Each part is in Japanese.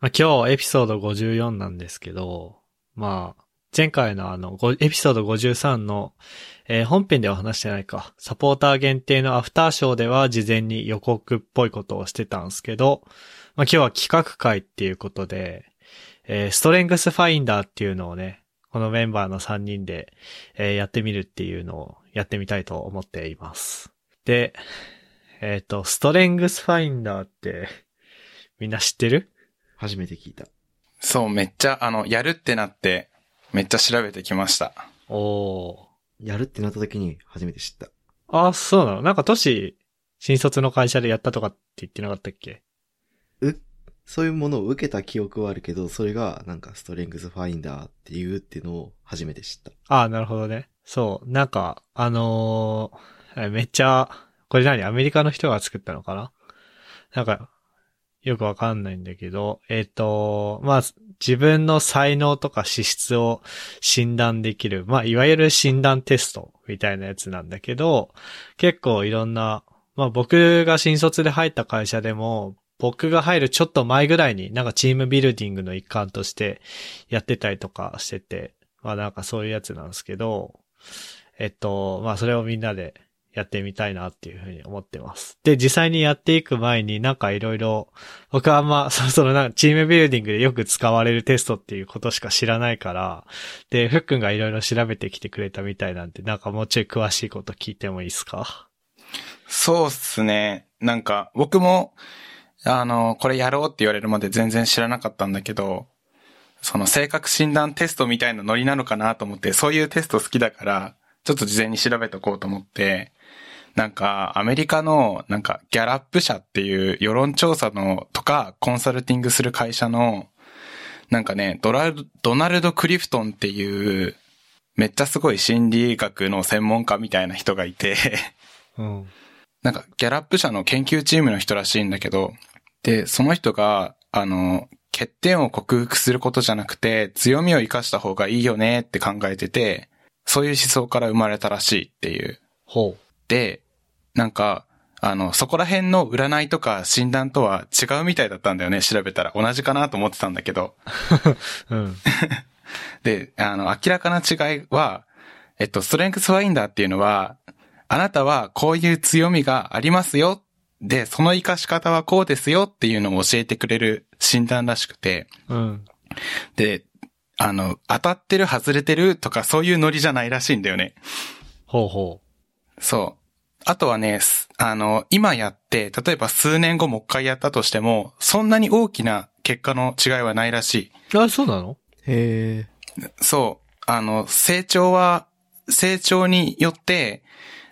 まあ、今日エピソード54なんですけど、まあ、前回のあの、ごエピソード53の、えー本編では話してないか、サポーター限定のアフターショーでは事前に予告っぽいことをしてたんですけど、まあ今日は企画会っていうことで、えーストレングスファインダーっていうのをね、このメンバーの3人で、えーやってみるっていうのをやってみたいと思っています。で、えっ、と、ストレングスファインダーって、みんな知ってる初めて聞いた。そう、めっちゃ、あの、やるってなって、めっちゃ調べてきました。おー。やるってなった時に初めて知った。あ、そうなのなんか都市、新卒の会社でやったとかって言ってなかったっけそういうものを受けた記憶はあるけど、それがなんかストレングスファインダーっていうっていうのを初めて知った。あなるほどね。そう。なんか、あのーえめっちゃ、これ何アメリカの人が作ったのかななんか、よくわかんないんだけど、えっ、と、まあ、自分の才能とか資質を診断できる、まあ、いわゆる診断テストみたいなやつなんだけど、結構いろんな、まあ僕が新卒で入った会社でも、僕が入るちょっと前ぐらいになんかチームビルディングの一環としてやってたりとかしてて、まあなんかそういうやつなんですけど、えっと、まあそれをみんなでやってみたいなっていうふうに思ってます。で、実際にやっていく前になんかいろいろ、僕はあんま、 そそのなんかチームビルディングでよく使われるテストっていうことしか知らないから、で、ふっくんがいろいろ調べてきてくれたみたいなんで、なんかもうちょい詳しいこと聞いてもいいですかそうっすね。なんか、僕も、あの、これやろうって言われるまで全然知らなかったんだけど、その性格診断テストみたいなノリなのかなと思って、そういうテスト好きだから、ちょっと事前に調べとこうと思って、なんか、アメリカの、なんか、ギャラップ社っていう世論調査のとか、コンサルティングする会社の、なんかね、ドラルドナルド・クリフトンっていう、めっちゃすごい心理学の専門家みたいな人がいて、うん。なんか、ギャラップ社の研究チームの人らしいんだけど、で、その人が、あの、欠点を克服することじゃなくて、強みを活かした方がいいよねって考えてて、そういう思想から生まれたらしいっていう。ほで、なんか、あの、そこら辺の占いとか診断とは違うみたいだったんだよね、調べたら。同じかなと思ってたんだけど。う。うん。で、あの、明らかな違いは、えっと、ストレングスファインダーっていうのは、あなたはこういう強みがありますよ。で、その活かし方はこうですよっていうのを教えてくれる診断らしくて、うん。で、あの、当たってる、外れてるとかそういうノリじゃないらしいんだよね。ほうほそう。あとはね、すあの、今やって、例えば数年後もう一回やったとしても、そんなに大きな結果の違いはないらしい。う。あ、そうなのへそう。あの、成長は、成長によって、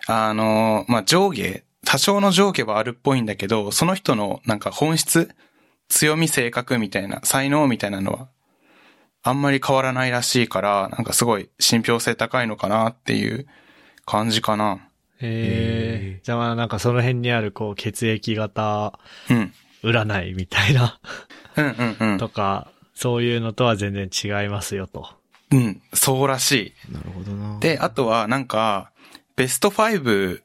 あの、まあ、上下、多少の上下はあるっぽいんだけど、その人のなんか本質、強み、性格みたいな、才能みたいなのは、あんまり変わらないらしいから、なんかすごい信憑性高いのかなっていう感じかな。ええへじゃあまあなんかその辺にあるこう血液型うん。占いみたいなうんうんうん。とか、そういうのとは全然違いますよと。うん、そうらしい。え。なるほどな。で、あとはなんか、ベスト5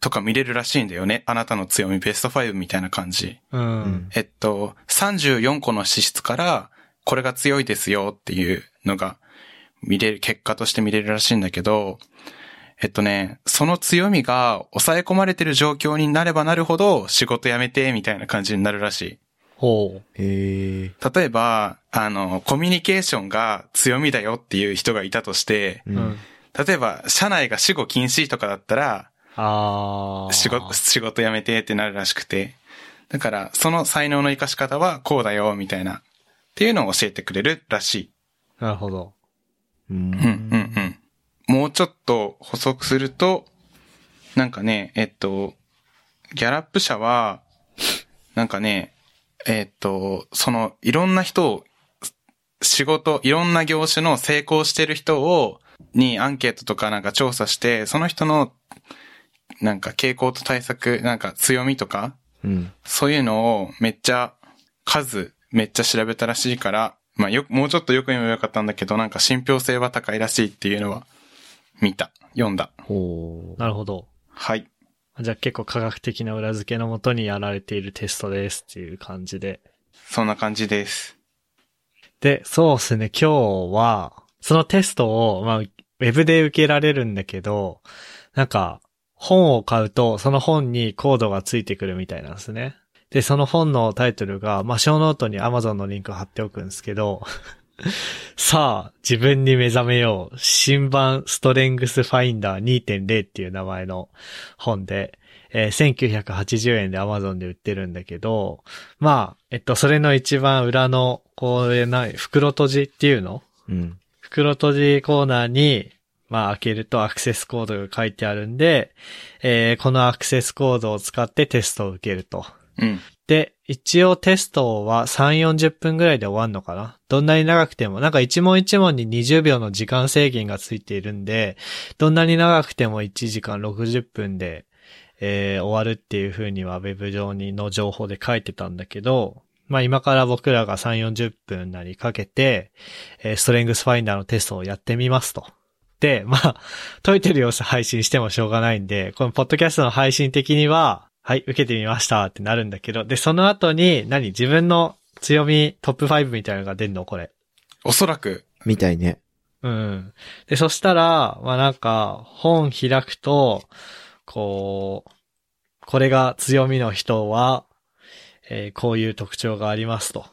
とか見れるらしいんだよね。あなたの強み、ベスト5みたいな感じ。うん。うんえっと、34個の資質から、これが強いですよっていうのが見れる、結果として見れるらしいんだけど、えっとね、その強みが抑え込まれてる状況になればなるほど仕事辞めてみたいな感じになるらしい。ほへえ。例えば、あの、コミュニケーションが強みだよっていう人がいたとして、うう。うんん。。例えば、社内が死後禁止とかだったら、ああ。仕事、仕事辞めてってなるらしくて。だから、その才能の活かし方はこうだよ、みたいな。っていうのを教えてくれるらしい。なるほど。ううん、うん、うん。もうちょっと補足すると、なんかね、えっと、ギャラップ社は、なんかね、えっと、その、いろんな人を、仕事、いろんな業種の成功してる人を、にアンケートとかなんか調査して、その人の、なんか傾向と対策、なんか強みとか、うん。そういうのをめっちゃ数めっちゃ調べたらしいから、まあよ、もうちょっとよく言えばよかったんだけど、なんか信憑性は高いらしいっていうのは見た。読んだ。ほう。なるほど。はい。じゃあ結構科学的な裏付けのもとにやられているテストですっていう感じで。そんな感じです。で、そうですね、今日は、そのテストを、まあ、ウェブで受けられるんだけど、なんか、本を買うと、その本にコードがついてくるみたいなんですね。で、その本のタイトルが、まあ、小ノートに Amazon のリンク貼っておくんですけど、 さあ、自分に目覚めよう。新版ストレングスファインダー2.0っていう名前の本で、えー1980円で Amazon で売ってるんだけど、まあ、えっと、それの一番裏の、これない、袋閉じっていうのうん。袋閉じコーナーに、まあ開けるとアクセスコードが書いてあるんで、えーこのアクセスコードを使ってテストを受けると。うん。で、一応テストは3、40分ぐらいで終わんのかなどんなに長くても、なんか一問一問に20秒の時間制限がついているんで、どんなに長くても1時間60分で、えー終わるっていう風には Web 上にの情報で書いてたんだけど、まあ今から僕らが3、40分なりかけて、えーストレングスファインダーのテストをやってみますと。で、まあ、解いてる様子配信してもしょうがないんで、このポッドキャストの配信的には、はい、受けてみましたってなるんだけど、で、その後に、何自分の強みトップ5みたいなのが出んのこれ。おそらく、みたいね。うん。で、そしたら、まあなんか、本開くと、こう、これが強みの人は、えーこういう特徴がありますと。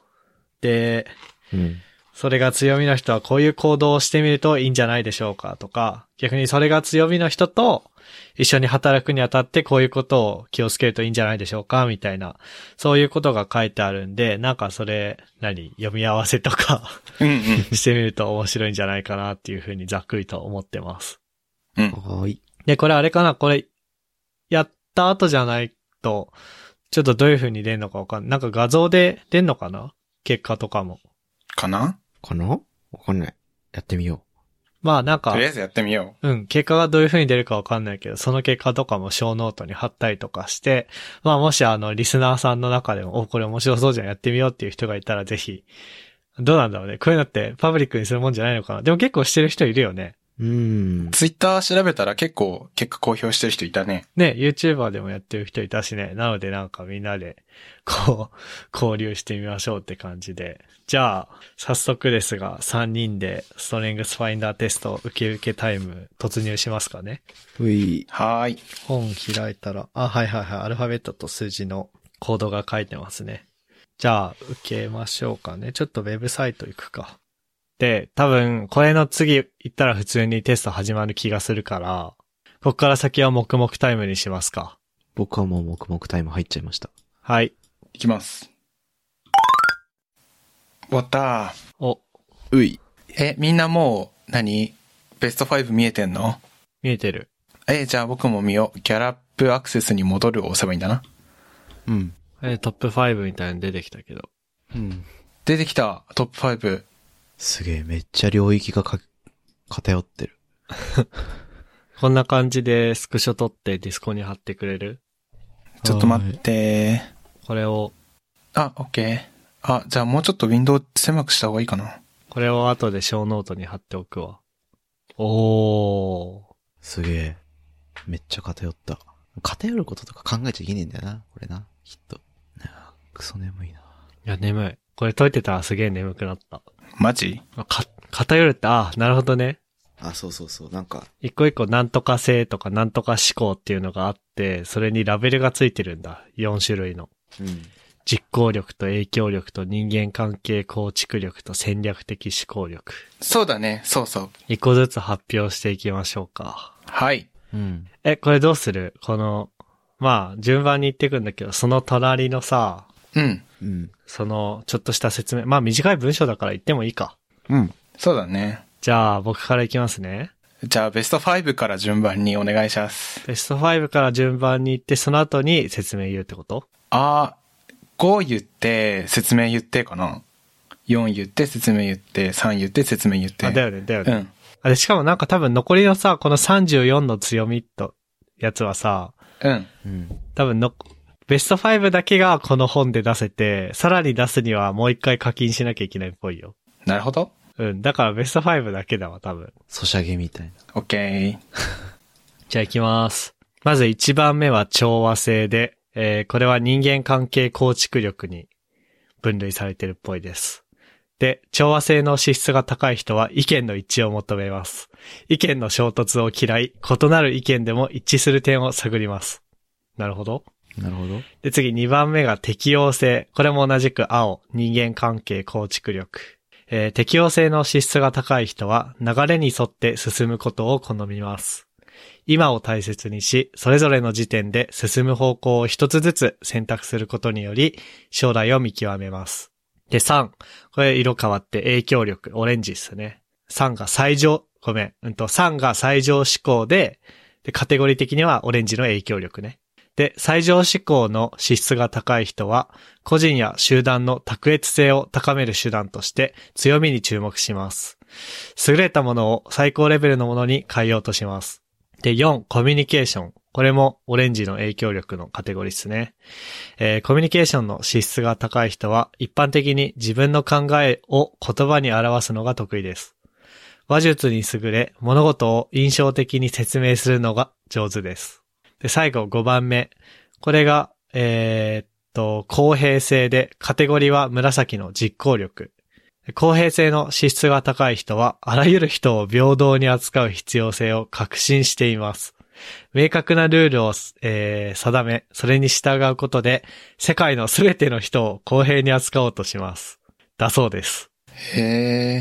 で、うん。それが強みの人はこういう行動をしてみるといいんじゃないでしょうかとか、逆にそれが強みの人と一緒に働くにあたってこういうことを気をつけるといいんじゃないでしょうかみたいな、そういうことが書いてあるんで、なんかそれ、何読み合わせとか うんうん。してみると面白いんじゃないかなっていうふうにざっくりと思ってます。うん。はーい。で、これあれかなこれ、やった後じゃないと、ちょっとどういうふうに出んのかわかんない。なんか画像で出んのかな結果とかも。かなかなわかんない。やってみよまあなんか、とりあえずやってみようん、結果がどういう風に出るかわかんないけど、その結果とかも小ノートに貼ったりとかして、まあもしあの、リスナーさんの中でも、お、これ面白そうじゃん、やってみようっていう人がいたらぜひ、どうなんだろうね。こういうのってパブリックにするもんじゃないのかな。でも結構してる人いるよね。う。うーんう。。ツイッター調べたら結構結果公表してる人いたね。ね、YouTuber でもやってる人いたしね。なのでなんかみんなで、こう、交流してみましょうって感じで。じゃあ、早速ですが、3人でストレングスファインダーテスト受け受けタイム突入しますかね。うい。はーい。本開いたら、あ、はいはいはい、アルファベットと数字のコードが書いてますね。じゃあ、受けましょうかね。ちょっとウェブサイト行くか。で、多分、これの次行ったら普通にテスト始まる気がするから、こっから先は黙々タイムにしますか。僕はもう黙々タイム入っちゃいました。はい。いきます。終わった。お、うい。え、みんなもう、何ベスト5見えてんの見えてる。え、じゃあ僕も見よう。ギャラップアクセスに戻るを押せばいいんだな。うん。えートップ5みたいなの出てきたけど。うん。出てきた、トップ5。すげえ、めっちゃ領域がか、偏ってる。こんな感じでスクショ撮ってディスコに貼ってくれるちょっと待って。これを、あ、オッケー。あ、じゃあもうちょっとウィンドウ狭くした方がいいかな。これを後で小ノートに貼っておくわ。おー。すげえ。めっちゃ偏った。偏ることとか考えちゃいけねえんだよな、これな。きっと。なあクソ眠いな。いや、眠い。これ解いてたらすげえ眠くなった。マジあか、偏るって、あ、なるほどね。あ、そうそうそう。なんか、一個一個なんとか性とかなんとか思考っていうのがあって、それにラベルがついてるんだ。4種類の。うん。実行力と影響力と人間関係構築力と戦略的思考力。そうだね。そうそう。一個ずつ発表していきましょうか。はい。うん。え、これどうするこの、まあ、順番に言っていくんだけど、その隣のさ、うん。うん。その、ちょっとした説明。まあ、短い文章だから言ってもいいか。うん。そうだね。じゃあ、僕からいきますね。じゃあベスト5から順番にお願いします。ベスト5から順番に行って、その後に説明言うってことあー、5言って、説明言ってかな。4言って、説明言って、3言って、説明言って。あ、だよね、だようね。ん。あで、しかもなんか多分残りのさ、この34の強みと、やつはさ、うん。うん。多分の、ベスト5だけがこの本で出せて、さらに出すにはもう一回課金しなきゃいけないっぽいよ。なるほど。うん、だからベスト5だけだわ、多分。ソシャゲみたいな。オッケー。じゃあ行きます。まず1番目は調和性で、えーこれは人間関係構築力に分類されてるっぽいです。で、調和性の資質が高い人は意見の一致を求めます。意見の衝突を嫌い、異なる意見でも一致する点を探ります。なるほど。なるほど。で、次2番目が適応性。これも同じく青、人間関係構築力。えー適応性の資質が高い人は流れに沿って進むことを好みます。今を大切にし、それぞれの時点で進む方向を一つずつ選択することにより、将来を見極めます。で、3。これ色変わって影響力、オレンジですね。3が最上、ごめん、うんと、3が最上志向で、で、カテゴリー的にはオレンジの影響力ね。で、最上志向の資質が高い人は、個人や集団の卓越性を高める手段として強みに注目します。優れたものを最高レベルのものに変えようとします。で、4、コミュニケーション。これもオレンジの影響力のカテゴリーですね。えーコミュニケーションの資質が高い人は、一般的に自分の考えを言葉に表すのが得意です。話術に優れ、物事を印象的に説明するのが上手です。で、最後5番目。これが、えーっと、公平性で、カテゴリーは紫の実行力。公平性の資質が高い人は、あらゆる人を平等に扱う必要性を確信しています。明確なルールを、えー定め、それに従うことで、世界のすべての人を公平に扱おうとします。だそうです。へ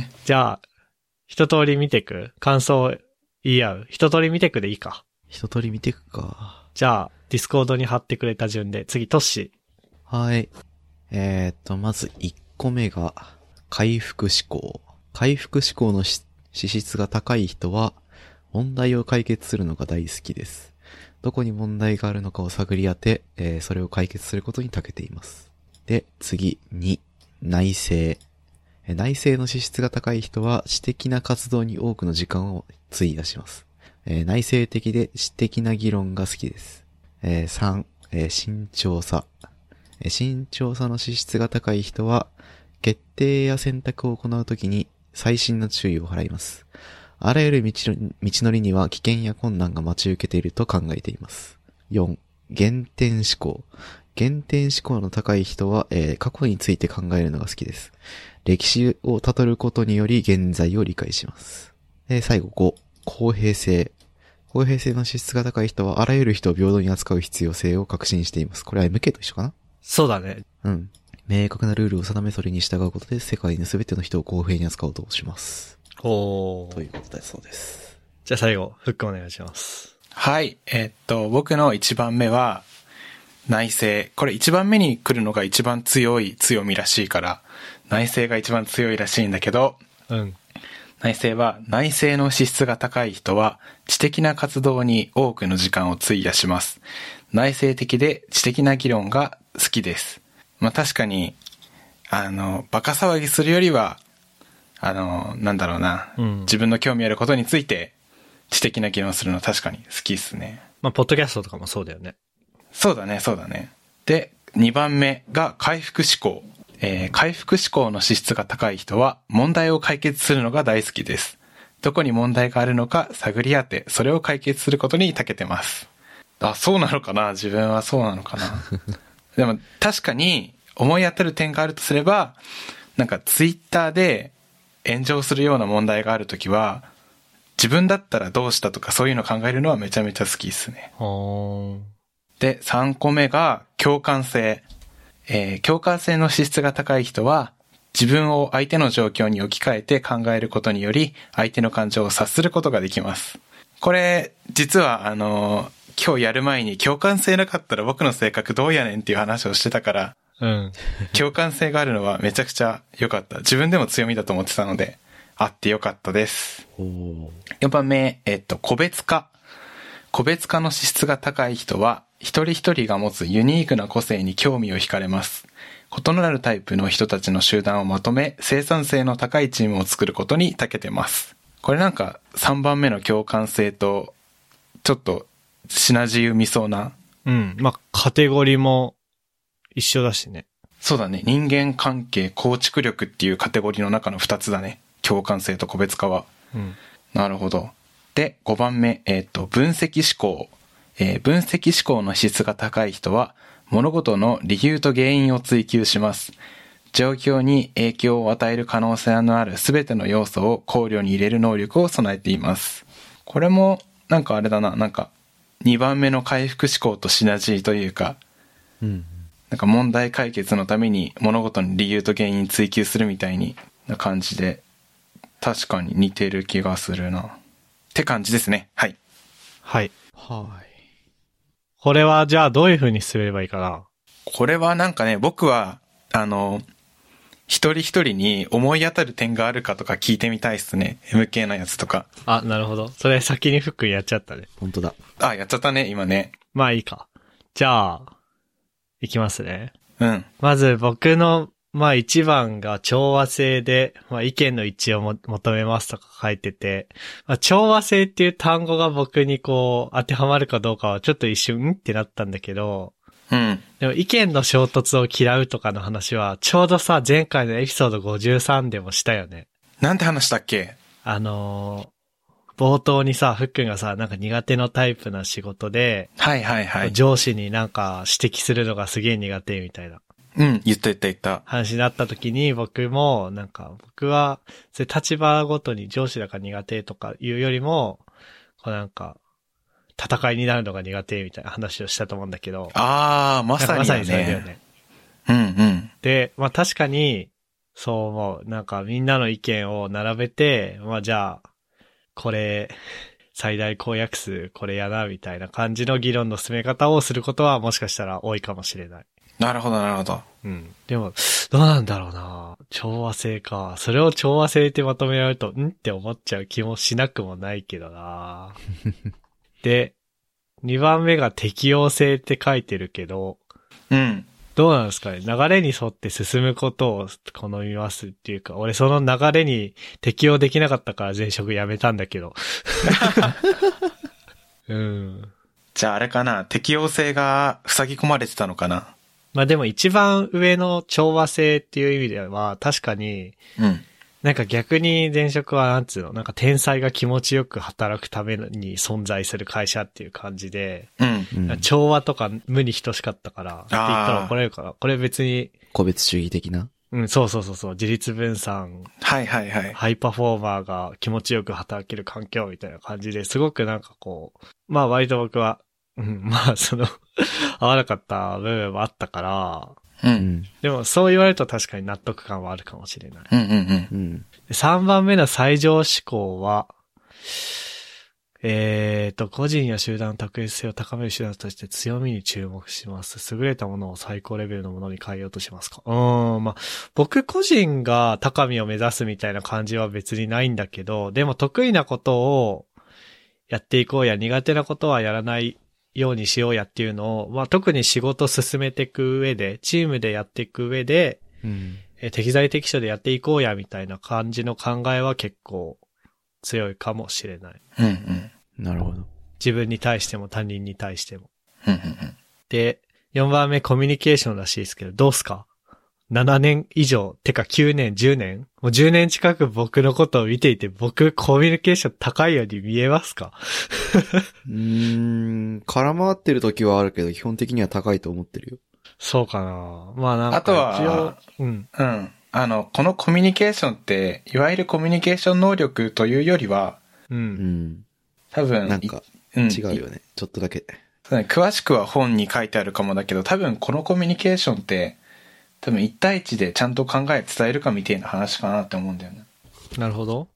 え。じゃあ、一通り見てく感想を言い合う。一通り見てくでいいか。一通り見てくか。じゃあ、ディスコードに貼ってくれた順で、次、トッシはい。えー、っと、まず1個目が、回復思考。回復思考のし資質が高い人は、問題を解決するのが大好きです。どこに問題があるのかを探り当て、えーそれを解決することに長けています。で、次、2、内政。えー内政の資質が高い人は、知的な活動に多くの時間を費やします。えー内政的で知的な議論が好きです。えー3、えー慎重さ。えー慎重さの資質が高い人は、決定や選択を行うときに細心の注意を払います。あらゆる道の道のりには危険や困難が待ち受けていると考えています。4、原点思考。原点思考の高い人は、えー過去について考えるのが好きです。歴史をたどることにより現在を理解します。で最後5、公平性。公平性の資質が高い人は、あらゆる人を平等に扱う必要性を確信しています。これは MK と一緒かなそうだね。うん。明確なルールを定めそれに従うことで世界の全ての人を公平に扱おうとします。おということだそうです。じゃあ最後、フックお願いします。はい。えっと、僕の一番目は、内政。これ一番目に来るのが一番強い強みらしいから、内政が一番強いらしいんだけど、うん。内政は内政の資質が高い人は知的な活動に多くの時間を費やします。内政的で知的な議論が好きです。まあ確かに、あの、バカ騒ぎするよりは、あの、なんだろうな、うん自分の興味あることについて知的な議論するの確かに好きですね。まあ、ポッドキャストとかもそうだよね。そうだね、そうだね。で、2番目が回復思考。えー回復思考の資質が高い人は問題を解決するのが大好きです。どこに問題があるのか探り当て、それを解決することに長けてます。あ、そうなのかな自分はそうなのかなでも確かに思い当たる点があるとすれば、なんかツイッターで炎上するような問題があるときは、自分だったらどうしたとかそういうの考えるのはめちゃめちゃ好きですね。ほーん。で、3個目が共感性。えー共感性の資質が高い人は、自分を相手の状況に置き換えて考えることにより、相手の感情を察することができます。これ、実は、あのー今日やる前に共感性なかったら僕の性格どうやねんっていう話をしてたから、うん。共感性があるのはめちゃくちゃ良かった。自分でも強みだと思ってたので、あって良かったです。おお。 4番目、えっと、個別化。個別化の資質が高い人は、一人一人が持つユニークな個性に興味を惹かれます。異なるタイプの人たちの集団をまとめ、生産性の高いチームを作ることに長けてます。これなんか、3番目の共感性と、ちょっと、シナジー生みそうな。うん。まあ、カテゴリーも一緒だしね。そうだね。人間関係構築力っていうカテゴリーの中の2つだね。共感性と個別化は。うん。なるほど。で、5番目、えっ、と、分析思考。えー分析思考の質が高い人は、物事の理由と原因を追求します。状況に影響を与える可能性のある全ての要素を考慮に入れる能力を備えています。これも、なんかあれだな、なんか、2番目の回復思考とシナジーというか、うん。なんか問題解決のために物事の理由と原因追求するみたいにな感じで、確かに似てる気がするな。って感じですね。はい。はい。はこれはじゃあどういう風に進めればいいかなこれはなんかね、僕は、あの、一人一人に思い当たる点があるかとか聞いてみたいっすね。MK のやつとか。あ、なるほど。それ先にフックやっちゃったねい。。本当だ。あ、やっちゃったね、今ね。まあいいか。じゃあ、いきますね。うん。まず僕の、まあ一番が調和性で、まあ意見の一致をも求めますとか書いてて、まあ調和性っていう単語が僕にこう当てはまるかどうかはちょっと一瞬んってなったんだけど、うん。でも意見の衝突を嫌うとかの話は、ちょうどさ、前回のエピソード53でもしたよね。なんて話したっけあのー冒頭にさ、ふっくんがさ、なんか苦手のタイプな仕事で、はいはいはい。上司になんか指摘するのがすげえ苦手みたいなうん、言った言った言った。話になった時に僕も、なんか僕は、それ立場ごとに上司だから苦手とかいうよりも、こうなんか、戦いになるのが苦手みたいな話をしたと思うんだけど、あー、まさにだなんかまさにそれだよね。ね。うんうん。で、まあ確かに、そう思う。なんかみんなの意見を並べて、まあじゃあ、これ、最大公約数、これやな、みたいな感じの議論の進め方をすることはもしかしたら多いかもしれない。なるほどなるほど。うん。でも、どうなんだろうな調和性か。それを調和性ってまとめられると、んって思っちゃう気もしなくもないけど なで、2番目が適用性って書いてるけど、うん。どうなんですかね流れに沿って進むことを好みますっていうか、俺その流れに適応できなかったから前職辞めたんだけ ど。うん。じゃああれかな、適応性が塞ぎ込まれてたのかな。まあでも一番上の調和性っていう意味では、確かに、うん。なんか逆に前職はなんつうの、なんか天才が気持ちよく働くために存在する会社っていう感じで、うん。うん。調和とか無に等しかったから、って言ったら怒られるから、これ別に、個別主義的なうん、そうそうそうそう、自立分散はいはいはい。ハイパフォーマーが気持ちよく働ける環境みたいな感じですごくなんかこう、まあ割と僕は、うん、 まあその、合わなかった部分もあったから、う。うんん。でもそう言われると確かに納得感はあるかもしれない。うんうんうん。うん。で3番目の最上志向は、えーと、個人や集団の卓越性を高める手段として強みに注目します。優れたものを最高レベルのものに変えようとしますかうーん、まあ、僕個人が高みを目指すみたいな感じは別にないんだけど、でも得意なことをやっていこうや苦手なことはやらないようにしようやっていうのを、まあ、特に仕事進めていく上で、チームでやっていく上で、うん。えー適材適所でやっていこうや、みたいな感じの考えは結構強いかもしれない。うんうん。なるほど。自分に対しても他人に対しても。うんうんうん。で、4番目コミュニケーションらしいですけど、どうすか ?7 年以上、てか9年、10年もう10年近く僕のことを見ていて、僕コミュニケーション高いように見えますかうーん。絡まってる時はあるけど、基本的には高いと思ってるよ。そうかなまあなんかあとは一応、うん。うん。あの、このコミュニケーションって、いわゆるコミュニケーション能力というよりは、う。うんん。多分、なんか、うん、違ういよね。ちょっとだけ。そうね詳しくは本に書いてあるかもだけど、多分このコミュニケーションって、多分一対一でちゃんと考え伝えるかみたいな話かなって思うんだよね。なるほど。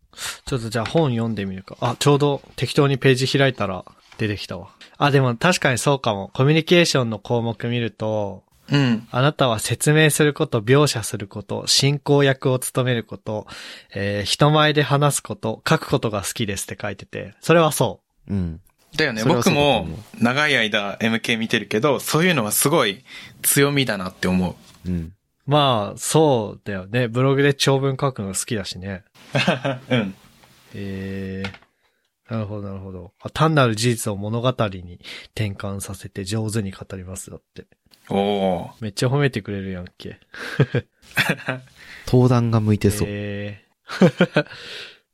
ちょっとじゃあ本読んでみるか。あ、ちょうど適当にページ開いたら出てきたわ。あ、でも確かにそうかも。コミュニケーションの項目見ると、うん。あなたは説明すること、描写すること、進行役を務めること、えー人前で話すこと、書くことが好きですって書いてて、それはそうん。だよね。それは僕そうだと思うも長い間 MK 見てるけど、そういうのはすごい強みだなって思う。うん。う。まあ、そうだよね。ブログで長文書くのが好きだしね。 うん。えー、なるほど、なるほど。あ単なる事実を物語に転換させて上手に語りますだって。おおめっちゃ褒めてくれるやんけ。登壇が向いてそう。えー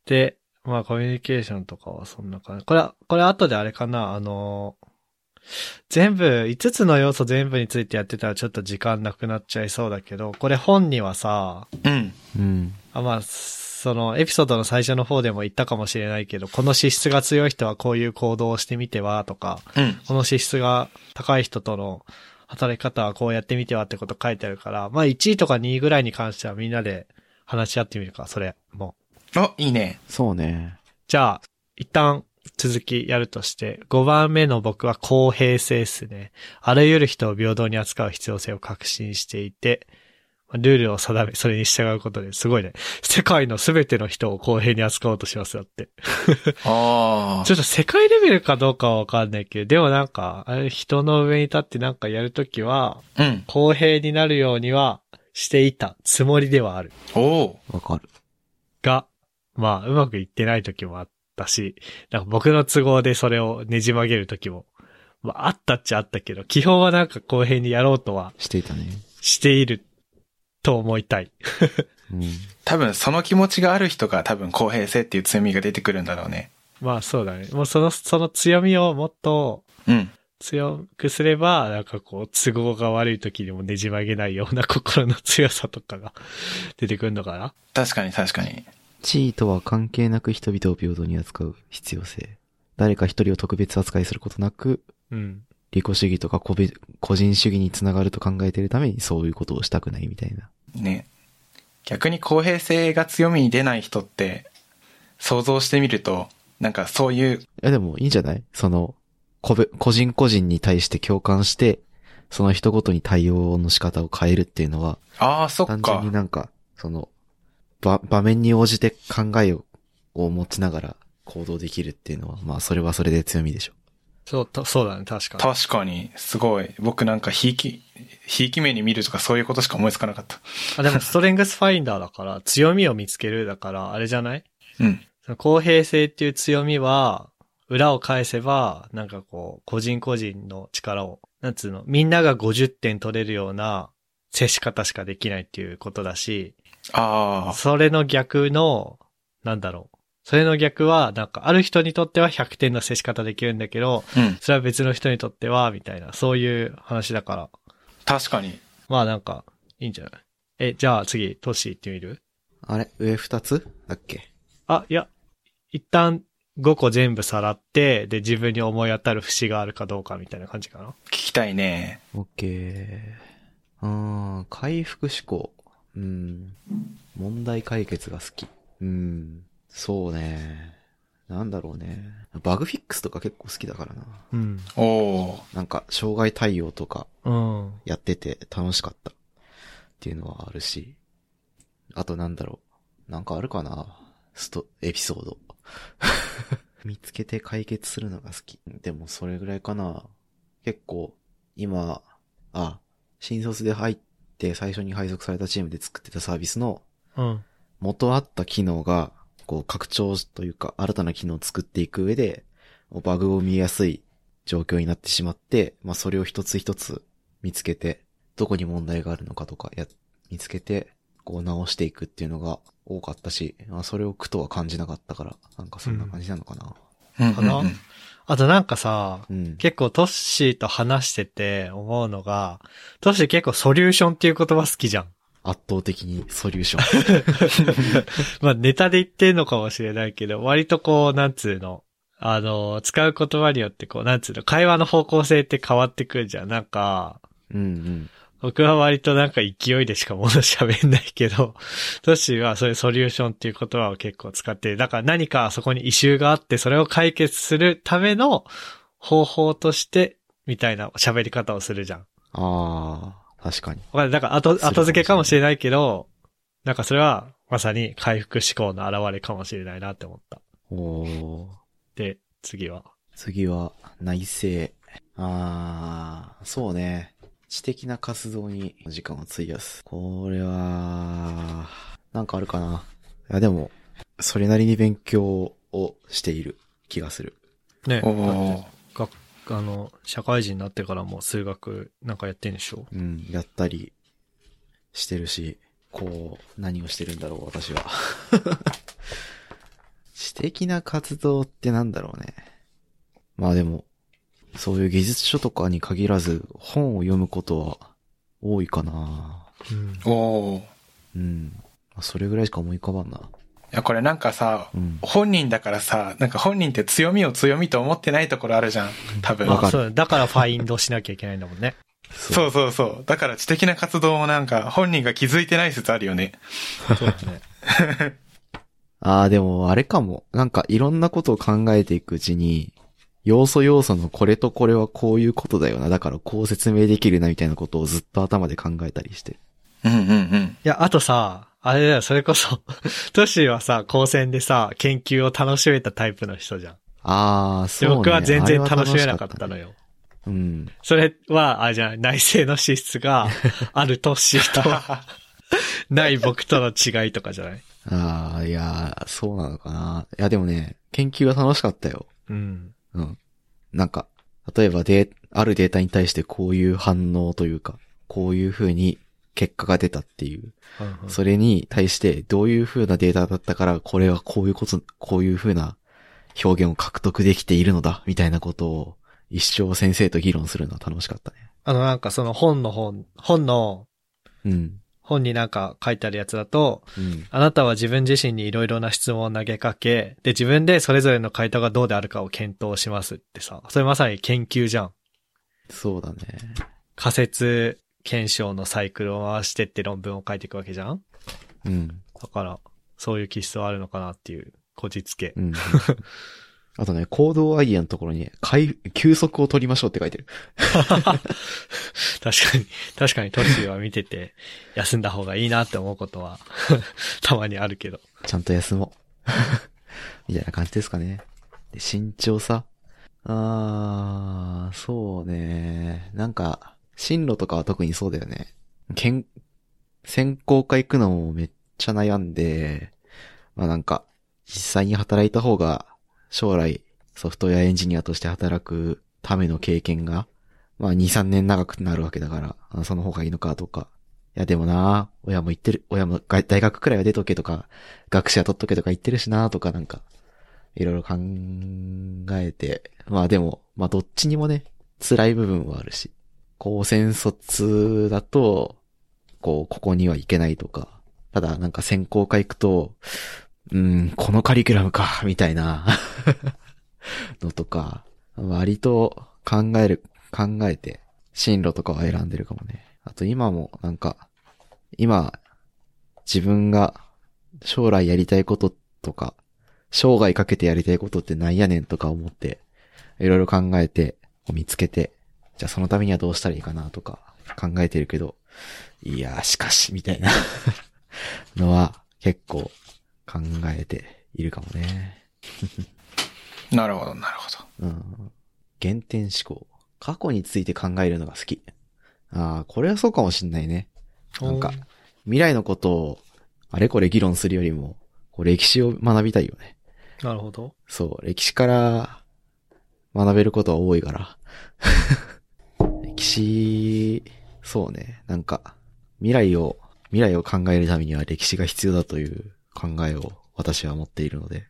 で、まあコミュニケーションとかはそんな感じ。これは、これ後であれかな、あのー全部、5つの要素全部についてやってたらちょっと時間なくなっちゃいそうだけど、これ本にはさ、うん。うん。あまあ、そのエピソードの最初の方でも言ったかもしれないけど、この資質が強い人はこういう行動をしてみてはとか、うん。この資質が高い人との働き方はこうやってみてはってこと書いてあるから、まあ1位とか2位ぐらいに関してはみんなで話し合ってみるか、それも。お、いいね。そうね。じゃあ、一旦続きやるとして、5番目の僕は公平性ですね。あらゆる人を平等に扱う必要性を確信していて、ルールを定め、それに従うことですごいね。世界のすべての人を公平に扱おうとしますだって。あちょっと世界レベルかどうかはわかんないけど、でもなんか、あれ人の上に立ってなんかやるときは、あ。うん。公平になるようにはしていたつもりではある。おお。わかる。が、まあ、うまくいってない時もあったし、なんか僕の都合でそれをねじ曲げる時も、まあ、あったっちゃあったけど、基本はなんか公平にやろうとはしていたね。していると思いたい。うん。多分その気持ちがある人が多分公平性っていう強みが出てくるんだろうね。まあ、そうだね。もうその、その強みをもっとうん。強くすれば、なんかこう、都合が悪い時にもねじ曲げないような心の強さとかが出てくるのかな。確かに確かに。地位とは関係なく人々を平等に扱う必要性。誰か一人を特別扱いすることなく、うん。利己主義とか個別個人主義につながると考えているためにそういうことをしたくないみたいな。ね。逆に公平性が強みに出ない人って、想像してみると、なんかそういう、いやでもいいんじゃないその、個別個人個人に対して共感して、その人ごとに対応の仕方を変えるっていうのは、ああ、そっ単純かに。なんか、その、ば、場面に応じて考えを、を持ちながら行動できるっていうのは、まあそれはそれで強みでしょ。そう、とそうだね、確かに。確かに、すごい。僕なんか、ひいき、ひいき目に見るとかそういうことしか思いつかなかった。あ、でもストレングスファインダーだから、強みを見つけるだから、あれじゃないうん。その公平性っていう強みは、裏を返せば、なんかこう、個人個人の力を、なんつうの、みんなが50点取れるような接し方しかできないっていうことだし、あそれの逆の、なんだろう。それの逆は、なんか、ある人にとっては100点の接し方できるんだけど、あ、うん。それは別の人にとっては、みたいな、そういう話だから。確かに。まあなんか、いいんじゃないえ、じゃあ次、トッシー行ってみるあれ上二つだっけあ、いや、一旦5個全部さらって、で、自分に思い当たる節があるかどうかみたいな感じかな。聞きたいね。オッケー。うーん、回復思考。うん。問題解決が好き。うん。そうね。なんだろうね。バグフィックスとか結構好きだからな。うん。おお。なんか、障害対応とかうん。やってて楽しかったっていうのはあるし。あとなんだろう。なんかあるかなスト、エピソード。 見つけて解決するのが好き。でもそれぐらいかな。結構、今、あ、新卒で入って最初に配属されたチームで作ってたサービスのうん。元あった機能が、こう拡張というか新たな機能を作っていく上で、バグを見やすい状況になってしまって、まあそれを一つ一つ見つけて、どこに問題があるのかとかや、見つけて、こう直していくっていうのが多かったし、まあそれを苦とは感じなかったから、なんかそんな感じなのかな。うんうんかなうんあとなんかさ、うん。結構トッシーと話してて思うのが、トッシー結構ソリューションっていう言葉好きじゃん。圧倒的にソリューション。まあネタで言ってんのかもしれないけど、割とこう、なんつうの、あの、使う言葉によってこう、なんつうの、会話の方向性って変わってくるじゃん。なんか、うんうん。僕は割となんか勢いでしか物喋んないけど、 トッシーはそういうソリューションっていう言葉を結構使って、だから何かそこに異臭があって、それを解決するための方法として、みたいな喋り方をするじゃん。ああ、確かに。わかる。だから後、するかもしれない後付けかもしれないけど、なんかそれはまさに回復思考の表れかもしれないなって思った。おー。で、次は。次は、内政。あー、そうね。知的な活動に時間を費やす。これは、なんかあるかな。いや、でも、それなりに勉強をしている気がする。ねおお。学、あの、社会人になってからも数学なんかやってんでしょうん、やったりしてるし、こう、何をしてるんだろう、私は。 知的な活動ってなんだろうね。まあでも、そういう技術書とかに限らず、本を読むことは多いかなうん。おおうー。いん。まあそれぐらいしか思い浮かばんな。や、これなんかさう、ん。本人だからさ、なんか本人って強みを強みと思ってないところあるじゃん。多分。わかるそう、だからファインドしなきゃいけないんだもんね。そう。そうそうそう。だから知的な活動もなんか本人が気づいてない説あるよね。そうだね。ああ、でもあれかも。なんかいろんなことを考えていくうちに、要素要素のこれとこれはこういうことだよな。だからこう説明できるなみたいなことをずっと頭で考えたりして。うんうんうん。いや、あとさ、あれだよ、それこそ、 トシはさ、高専でさ、研究を楽しめたタイプの人じゃん。ああ、そで、う、ね。僕は全然楽しめなかっあたのれは楽よ。しかったね。うん。それは、あ、じゃあ内政の資質 があるトッシーと、ない僕との違いとかじゃないああ、いやー、そうなのかな。いや、でもね、研究は楽しかったよ。うん。うん。なんか、例えばで、あるデータに対してこういう反応というか、こういう風に結果が出たっていう。うんうんそれに対して、どういう風なデータだったから、これはこういうこと、こういう風な表現を獲得できているのだ、みたいなことを、一生先生と議論するのは楽しかったね。あの、なんかその本の本、本の、うん。本になんか書いてあるやつだと、うん。あなたは自分自身にいろいろな質問を投げかけ、で、自分でそれぞれの回答がどうであるかを検討しますってさ、それまさに研究じゃん。そうだね。仮説検証のサイクルを回してって論文を書いていくわけじゃんうん。だから、そういう気質はあるのかなっていう、こじつけ う。ん。 あとね、行動アイディアのところに、回休息を取りましょうって書いてる。確かに、確かにトッシーは見てて、休んだ方がいいなって思うことは、 たまにあるけど。ちゃんと休も う。みたいな感じですかね。で、身長さ。あー、そうね。なんか、進路とかは特にそうだよね。けん、選考会行くのもめっちゃ悩んで、まあなんか、実際に働いた方が、将来、ソフトウェアエンジニアとして働くための経験が、まあ2、3年長くなるわけだから、あその方がいいのかとか。いやでもな、親も言ってる、親もが大学くらいは出とけとか、学士は取っとけとか言ってるしなとかなんか、いろいろ考えて、まあでも、まあどっちにもね、辛い部分はあるし、高専卒だと、こう、ここには行けないとか、ただなんか専攻科行くと、うん、このカリキュラムか、みたいな、 のとか、割と考える、考えて、進路とかは選んでるかもね。あと今もなんか、今、自分が将来やりたいこととか、生涯かけてやりたいことってなんやねんとか思って、いろいろ考えて、見つけて、じゃあそのためにはどうしたらいいかなとか考えてるけど、いやーしかし、みたいな のは結構考えているかもね。なるほど、なるほうど。ん。原点思考。過去について考えるのが好き。ああ、これはそうかもしんないね。なんか未来のことを、あれこれ議論するよりも、こう歴史を学びたいよね。おー。なるほど。そう、歴史から学べることは多いから。 歴史、そうね、なんか、未来を、未来を考えるためには歴史が必要だという考えを私は持っているので、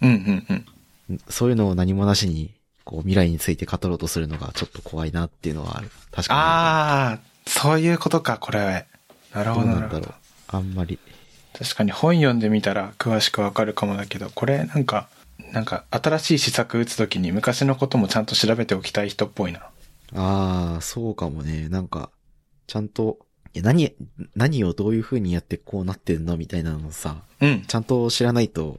うんうんうん。んそういうのを何もなしに、こう未来について語ろうとするのがちょっと怖いなっていうのはある。確かに。ああ、そういうことか、これ。なるどほうど、ななるんだほろどう。。あんまり。確かに本読んでみたら詳しくわかるかもだけど、これなんか、なんか新しい施策打つときに昔のこともちゃんと調べておきたい人っぽいな。ああ、そうかもね。なんか、ちゃんと、いや何、何をどういう風にやってこうなってんのみたいなのをさ、うん、ちゃんと知らないと、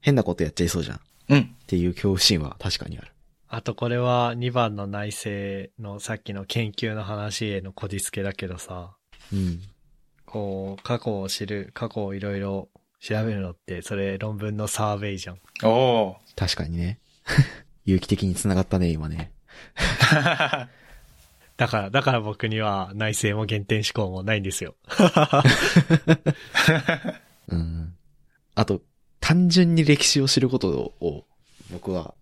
変なことやっちゃいそうじゃん。っうん。ていう恐怖心は確かにある。あとこれは2番の内政のさっきの研究の話へのこじつけだけどさ、うん。こう、過去を知る、過去をいろいろ調べるのって、それ論文のサーベイじゃん。おお確かにね。 有機的に繋がったね、今ね。ー。だから、だから僕には内政も原点思考もないんですよ。うん。あと、単純に歴史を知ることを、僕は、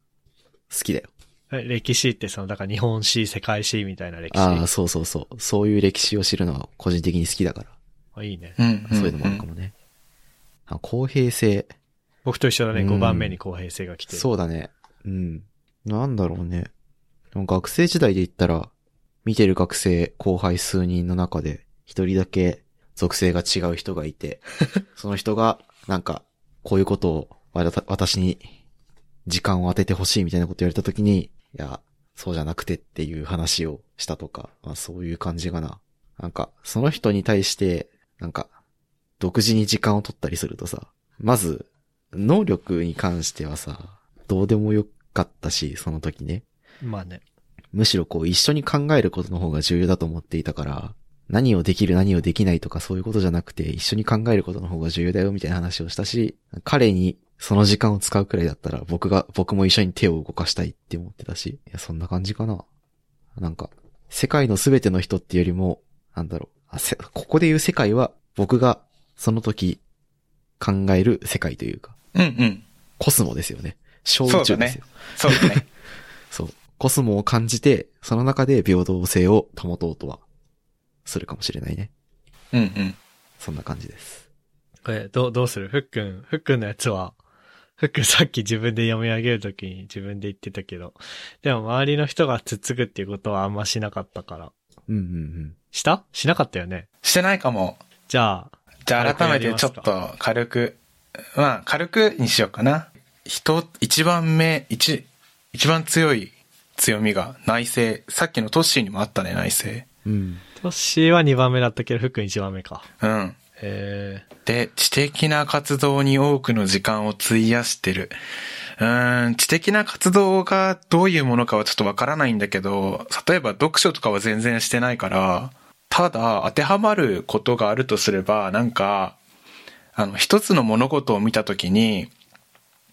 好きだよ。歴史ってその、だから日本史、世界史みたいな歴ああ、史。そうそうそう。そういう歴史を知るのは個人的に好きだから。いいね。うんそういうのもあるかもね。あ公平性。僕と一緒だね、うん5番目に公平性が来てる。そうだね。うん。なんだろうね。でも学生時代で言ったら、見てる学生、後輩数人の中で、一人だけ属性が違う人が いて、その人が、なんか、こういうことをわた私に時間を当ててほしいみたいなこと言われた時に、いや、そうじゃなくてっていう話をしたとか、まあそういう感じかな。なんか、その人に対して、なんか、独自に時間を取ったりするとさ、まず、能力に関してはさ、どうでもよかったし、その時ね。まあね。むしろこう一緒に考えることの方が重要だと思っていたから、何をできる何をできないとかそういうことじゃなくて、一緒に考えることの方が重要だよみたいな話をしたし、彼にその時間を使うくらいだったら僕が、僕も一緒に手を動かしたいって思ってたし、いや、そんな感じかな。なんか、世界のすべての人っていうよりも、なんだろう、あせここで言う世界は僕がその時考える世界というか、うんうん。コスモですよね。小宇そ宙うでだねすよ。そうだね。そう。コスモを感じて、その中で平等性を保とうとは、するかもしれないね。うんうん。そんな感じです。これ、どう、どうするふっくん、ふっくんのやつは、ふっくんさっき自分で読み上げるときに自分で言ってたけど、でも周りの人がつっつくっていうことはあんましなかったから。うんうんうん。したしなかったよね。してないかも。じゃあ、じゃあ改めてちょっと軽く、まあ軽くにしようかな。人、一番目、一、一番強い強みが内政。さっきのトッシーにもあったね、内政。うん。トッシーは2番目だったけど、ふっくん1番目か。うん。えで、知的な活動に多くの時間を費やしてる。うーん、知的な活動がどういうものかはちょっとわからないんだけど、例えば読書とかは全然してないから、ただ当てはまることがあるとすれば、なんか、あの、一つの物事を見たときに、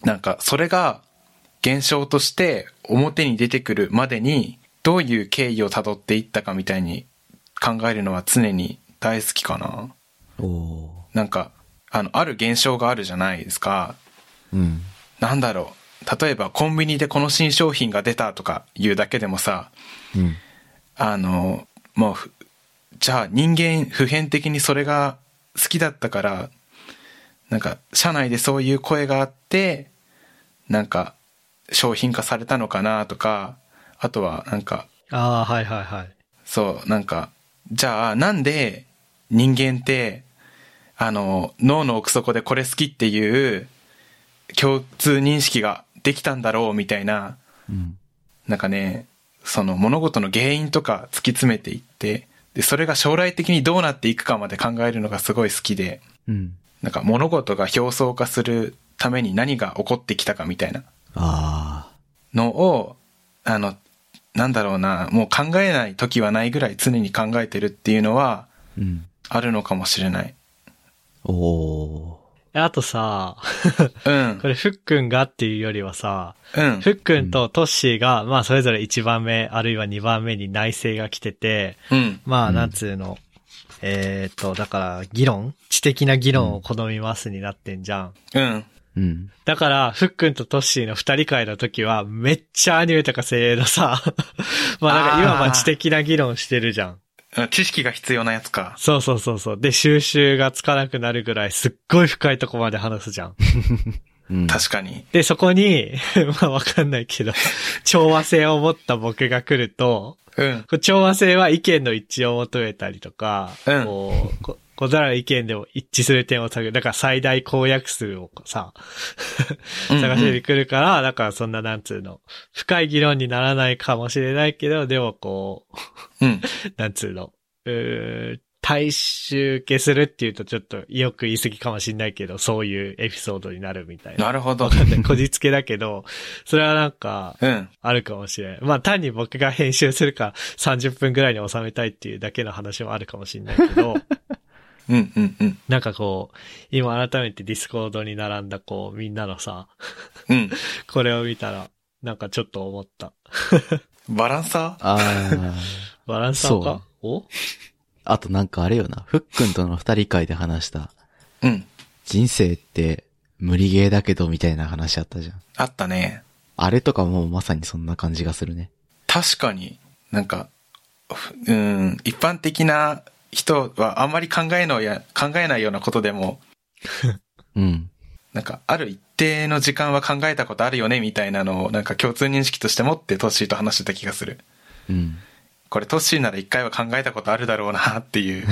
なんか、それが現象として表に出てくるまでに、どういう経緯を辿っていったかみたいに考えるのは常に大好きかな。おー。なんか、あの、ある現象があるじゃないですか。うん。なんだろう。例えば、コンビニでこの新商品が出たとか言うだけでもさ、うん。あの、もうふ、じゃあ人間普遍的にそれが好きだったから、なんか、社内でそういう声があって、なんか、商品化されたのかなとか、あとは、なんか、ー、ああ、はいはいはい。そう、なんか、じゃあなんで人間って、あの、脳の奥底でこれ好きっていう共通認識ができたんだろうみたいな、うん。なんかね、その物事の原因とか突き詰めていって、で、それが将来的にどうなっていくかまで考えるのがすごい好きで、うん。なんか物事が表層化するために何が起こってきたかみたいなあのを、あの、なんだろうな、もう考えない時はないぐらい常に考えてるっていうのは、ー。うん。あるのかもしれない。おー。えあとさ、うんこ。れふっくんがっていうよりはさ、うん。ふっくんとトッシーが、まあそれぞれ1番目、あるいは2番目に内政が来てて、うん。まうあんなんつうの、えーっと、だから議論知的な議論を好みますになってんじゃん。うん。うん。だから、ふっくんとトッシーの二人会の時は、めっちゃアニメとか声優のさ、 まあなんあかー今は知的な議論してるじゃん。知識が必要なやつか。そうそうそうそう。で、収集がつかなくなるぐらい、すっごい深いとこまで話すじゃん。うん。確かに。で、そこに、 まあわかんないけど、調和性を持った僕が来ると、うん。こう調和性は意見の一致を求めたりとか、うんこう、ここだら意見でも一致する点を探る。だから最大公約数をさ、探してくるから、だからそんななんつうの、深い議論にならないかもしれないけど、でもこうんうん。う、なんつうの、うー大衆受けするっていうとちょっとよく言い過ぎかもしれないけど、そういうエピソードになるみたいな。なるほどわ。かん ない。こじつけだけど、それはなんか、うん。あるかもしれない。まあ単に僕が編集するか30分ぐらいに収めたいっていうだけの話もあるかもしれないけど、うんうんうん。なんかこう、今改めてディスコードに並んだこう、みんなのさ、うん。これを見たら、なんかちょっと思った。バランサあー。バランサーかおあとなんかあれよな、ふっくんとの二人会で話した、ーうん。人生って無理ゲーだけどみたいな話あったじゃん。あったね。あれとかもうまさにそんな感じがするね。確かになんか、ふうん、一般的な人はあんまり考えのや、考えないようなことでも、うん。なんか、ある一定の時間は考えたことあるよね、みたいなのを、なんか共通認識として持ってトッシーと話してた気がする。うん。これトッシーなら一回は考えたことあるだろうな、って いう。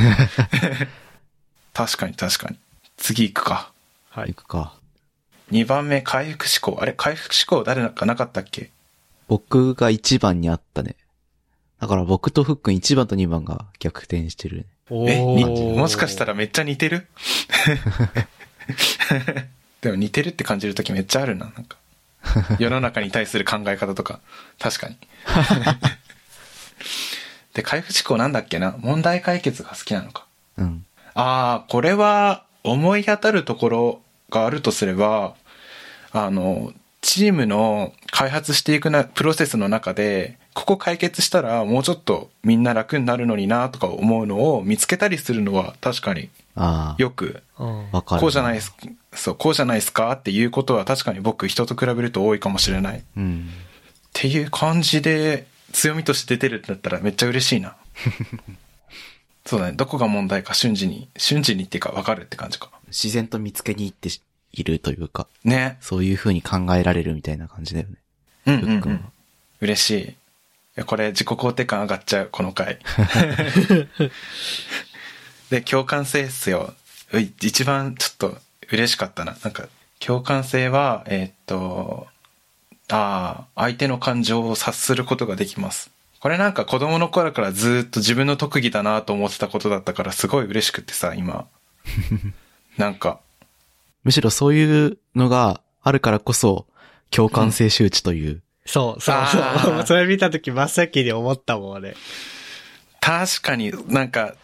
確かに確かに。次行くか。は行い。くか。 2番目、回復思考。あれ回復思考誰かなかったっけ僕が1番にあったね。だから僕とふっくん1番と2番が逆転してるね。おえ、にーもしかしたらめっちゃ似てる でも似てるって感じるときめっちゃあるな、なんか。世の中に対する考え方とか。確かに。で、回復思考なんだっけな問題解決が好きなのか。うん。ああ、これは思い当たるところがあるとすれば、あの、チームの開発していくな、プロセスの中で、ここ解決したらもうちょっとみんな楽になるのになとか思うのを見つけたりするのは確かにあよく、うんあ。わかる。こうじゃないです、そう、こうじゃないですかっていうことは確かに僕人と比べると多いかもしれない。っうん。ていう感じで強みとして出てるんだったらめっちゃ嬉し いな。そうだね。どこが問題か瞬時に、瞬時にっていうか分かるって感じか。自然と見つけに行っているというか、ね。そういう風に考えられるみたいな感じだよね。うんふうん、うっくんはん。嬉しいいや。これ自己肯定感上がっちゃう、この回。で、共感性っすよ。うい一番ちょっと嬉しかったな。なんか、共感性は、えーっと、ああ、相手の感情を察することができます。これなんか子供の頃からずーっと自分の特技だなと思ってたことだったからすごい嬉しくてさ、今。なんか、むしろそういうのがあるからこそ、共感性周知という。そう、そう、あそー う。それ見たとき真っ先に思ったもん、俺。確かになんか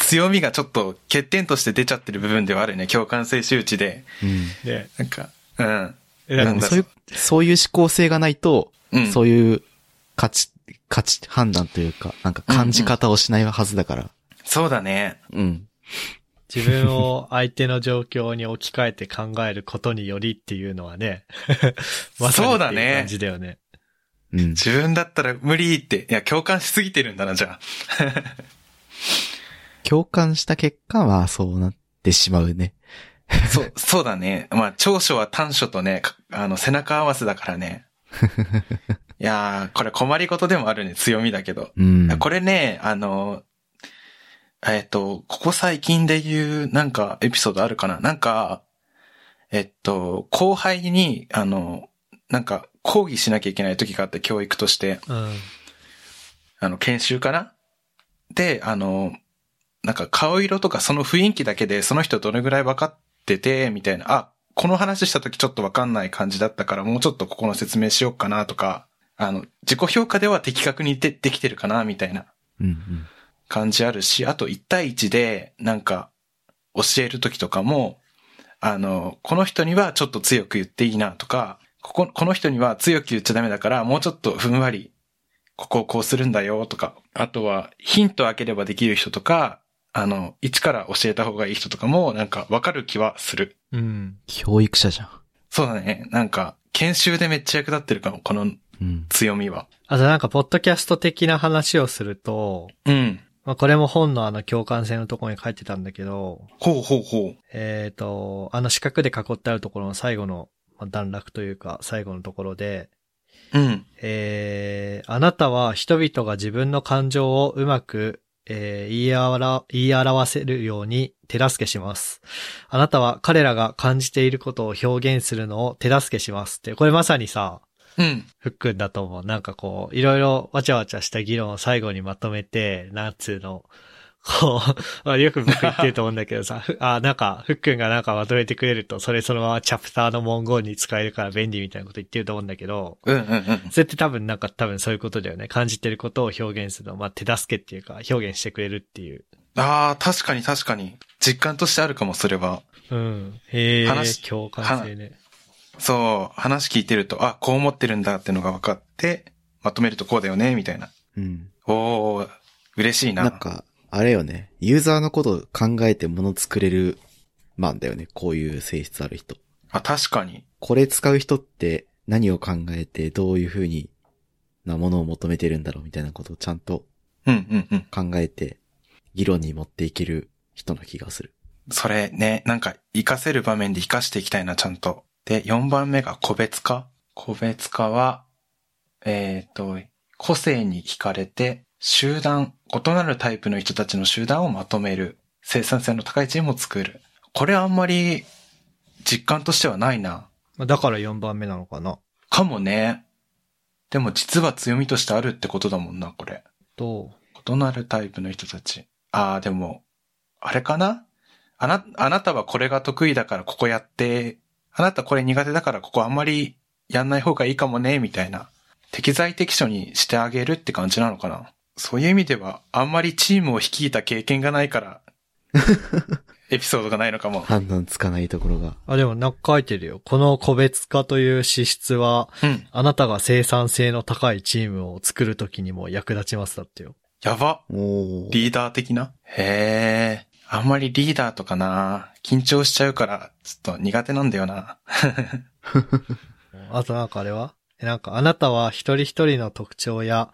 強みがちょっと欠点として出ちゃってる部分ではあるね。共感性周知で。うん。で、なんか、うん。えななんんだかそういう、そういう思考性がないと、うんそういう価値、価値判断というか、なんか感じ方をしないはずだから。そうだね。うん。自分を相手の状況に置き換えて考えることによりっていうのはね、 まさにそうってだねいう感じだよね。うん。自分だったら無理って。いや、共感しすぎてるんだな、じゃあ。共感した結果は、そうなってしまうね。 そう、そうだね。まあ、長所は短所とね、かあの、背中合わせだか らね。いやー、これ困りごとでもあるね。強みだけど。うん。これね、あの、えっ、と、ここ最近で言う、なんか、エピソードあるかななんか、えっと、後輩に、あの、なんか、講義しなきゃいけない時があって、教育として、うん。あの、研修かなで、あの、なんか、顔色とかその雰囲気だけで、その人どれぐらい分かってて、みたいな、あ、この話した時ちょっと分かんない感じだったから、もうちょっとここの説明しようかなとか、あの、自己評価では的確にでできてるかな、みたいな。うんうん。感じあるし、あと1対1で、なんか、教えるときとかも、あの、この人にはちょっと強く言っていいなとか、ここ、この人には強く言っちゃダメだから、もうちょっとふんわり、ここをこうするんだよとか、あとはヒントを開ければできる人とか、あの、一から教えた方がいい人とかも、なんかわかる気はする。うん。教育者じゃん。そうだね。なんか、研修でめっちゃ役立ってるかも、このうん。強みは。あとなんか、ポッドキャスト的な話をすると、うん。まあ、これも本のあの共感性のところに書いてたんだけど、ほうほうほう。えっ、と、あの四角で囲ってあるところの最後のまあ段落というか、最後のところで、うん。えー、あなたは人々が自分の感情をうまく、えー言いあら、言い表せるように手助けします。あなたは彼らが感じていることを表現するのを手助けしますって、これまさにさ、うん。ふっくんだと思う。なんかこう、いろいろわちゃわちゃした議論を最後にまとめて、なんつうの、こう、 まあよく僕言ってると思うんだけどさ、ふ あ、なんか、ふっくんがなんかまとめてくれると、それそのままチャプターの文言に使えるから便利みたいなこと言ってると思うんだけど、うんうんうん。それって多分なんか多分そういうことだよね。感じてることを表現するの。まあ、手助けっていうか、表現してくれるっていう。ああ、確かに確かに。実感としてあるかも、それは。うん。へえ。話共感性ね。そう、話聞いてると、あ、こう思ってるんだってのが分かって、まとめるとこうだよね、みたいな。うん。おー、嬉しいな。なんか、あれよね。ユーザーのことを考えて物作れるマンだよね。こういう性質ある人。あ、確かに。これ使う人って何を考えてどういう風になものを求めてるんだろうみたいなことをちゃんとうんうんうん。考えて議論に持っていける人な気がする。それね、なんか活かせる場面で活かしていきたいな、ちゃんと。で、4番目が個別化。個別化は、えっ、と、個性に惹かれて、集団、異なるタイプの人たちの集団をまとめる。生産性の高いチームを作る。これあんまり実感としてはないな。まあだから4番目なのかな。かもね。でも実は強みとしてあるってことだもんな、これ。と、異なるタイプの人たち。ああ、でも、あれかなあな、あなたはこれが得意だからここやって、あなたこれ苦手だからここあんまりやんない方がいいかもね、みたいな。適材適所にしてあげるって感じなのかなそういう意味では、あんまりチームを率いた経験がないから、エピソードがないのかも。判断つかないところが。あ、でもなんか書いてるよ。この個別化という資質は、うん。あなたが生産性の高いチームを作るときにも役立ちますだってよ。やば。おー。リーダー的なへえ。あんまりリーダーとかな、緊張しちゃうから、ちょっと苦手なんだよな。あとなんかあれはえなんかあなたは一人一人の特徴や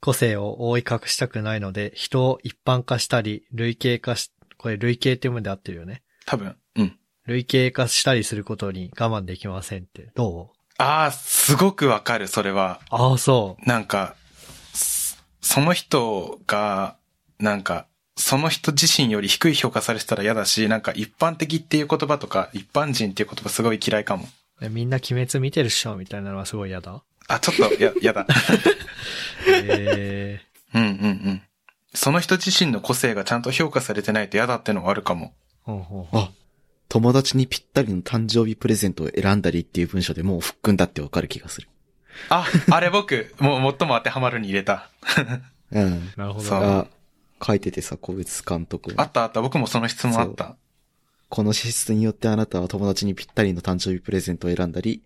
個性を覆い隠したくないので、人を一般化したり、類型化し、これ類型っていうもので合ってるよね。多分。うん。類型化したりすることに我慢できませんって。どうああ、すごくわかる、それは。ああ、そう。なんか、そその人が、なんか、その人自身より低い評価されてたら嫌だし、なんか一般的っていう言葉とか、一般人っていう言葉すごい嫌いかも。えみんな鬼滅見てるっしょみたいなのはすごい嫌だ。あ、ちょっと、や、 やだ。えー、うんうんうん。その人自身の個性がちゃんと評価されてないと嫌だってのはあるかも。ほうほうほうあ、友達にぴったりの誕生日プレゼントを選んだりっていう文章でもうふっくんだってわかる気がする。あ、あれ僕、 もう最も当てはまるに入れた。うん。なるほどそうね。が、書いててさ、個別監督。あったあった、僕もその質問あった。この資質によってあなたは友達にぴったりの誕生日プレゼントを選んだり、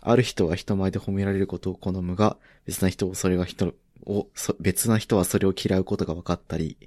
ある人は人前で褒められることを好むが、別な人をそれが人を、そ別な人はそれを嫌うことが分かったり、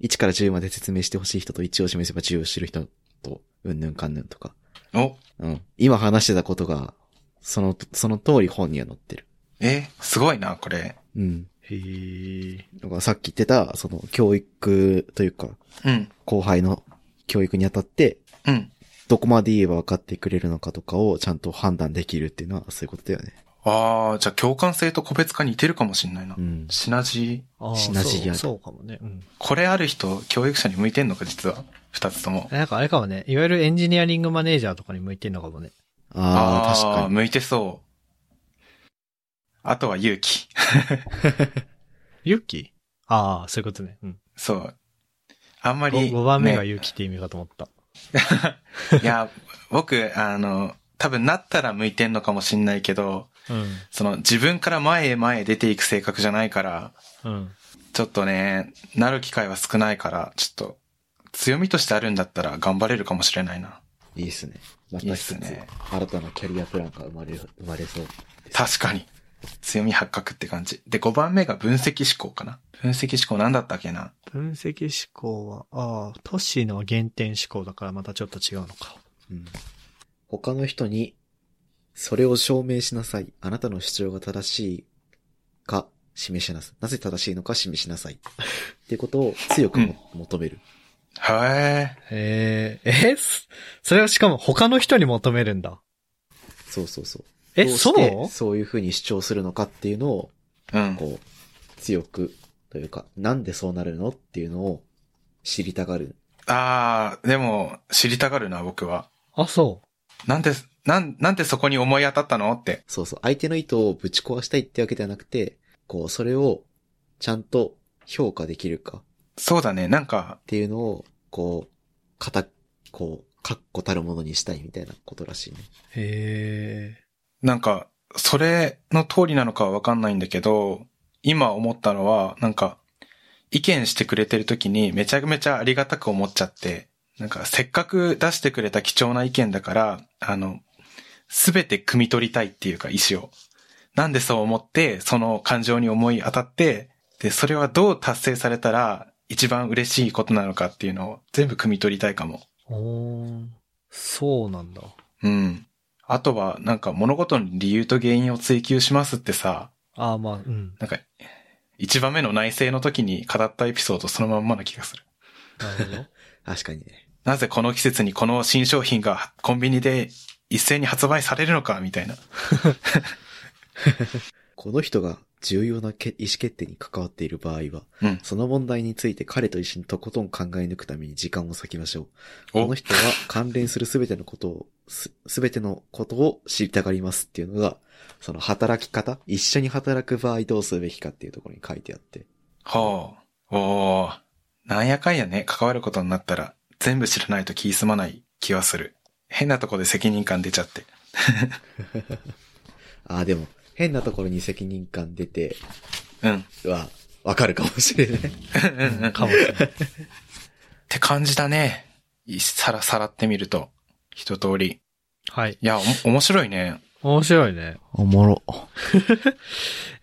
1から10まで説明してほしい人と1を示せば10を知る人と、うんぬんかんぬんとか。お、うん。今話してたことが、その、その通り本には載ってる。え、すごいな、これ。うん。へーだからさっき言ってた、その、教育というか、うん、後輩の教育にあたって、うん。どこまで言えば分かってくれるのかとかをちゃんと判断できるっていうのはそういうことだよね。ああ、じゃあ共感性と個別化似てるかもしんないな。うん。シナジー。あーシナジーあるそうそうかもね。うん。これある人、教育者に向いてんのか、実は。二つとも。なんかあれかもね、いわゆるエンジニアリングマネージャーとかに向いてんのかもね。ああ、確ーかに。向いてそう。あとは勇気。勇気ああ、そういうことね。うん。そう。あんまり、 5, 番目がね勇気って意味かと思った。いや、僕、あの、多分なったら向いてんのかもしんないけど、その自分から前へ前へ出ていく性格じゃないから、うん。うん。ちょっとね、なる機会は少ないから、ちょっと、強みとしてあるんだったら頑張れるかもしれないな。いいっすね。まいいたっ一すつ、ね新たなキャリアプランが生まれる、生まれそう。確かに。強み発覚って感じ。で、5番目が分析思考かな。分析思考なんだったっけな。分析思考は、ああ、都市の原点思考だからまたちょっと違うのか。うん。他の人に、それを証明しなさい。あなたの主張が正しいか、示しなさい。なぜ正しいのか示しなさい。っていうことを強くも求める。へへえ、えすそれはしかも他の人に求めるんだ。そうそうそう。え、どうそしてうそういうふうに主張するのかっていうのを、え。うん。こう、強く、というか、なんでそうなるのっていうのを知りたがる。あー、でも、知りたがるな、僕は。あ、そう。なんで、なん、なんでそこに思い当たったのって。そうそう、相手の意図をぶち壊したいってわけではなくて、こう、それを、ちゃんと評価できるかっそうだね、なんか、ていうのを、こう、かた、こう、確固たるものにしたいみたいなことらしいね。へえ。なんか、それの通りなのかはわかんないんだけど、今思ったのは、なんか、意見してくれてる時にめちゃめちゃありがたく思っちゃって、なんか、せっかく出してくれた貴重な意見だから、あの、すべて汲み取りたいっていうか、意思を。なんでそう思って、その感情に思い当たって、で、それはどう達成されたら、一番嬉しいことなのかっていうのを全部汲み取りたいかも。おーそうなんだ。うん。あとは、なんか物事の理由と原因を追求しますってさ、ああ、まあ、うん。なんか、一番目の内政の時に語ったエピソードそのまんまな気がする。なるほど。確かにね。なぜこの季節にこの新商品がコンビニで一斉に発売されるのか、みたいな。この人が重要なけ意思決定に関わっている場合は、うんその問題について彼と一緒にとことん考え抜くために時間を割きましょう。このお、人は関連するすべてのことを、すべてのことを知りたがりますっていうのが、その働き方一緒に働く場合どうするべきかっていうところに書いてあって。ほう、おーなんやかんやね、関わることになったら、全部知らないと気済まない気はする。変なとこで責任感出ちゃって。ああ、でも、変なところに責任感出てうん。は、わかるかもしれない。かもしれない。って感じだね。いさらさらってみると、一通り。はい。いや、おも面白いね。面白いね。おもろ。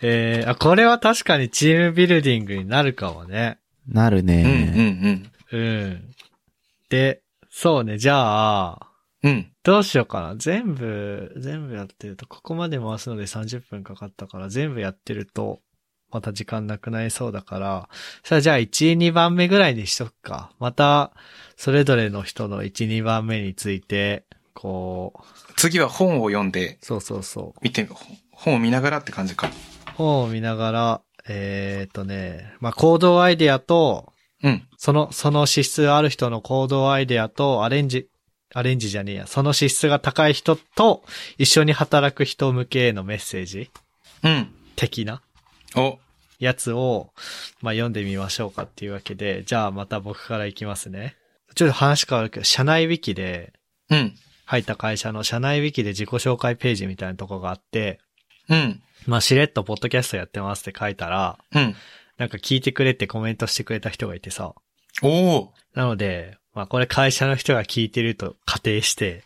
えー、あ、これは確かにチームビルディングになるかもね。なるうん、うん、ね。うん。で、そうね、じゃあ、うん。うん。どうしようかな。全部、全部やってると、ここまで回すので30分かかったから、全部やってると、また時間なくなりそうだから、さあじゃあ1、2番目ぐらいにしとくか。また、それぞれの人の1、2番目について、こう、次は本を読んで、そうそうそ見て、ほ本を見ながらって感じか。う。本を見ながら、えー、っとね、まあ、行動アイデアと、うん。その、その資質がある人の行動アイデアと、アレンジ、アレンジじゃねえや、その資質が高い人と、一緒に働く人向けへのメッセージうん。的なお、やつを、まあ、読んでみましょうかっていうわけで、じゃあまた僕からいきますね。ちょっと話変わるけど、社内ウィキでうん。入った会社の社内ウィキで自己紹介ページみたいなとこがあって、うん。まあ、しれっとポッドキャストやってますって書いたら、うん。なんか聞いてくれってコメントしてくれた人がいてさ。おーなので、まあ、これ会社の人が聞いてると仮定して、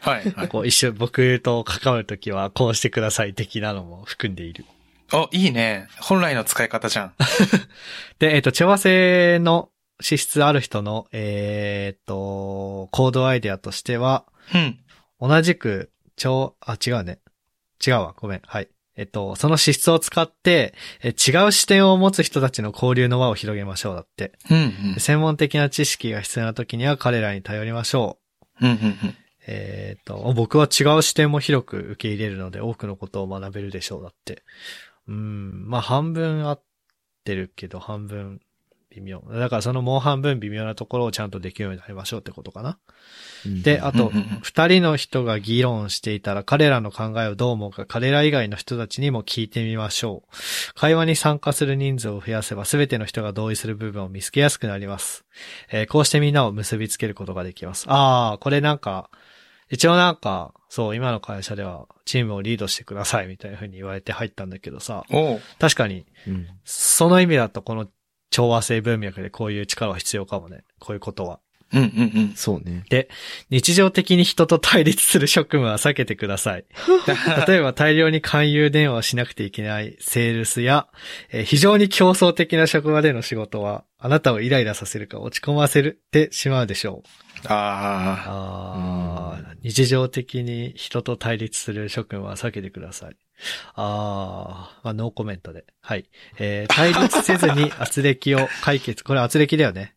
は い、はい。こう一緒、僕と関わるときはこうしてください的なのも含んでいる。お、いいね。本来の使い方じゃん。で、えっ、と、チェワセの資質ある人の、えーっと、行動アイデアとしては、うん。同じく、超、あ、違うね。違うわ、ごめん。はい。えっと、その資質を使って、え違う視点を持つ人たちの交流の輪を広げましょうだって。うん、で専門的な知識が必要な時には彼らに頼りましょう。うん。うん、うん。えーっと、僕は違う視点も広く受け入れるので多くのことを学べるでしょうだって。うん、まあ半分合ってるけど半分微妙。だからそのもう半分微妙なところをちゃんとできるようになりましょうってことかな。で、あとうんうんうん、二人の人が議論していたら彼らの考えをどう思うか彼ら以外の人たちにも聞いてみましょう。会話に参加する人数を増やせば全ての人が同意する部分を見つけやすくなります。えーこうしてみんなを結びつけることができます。ああ、これなんか、一応なんか、そう、今の会社ではチームをリードしてくださいみたいな風に言われて入ったんだけどさ、おう確かに、うん。その意味だとこの調和性文脈でこういう力は必要かもね。こういうことは。うん、うん、うん。 そうね。日常的に人と対立する職務は避けてください。例えば大量に勧誘電話をしなくていけないセールスや、えー非常に競争的な職場での仕事は、あなたをイライラさせるか落ち込ませるってしまうでしょう。ああ、ああ、日常的に人と対立する諸君は避けてください。ああ、まあ、ノーコメントで。はい。えー対立せずに圧力を解決、これ圧力だよね。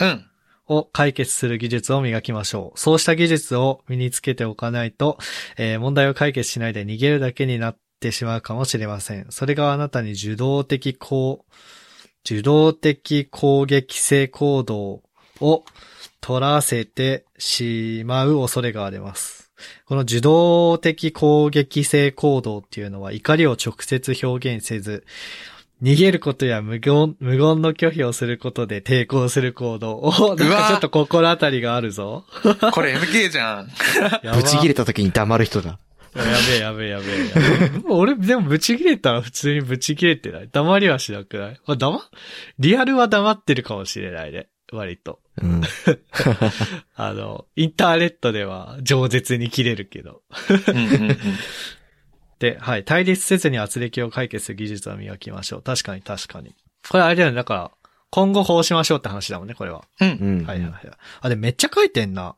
うん。を解決する技術を磨きましょう。そうした技術を身につけておかないと、えー問題を解決しないで逃げるだけになってしまうかもしれません。それがあなたに受動的こう、受動的攻撃性行動を取らせてしまう恐れがあります。この受動的攻撃性行動っていうのは怒りを直接表現せず、逃げることや無言、無言の拒否をすることで抵抗する行動を、なんかちょっと心当たりがあるぞ。これ MK じゃん。やばぶち切れた時に黙る人だ。やべえやべえやべえやべえ。俺、でもブチ切れたら普通にブチ切れてない。黙りはしなくないまあ、黙っ、リアルは黙ってるかもしれないね。割と。うん。あの、インターネットでは饒舌に切れるけど。うん、うん、で、はい。対立せずに圧力を解決する技術を磨きましょう。確かに確かに。これあれだよね。だから、今後こうしましょうって話だもんね、これは。う。うんん。はいはいはい。あ、で、めっちゃ書いてんな。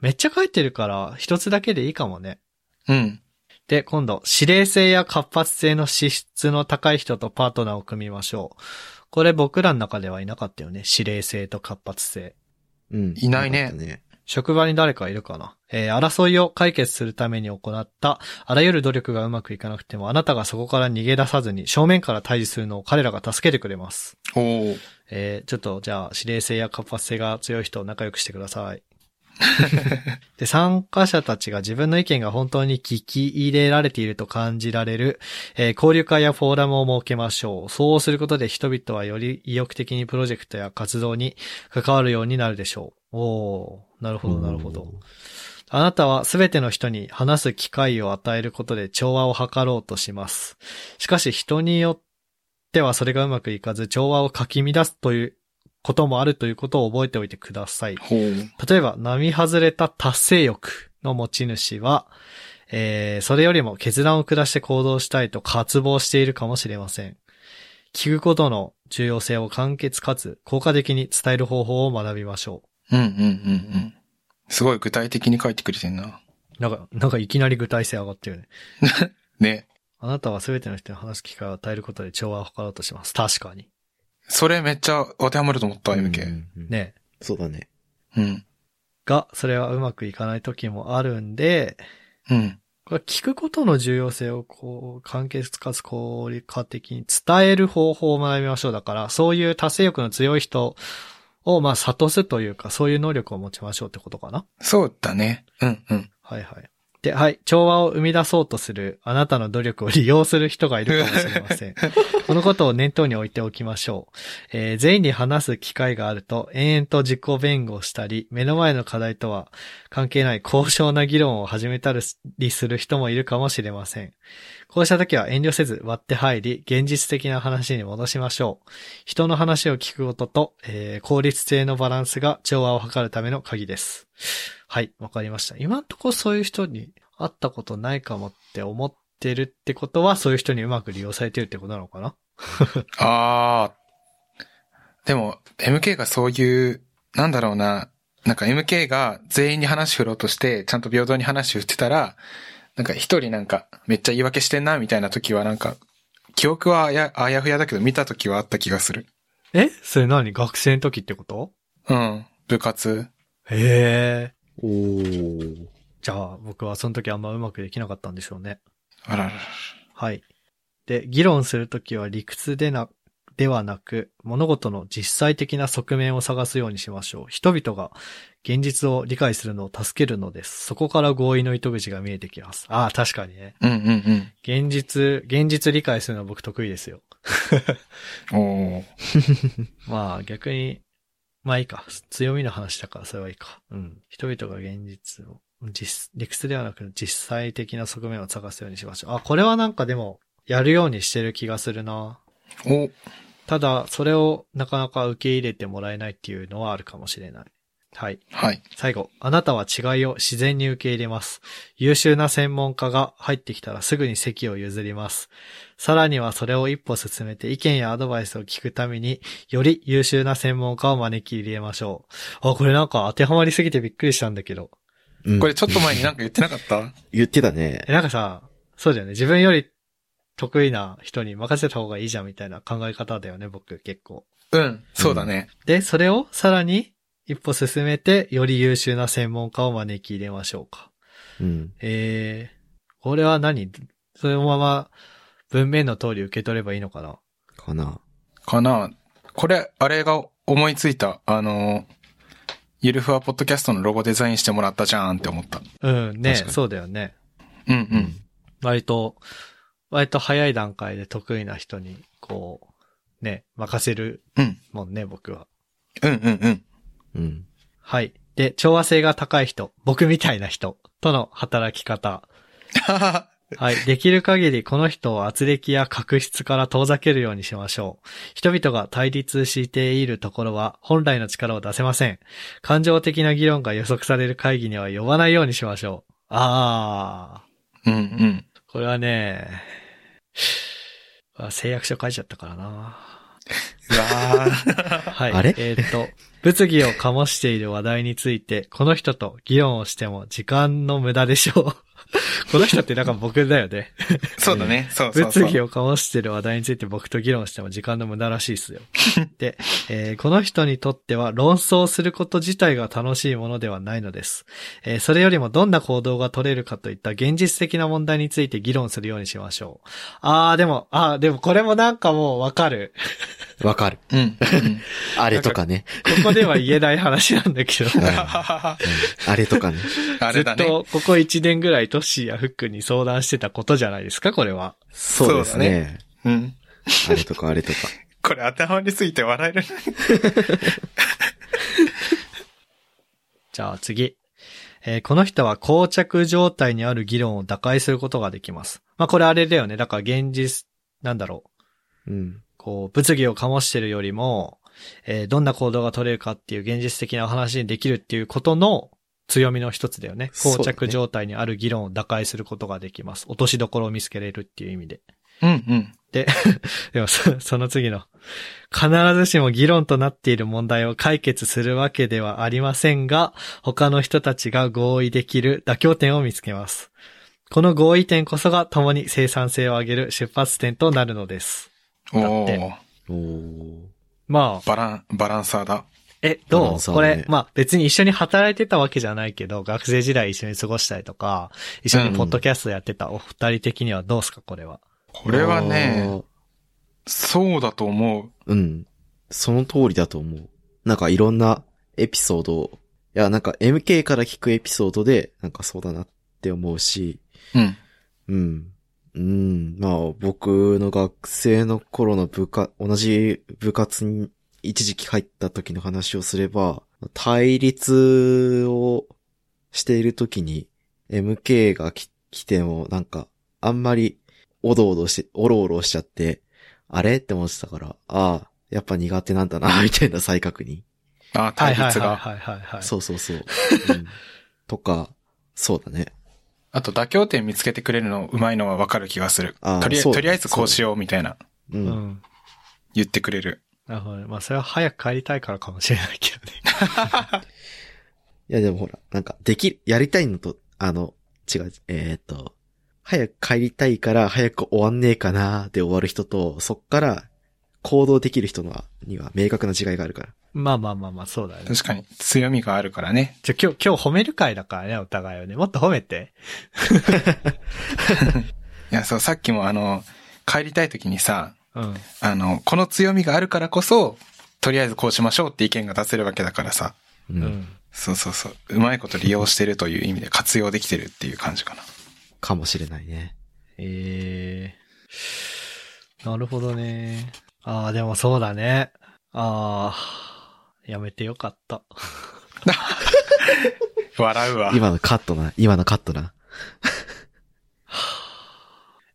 めっちゃ書いてるから、一つだけでいいかもね。うん。で、今度、指令性や活発性の資質の高い人とパートナーを組みましょう。これ僕らの中ではいなかったよね。指令性と活発性。うん。いないねかったね。職場に誰かいるかなえー争いを解決するために行った、あらゆる努力がうまくいかなくても、あなたがそこから逃げ出さずに、正面から対峙するのを彼らが助けてくれます。おーえーちょっと、じゃあ、指令性や活発性が強い人を仲良くしてください。 で、参加者たちが自分の意見が本当に聞き入れられていると感じられる、えー交流会やフォーラムを設けましょう。そうすることで人々はより意欲的にプロジェクトや活動に関わるようになるでしょう。おー、なるほど、なるほど。あなたはすべての人に話す機会を与えることで調和を図ろうとします。しかし人によってはそれがうまくいかず調和をかき乱すということもあるということを覚えておいてください。ほう。例えば、並外れた達成欲の持ち主は、えー、それよりも決断を下して行動したいと渇望しているかもしれません。聞くことの重要性を簡潔かつ効果的に伝える方法を学びましょうんうんうんうん。すごい具体的に書いてくれてんな。う。なんか、なんかいきなり具体性上がってるね。ね。あなたはすべての人に話す機会を与えることで調和を図ろうとします。確かに。それめっちゃ当てはまると思った、う MK。んうんうんね。そうだね。うん。が、それはうまくいかない時もあるんで、うん。これは聞くことの重要性をこう、関係かつ効果的に伝える方法を学びましょう。だから、そういう達成欲の強い人を、まあ、悟すというか、そういう能力を持ちましょうってことかな。そうだね。うんうん。はいはい。で、はい。調和を生み出そうとする、あなたの努力を利用する人がいるかもしれません。このことを念頭に置いておきましょう。えー全員に話す機会があると、延々と自己弁護したり、目の前の課題とは関係ない高尚な議論を始めたりする人もいるかもしれません。こうした時は遠慮せず割って入り、現実的な話に戻しましょう。人の話を聞くことと、えー効率性のバランスが調和を図るための鍵です。はい、わかりました。今んとこそういう人に会ったことないかもって思ってるってことは、そういう人にうまく利用されてるってことなのかなあー。でも、MK がそういう、なんだろうな、なんか MK が全員に話振ろうとして、ちゃんと平等に話振ってたら、なんか一人なんか、めっちゃ言い訳してんな、みたいな時はなんか、記憶はあやあやふやだけど見た時はあった気がする。えそれ何学生の時ってことうん。部活。へえ。おー。じゃあ、僕はその時あんまうまくできなかったんでしょうね。あららら。はい。で、議論するときは理屈でな、ではなく、物事の実際的な側面を探すようにしましょう。人々が現実を理解するのを助けるのです。そこから合意の糸口が見えてきます。ああ、確かにね。うんうん現実、現実理解するのは僕得意ですよ。うん。おー。まあ逆に、まあいいか。強みの話だからそれはいいか。うん。人々が現実を、実、理屈ではなく実際的な側面を探すようにしましょう。あ、これはなんかでも、やるようにしてる気がするな。お、ただ、それをなかなか受け入れてもらえないっていうのはあるかもしれない。はい。はい。最後、あなたは違いを自然に受け入れます。優秀な専門家が入ってきたらすぐに席を譲ります。さらにはそれを一歩進めて意見やアドバイスを聞くために、より優秀な専門家を招き入れましょう。あ、これなんか当てはまりすぎてびっくりしたんだけど。うんこれちょっと前になんか言ってなかった言ってたねえ、。なんかさ、そうだよね。自分より得意な人に任せた方がいいじゃんみたいな考え方だよね、僕結構。うん。そうだね。で、それをさらに一歩進めて、より優秀な専門家を招き入れましょうか。うん。えー、これは何そのまま文面の通り受け取ればいいのかなかな。かなこれ、あれが思いついた。あの、ゆるふわポッドキャストのロゴデザインしてもらったじゃんって思った。うん、ね、確かにそうだよね。うんうん。割と、割と早い段階で得意な人に、こう、ね、任せるうん。もんね、僕は。うんうんうん。 うん。はい。で、調和性が高い人、僕みたいな人との働き方。ははははい。できる限りこの人を圧力や確執から遠ざけるようにしましょう。人々が対立しているところは本来の力を出せません。感情的な議論が予測される会議には呼ばないようにしましょう。あうんうん。ー。これはね、あ誓約書書いちゃったからな。うわーはい。あれえーっと、物議を醸している話題について、この人と議論をしても時間の無駄でしょう。 この人ってなんか僕だよね。そうだね。そうそうそう。物議を醸している話題について僕と議論しても時間の無駄らしい ですよ。で、えーこの人にとっては論争すること自体が楽しいものではないのです。えーそれよりもどんな行動が取れるかといった現実的な問題について議論するようにしましょう。あー、でも、あー、でもこれもなんかもうわかる。わかる。うん。 うんあれとかね。ここでは言えない話なんだけど。うんうんあれとかね。 あずれっだね。と、ここ1年ぐらいトッシーやフックに相談してたことじゃないですか、これは。そうですね。うん。あれとかあれとか。これ当てはまりすぎて笑えるね。じゃあ次。えーこの人は膠着状態にある議論を打開することができます。まあこれあれだよね。だから現実、なんだろう。うん。こう、物議を醸してるよりも、えーどんな行動が取れるかっていう現実的な話にできるっていうことの強みの一つだよね。そうだ膠ね着状態にある議論を打開することができます。落としどころを見つけれるっていう意味で。うんうん。でもそ、 その次の。必ずしも議論となっている問題を解決するわけではありませんが、他の人たちが合意できる妥協点を見つけます。この合意点こそが共に生産性を上げる出発点となるのです。おだっおおーまあ、バラン、バランサーだ。え、バどラうンサーこだねれ、まあ別に一緒に働いてたわけじゃないけど、学生時代一緒に過ごしたりとか、一緒にポッドキャストやってたお二人的にはどうすか、これは。これはね、。そうだと思う。うん。その通りだと思う。なんかいろんなエピソードをいや、なんか MK から聞くエピソードで、なんかそうだなって思うし、うん。うん。うん。まあ、僕の学生の頃の部下、同じ部活に一時期入った時の話をすれば、対立をしている時に MK がき来ても、なんか、あんまり、おどおどして、おろおろしちゃって、あれって思ってたから、ああ、やっぱ苦手なんだな、 みたいな再確認。あ、対はい立が。はいはいはいはい。そうそうそう。うんとか、そうだね。あと妥協点見つけてくれるのうまいのはわかる気がする。あーとりあえそず、うとりあえずこうしようみたいなうう。んん。言ってくれる。なるほどね。まあ、それは早く帰りたいからかもしれないけどね。いやでもほら、なんか、でき、やりたいのと、あの、違う、えーっと、早く帰りたいから早く終わんねえかなーで終わる人と、そっから行動できる人のはには明確な違いがあるから。まあまあまあまあ、そうだよね。確かに強みがあるからね。じゃあ今日、今日褒める会だからね、お互いをね。もっと褒めて。いや、そう、さっきもあの、帰りたい時にさ、うん。あの、この強みがあるからこそ、とりあえずこうしましょうって意見が出せるわけだからさ。ううん。そうそうそう。うまいこと利用してるという意味で活用できてるっていう感じかな。かもしれないね。えー。なるほどね。ああ、でもそうだね。ああ、やめてよかった。笑うわ。今のカットな、今のカットな。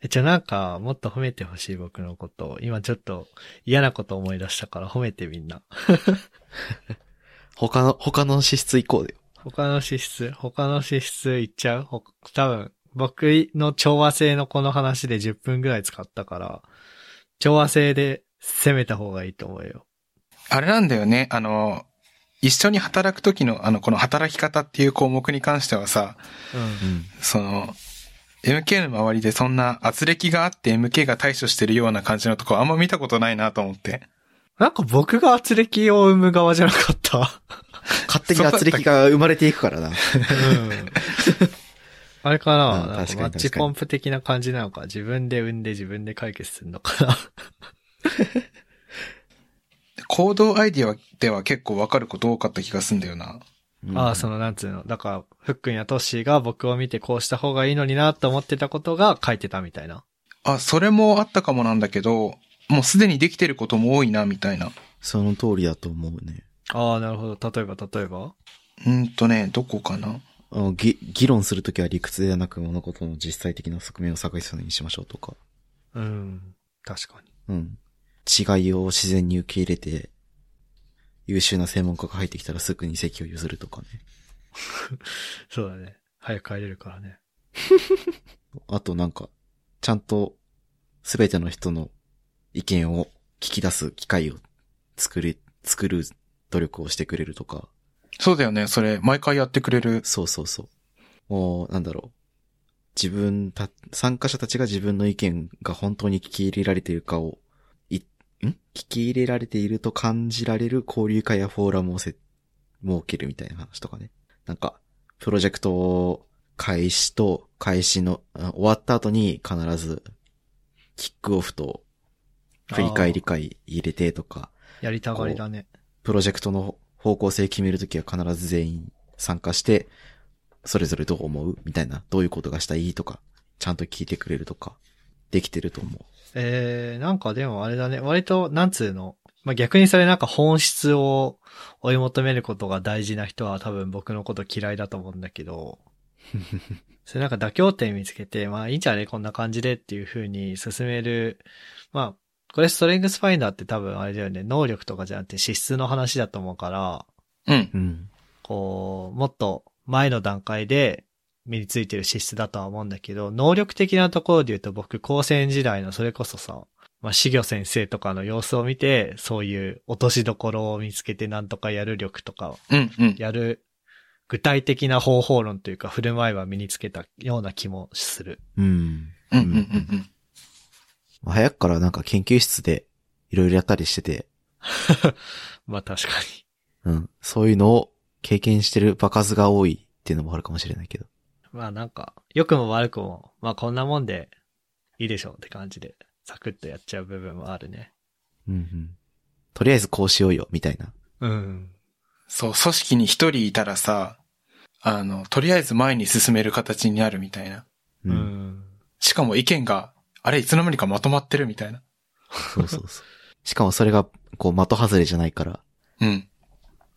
えじゃあなんか、もっと褒めてほしい僕のことを。今ちょっと嫌なこと思い出したから褒めてみんな。他の、他の資質行こうよ。他の資質、他の資質いっちゃうほ多分、僕の調和性のこの話で10分ぐらい使ったから、調和性で攻めた方がいいと思うよ。あれなんだよね。あの、一緒に働く時の、あの、この働き方っていう項目に関してはさ、うん。その、MK の周りでそんな圧力があって MK が対処してるような感じのとこあんま見たことないなと思って。なんか僕が圧力を生む側じゃなかった。勝手に圧力が生まれていくからな。うん。あれかな,、うんなんか確かにマッチポンプ的な感じなのか自分で産んで自分で解決するのかな。行動アイディアでは結構わかること多かった気がすんだよな。 ああ、そのなんつうの。だから、フックンやトッシーが僕を見てこうした方がいいのになと思ってたことが書いてたみたいな。あ、それもあったかもなんだけど、もうすでにできてることも多いな、みたいな。その通りだと思うね。ああ、なるほど。例えば、例えばうーんとね、どこかなあのぎ議論するときは理屈ではなく物事の実際的な側面を探すようにしましょうとか。うん。確かに。うん。違いを自然に受け入れて、優秀な専門家が入ってきたらすぐに席を譲るとかね。そうだね。早く帰れるからね。あとなんか、ちゃんとすべての人の意見を聞き出す機会を作り、作る努力をしてくれるとか、そうだよね、それ、毎回やってくれる。そうそうそう。もう、なんだろう。自分た、参加者たちが自分の意見が本当に聞き入れられているかを、い、ん聞き入れられていると感じられる交流会やフォーラムをせ、設けるみたいな話とかね。なんか、プロジェクトを開始と、開始の、あ終わった後に必ず、キックオフと、振り返り会入れてとか、やりたがりだね。プロジェクトの方向性決めるときは必ず全員参加して、それぞれどう思うみたいな、どういうことがしたいとか、ちゃんと聞いてくれるとか、できてると思う。えー、なんかでもあれだね、割と、なんつうの、まあ、逆にそれなんか本質を追い求めることが大事な人は多分僕のこと嫌いだと思うんだけ ど、それなんか妥協点見つけて、まあいいんじゃねこんな感じでっていう風に進める。まあ、これストレングスファインダーって多分あれだよね、能力とかじゃなくて資質の話だと思うから、うん。うん。こう、もっと前の段階で身についてる資質だとは思うんだけど、能力的なところで言うと僕、高専時代のそれこそさ、まあ、死魚先生とかの様子を見て、そういう落としどころを見つけてなんとかやる力とか、うん、うん。やる具体的な方法論というか振る舞いは身につけたような気もする。うん。うん、うん、うん。まあ早くからなんか研究室でいろいろやったりしてて、まあ確かに。 うん。そういうのを経験してる場数が多いっていうのもあるかもしれないけど。まあなんか、良くも悪くも、まあこんなもんでいいでしょうって感じで、サクッとやっちゃう部分もあるね。うんうん。とりあえずこうしようよ、みたいな。うん。そう、組織に一人いたらさ、あの、とりあえず前に進める形になるみたいな。う。ん。しかも意見が、あれ、いつの間にかまとまってるみたいな。そうそうそう。しかもそれが、こう、的外れじゃないから、うん。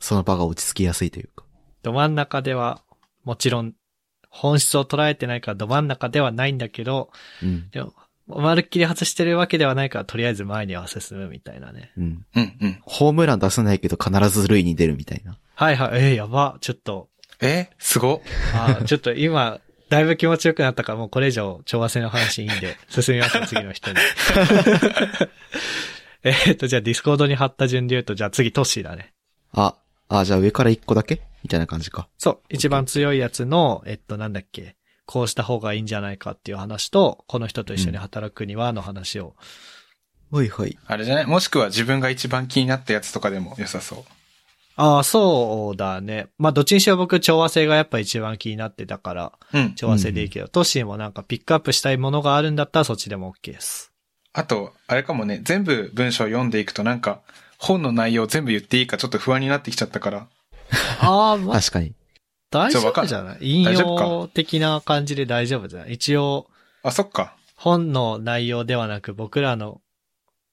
その場が落ち着きやすいというか。ど真ん中では、もちろん、本質を捉えてないからど真ん中ではないんだけど、うん。でも、まるっきり外してるわけではないから、とりあえず前には進むみたいなね。うん。うん、うん。ホームラン出せないけど必ず塁に出るみたいな。はいはい、えー、やば、ちょっと、えすご。あー ちょっと今、だいぶ気持ちよくなったから、もうこれ以上、調和性の話いいんで、進みましょう、次の人に。えっと、じゃあ、ディスコードに貼った順で言うと、じゃあ次、トッシーだね。あ、あ、じゃあ上から一個だけみたいな感じか。そう。一番強いやつの、えっと、なんだっけ。こうした方がいいんじゃないかっていう話と、この人と一緒に働くにはの話を。はいはい。あれじゃないもしくは自分が一番気になったやつとかでも良さそう。ああ、そうだね。まあ、どっちにしろ僕、調和性がやっぱ一番気になってたから、うん。調和性でいいけど、トシーもなんかピックアップしたいものがあるんだったらそっちでも OK です。あと、あれかもね、全部文章読んでいくとなんか、本の内容全部言っていいかちょっと不安になってきちゃったから。ああ、まあ、確かに。大ちょ丈わか夫んじゃない引大丈夫用的な感じで大丈夫じゃない一応、あ、そっか。本の内容ではなく僕らの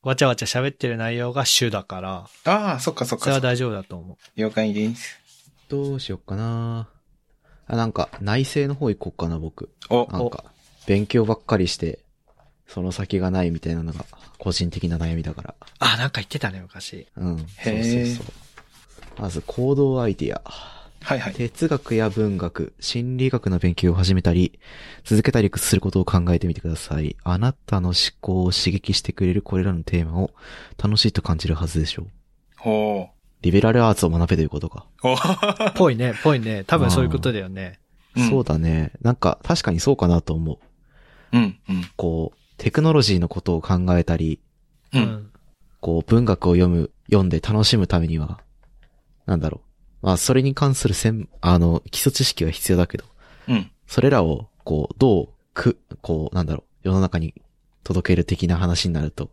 わちゃわちゃ喋ってる内容が主だから、ああ、そっかそっそれかそはっか。大丈夫だと思う。了解です。どうしよっかなあ、なんか、内政の方行こうかな、僕。お、なんか、勉強ばっかりして、その先がないみたいなのが、個人的な悩みだから。あ、なんか言ってたね、昔。うん。そうそうへーそう。まず、行動アイディア。はいはい。哲学や文学、心理学の勉強を始めたり、続けたりすることを考えてみてください。あなたの思考を刺激してくれるこれらのテーマを楽しいと感じるはずでしょう。おーリベラルアーツを学べということか。おぽいね、ぽいね。多分そういうことだよね。うんそうだね。なんか確かにそうかなと思う。 うん、うん、こう、テクノロジーのことを考えたり、う。うんん。こう文学を読む、読んで楽しむためには、なんだろう。まあそれに関する専、あの、基礎知識は必要だけど、うん。それらを、こう、どう、く、こう、なんだろう、世の中に届ける的な話になると、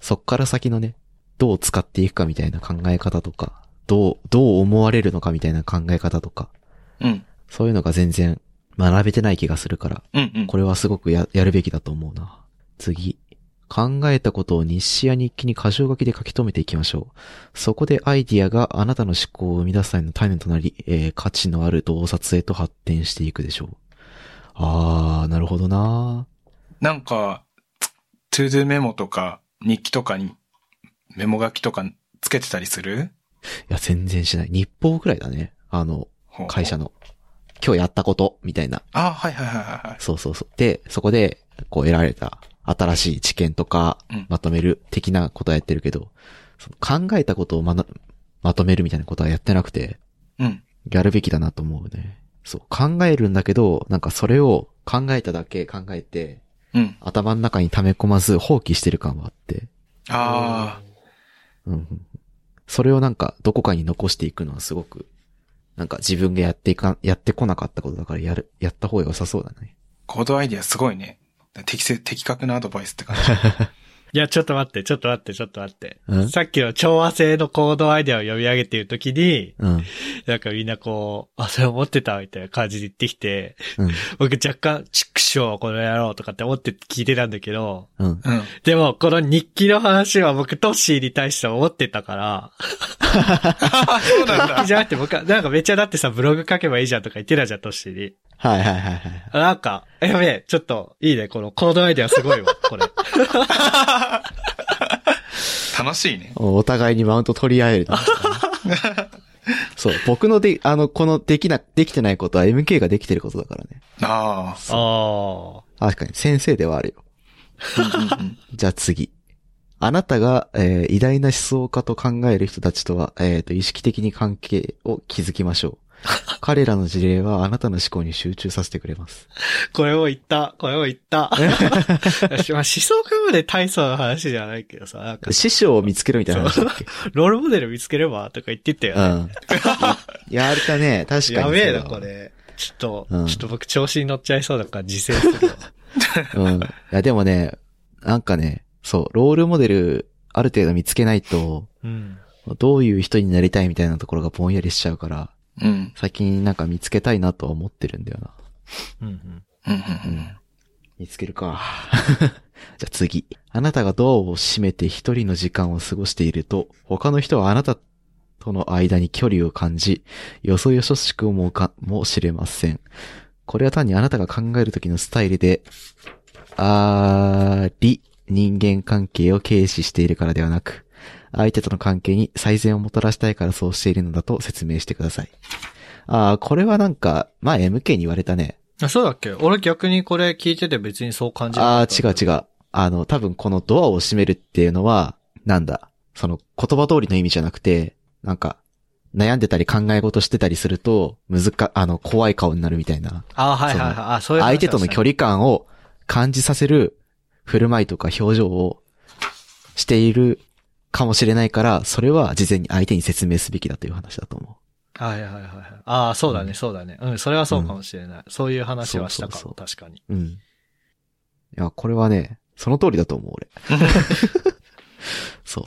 そっから先のね、どう使っていくかみたいな考え方とか、どう、どう思われるのかみたいな考え方とか、うん、そういうのが全然学べてない気がするから、うん、うん。これはすごくや、やるべきだと思うな。次。考えたことを日誌や日記に箇条書きで書き留めていきましょう。そこでアイディアがあなたの思考を生み出す際の種となり、えー価値のある洞察へと発展していくでしょう。あー、なるほどななんか、トゥードゥメモとか、日記とかに、メモ書きとかつけてたりするいや、全然しない。日報くらいだね。あの、ほう会社の。今日やったこと、みたいな。あ、はいはいはいはいはい。そうそうそう。で、そこで、こう得られた新しい知見とかうん、まとめる的なことはやってるけど、その考えたことをまな、まとめるみたいなことはやってなくて、うん。やるべきだなと思うね。そう、考えるんだけど、なんかそれを考えただけ考えて、うん。頭の中に溜め込まず放棄してる感はあって、ああ、うんうん。それをなんかどこかに残していくのはすごく、なんか自分がやっていかん、やってこなかったことだからやる、やった方が良さそうだね。行動アイディアすごいね。適正、的確なアドバイスって感じ。いや、ちょっと待って、ちょっと待って、ちょっと待って。うんさっきの調和性の行動アイデアを読み上げているときに、うん。なんかみんなこう、あ、それ思ってたみたいな感じで言ってきて、うん。僕若干、チクショーこの野郎とかって思って聞いてたんだけど、うん。うん。でも、この日記の話は僕、トッシーに対して思ってたから、そうなん日記だ。じゃなくて僕は、なんかめっちゃだってさ、ブログ書けばいいじゃんとか言ってたじゃん、トッシーに。はいはいはいはい。なんか、やべえ、ちょっと、いいね、この行動アイデアすごいわ、これ。 楽しいね。おお互いにマウント取り合え る。そう、僕ので、あの、このできな、できてないことは MK ができてることだからね。ああ。あ確かに、先生ではあるよ。あ。うんうんうんじゃあ次。あなたが、えー偉大な思想家と考える人たちとは、えーと、意識的に関係を築き ましょう。彼らの事例はあなたの思考に集中させてくれます。これを言った、これを言っ た。私まあ思想家まで大層の話じゃないけどさ、なんか、師匠を見つけるみたいな話だ っけロールモデル見つければとか言ってたようね。ん。やれたね、確かに。やべえな、こ。れ。ちょっと、うんちょっと僕調子に乗っちゃいそうだから自制するわ。うん。いや、でもね、なんかね、そう、ロールモデル、ある程度見つけないと、うん。どういう人になりたいみたいなところがぼんやりしちゃうから、うん。最近なんか見つけたいなとは思ってるんだよな。うんうん。うんうん見つけるか。 じゃあ次。あなたがドアを閉めて一人の時間を過ごしていると、他の人はあなたとの間に距離を感じ、よそよそしく思うかもしれません。これは単にあなたが考える時のスタイルで、あーり、人間関係を軽視しているからではなく、相手との関係に最善をもたらしたいからそうしているのだと説明してください。あー、これはなんか、前 MK に言われたね。あ、そうだっけ俺逆にこれ聞いてて別にそう感じああー、違う。う違う。あの、多分このドアを閉めるっていうのは、なんだ、その言葉通りの意味じゃなくて、なんか、悩んでたり考え事してたりすると、むずか、あの、怖い顔になるみたいな。あはいはいはい。そあ、そういう話相手との距離感を感じさせる振る舞いとか表情をしているかもしれないから、それは事前に相手に説明すべきだという話だと思はいはいはいはい。ああ、そうだね、そうだね。うん、それはそうかもしれない。そういう話はしたかも、そうそう確かに。う。うん。いや、これはね、その通りだと思う、俺。そう。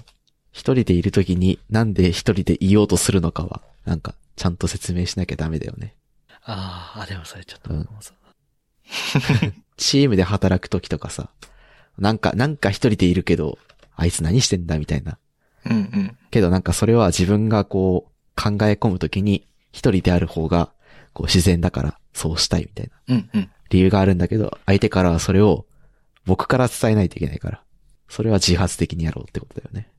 一人でいるときに、なんで一人でいようとするのかは、なんか、ちゃんと説明しなきゃダメだよね。ああ、あ、でもそれちょっと、うんチームで働くときとかさ、なんか、なんか一人でいるけど、あいつ何してんだみたいな。うんうんけどなんかそれは自分がこう、考え込むときに、一人である方が、こう自然だから、そうしたいみたいな。うんうん理由があるんだけど、相手からはそれを、僕から伝えないといけないから。それは自発的にやろうってことだよね。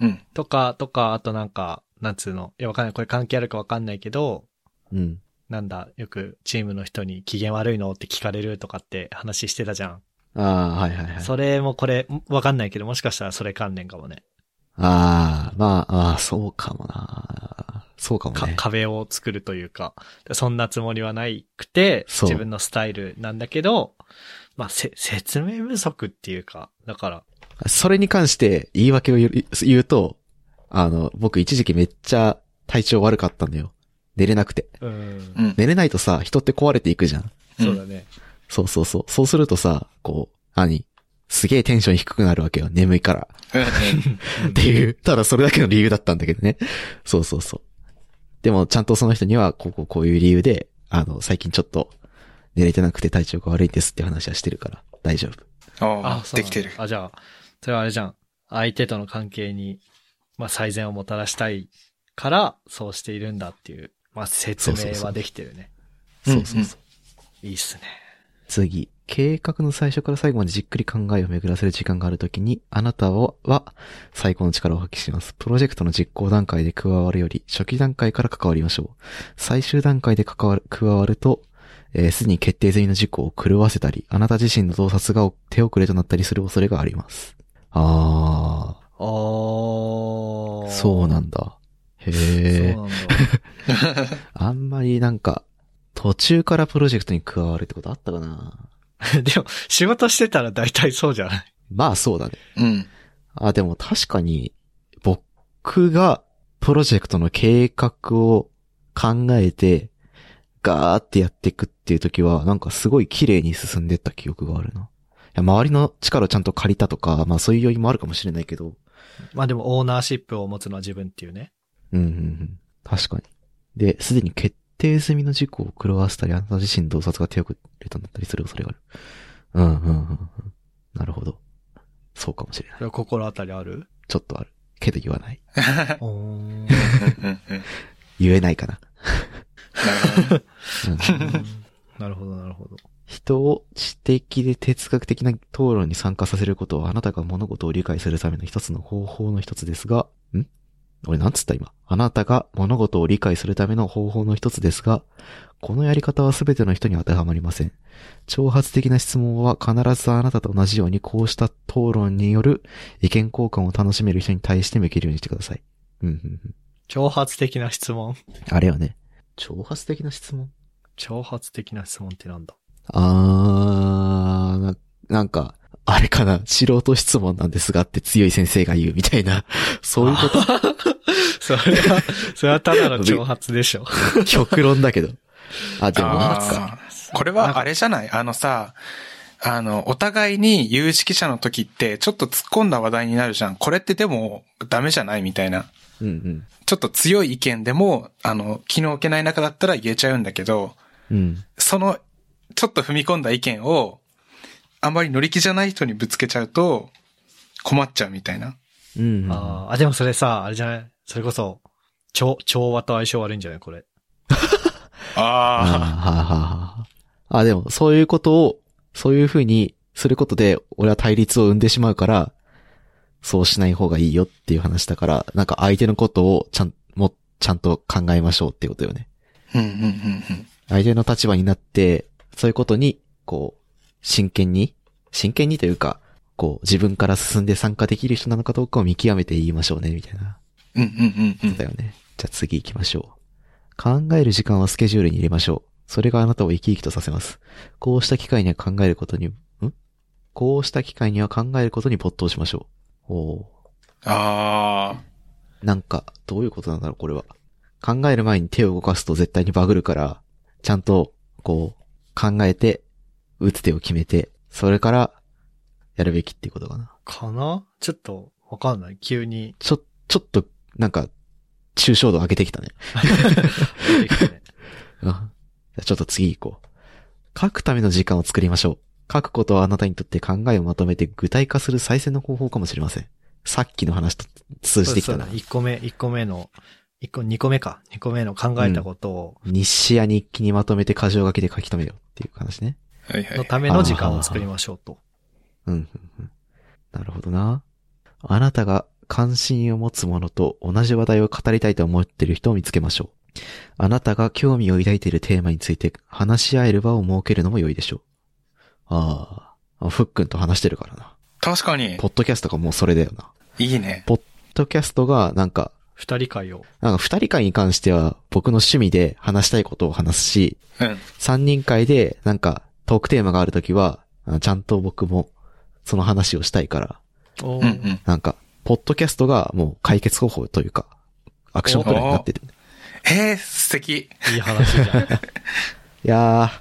うんとか、とか、あとなんか、なんつうの。いや、わかんない。これ関係あるかわかんないけど、うん。なんだ、よくチームの人に機嫌悪いのって聞かれるとかって話してたじゃん。ああ、はいはいはい。それもこれ、わかんないけど、もしかしたらそれ関連かもね。ああ、まあ、ああ、そうかもな。そうかもかね。壁を作るというか、そんなつもりはないくて、そう自分のスタイルなんだけど、まあ、せ、説明不足っていうか、だから、それに関して言い訳を言う言うと、あの、僕一時期めっちゃ体調悪かったんだよ。寝れなくて。うんう、ん寝れないとさ、人って壊れていくじゃん。そうだね。そうそうそう。そうするとさ、こう、何すげえテンション低くなるわけよ。眠いから。うんっていう、ただそれだけの理由だったんだけどね。そうそうそう。でも、ちゃんとその人には、こうこうこういう理由で、あの、最近ちょっと、寝れてなくて体調が悪いんですって話はしてるから、大丈夫。おあ、ーそうでなきんだてる。あ、じゃあ、それはあれじゃん。相手との関係に、まあ、最善をもたらしたいから、そうしているんだっていう、まあ、説そうそう明そはうできてるね。そうそうそう。いいっすね。次。計画の最初から最後までじっくり考えを巡らせる時間があるときに、あなたは、は最高の力を発揮します。プロジェクトの実行段階で加わるより、初期段階から関わりましょう。最終段階で関わる、加わると、えーすでに決定済みの事項を狂わせたり、あなた自身の洞察が手遅れとなったりする恐れがあります。あー、あー。そうなんだ。へえそ。うなんだ。あんまりなんか、途中からプロジェクトに加わるってことあったかな でも、仕事してたら大体そうじゃないまあそうだね。うん。あ、でも確かに、僕がプロジェクトの計画を考えて、ガーってやっていくっていう時は、なんかすごい綺麗に進んでった記憶があるな。いや周りの力をちゃんと借りたとか、まあそういう要因もあるかもしれないけど、まあでも、オーナーシップを持つのは自分っていうね。うんうんうん。確かに。で、すでに決定済みの事項を狂わせたり、あなた自身洞察が手をくれたんだったりする恐れがある。うんうんうんうん。なるほど。そうかもしれない。心当たりあるちょっとある。けど言わない。おーうんうんうん言えないかな。なるほどう んなるほど、なるほど。人を知的で哲学的な討論に参加させることはあなたが物事を理解するための一つの方法の一つですが、ん俺なんつった今。あなたが物事を理解するための方法の一つですが、このやり方は全ての人に当てはまりません。挑発的な質問は必ずあなたと同じようにこうした討論による意見交換を楽しめる人に対して向けるようにしてください。うんうんうん。挑発的な質問あれよね。挑発的な質問挑発的な質問ってなんだあー、ななんか、あれかな、素人質問なんですがって強い先生が言うみたいな、 そういうこと、 それは、それはただの挑発でし ょ。極論だけど。あ、でもなんか、あーこれはあれじゃないあのさ、あの、お互いに有識者の時って、ちょっと突っ込んだ話題になるじゃん。これってでもダメじゃないみたいな。うんうん。ちょっと強い意見でも、あの、気の置けない中だったら言えちゃうんだけど、うん。その、ちょっと踏み込んだ意見を、あんまり乗り気じゃない人にぶつけちゃうと、困っちゃうみたいな。うん、うん。あーあ、でもそれさ、あれじゃないそれこそ、調、調和と相性悪いんじゃないこれ。あーはあはああはあ。あ、でも、そういうことを、そういうふうにすることで、俺は対立を生んでしまうから、そうしない方がいいよっていう話だから、なんか相手のことをちゃん、も、ちゃんと考えましょうっていうことよね。あ。うんうんうんうん。相手の立場になって、そういうことに、こう、真剣に、真剣にというか、こう、自分から進んで参加できる人なのかどうかを見極めて言いましょうね、みたいな。うんうんうんうんだ。よね。じゃあ次行きましょう。考える時間はスケジュールに入れましょう。それがあなたを生き生きとさせます。こうした機会には考えることに、んこうした機会には考えることに没頭しましょう。おー。ああ。なんか、どういうことなんだろう、これは。考える前に手を動かすと絶対にバグるから、ちゃんと、こう、考えて、打つ手を決めて、それから、やるべきっていうことかな。かなちょっと、わかんない。急 にちょ、ちょっと、なんか、抽象度上げてきたね。出てきたね。うん。じゃあちょっと次行こう。書くための時間を作りましょう。書くことはあなたにとって考えをまとめて具体化する最善の方法かもしれません。さっきの話と通じてき そうただな。 1個目、一個目の、一個、2個目か。2個目の考えたことを、日誌や日記にまとめて箇条書きで書き留めようっていう話ね。はいはのい。ための時間を作りましょうと。うんうんうん。なるほどな。あなたが関心を持つものと同じ話題を語りたいと思っている人を見つけましょう。あなたが興味を抱いているテーマについて話し合える場を設けるのも良いでしょう。あーあ、ふっくんと話してるからな。確かに、ポッドキャストがもうそれだよな。ポッいいね。ドキャストがなんか、二人会を。なんか二人会に関しては僕の趣味で話したいことを話すし、うん。三人会でなんかトークテーマがあるときは、あちゃんと僕もその話をしたいから、おうんうーん。なんか、ポッドキャストがもう解決方法というか、アクションプランになってる。えー、素敵。いい話 じゃん。いやー、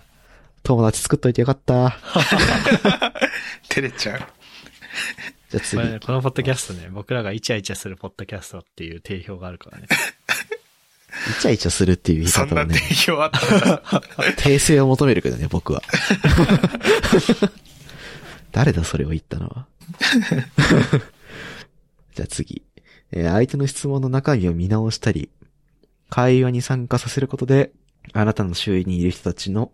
友達作っといてよかった。照れちゃう。じゃあこ次れ。ねこのポッドキャストね、僕らがイチャイチャするポッドキャストっていう定評があるからね。イチャイチャするっていう言いそん方をな定ね、評あった んだ。訂正を求めるけどね、僕は。 誰だ、それを言ったのは。 じゃあ次。えー相手の質問の中身を見直したり、会話に参加させることで、あなたの周囲にいる人たちの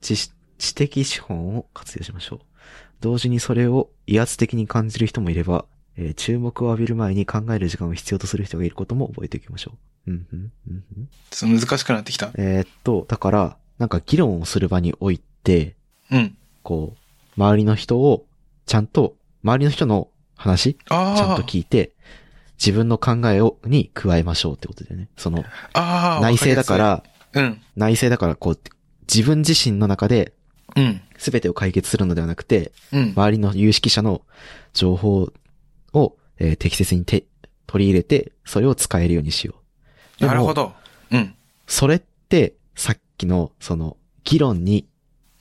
知知的資本を活用しましょう。同時にそれを威圧的に感じる人もいれば、えー注目を浴びる前に考える時間を必要とする人がいることも覚えておきましょう。うんうんうんうんちょっと難しくなってきた。えーっと、だから、なんか議論をする場において、うん。こう、周りの人を、ちゃんと、周りの人の話、ちああ。ゃんと聞いて、自分の考えを、に加えましょうってことでね。その、ああ、内政だから、わりやすい。うん。内政だからこう、自分自身の中でうん。全てを解決するのではなくて、うん。周りの有識者の情報を、えー適切に手取り入れて、それを使えるようにしよう。でもなるほ。ど。うん。それって、さっきの、その、議論に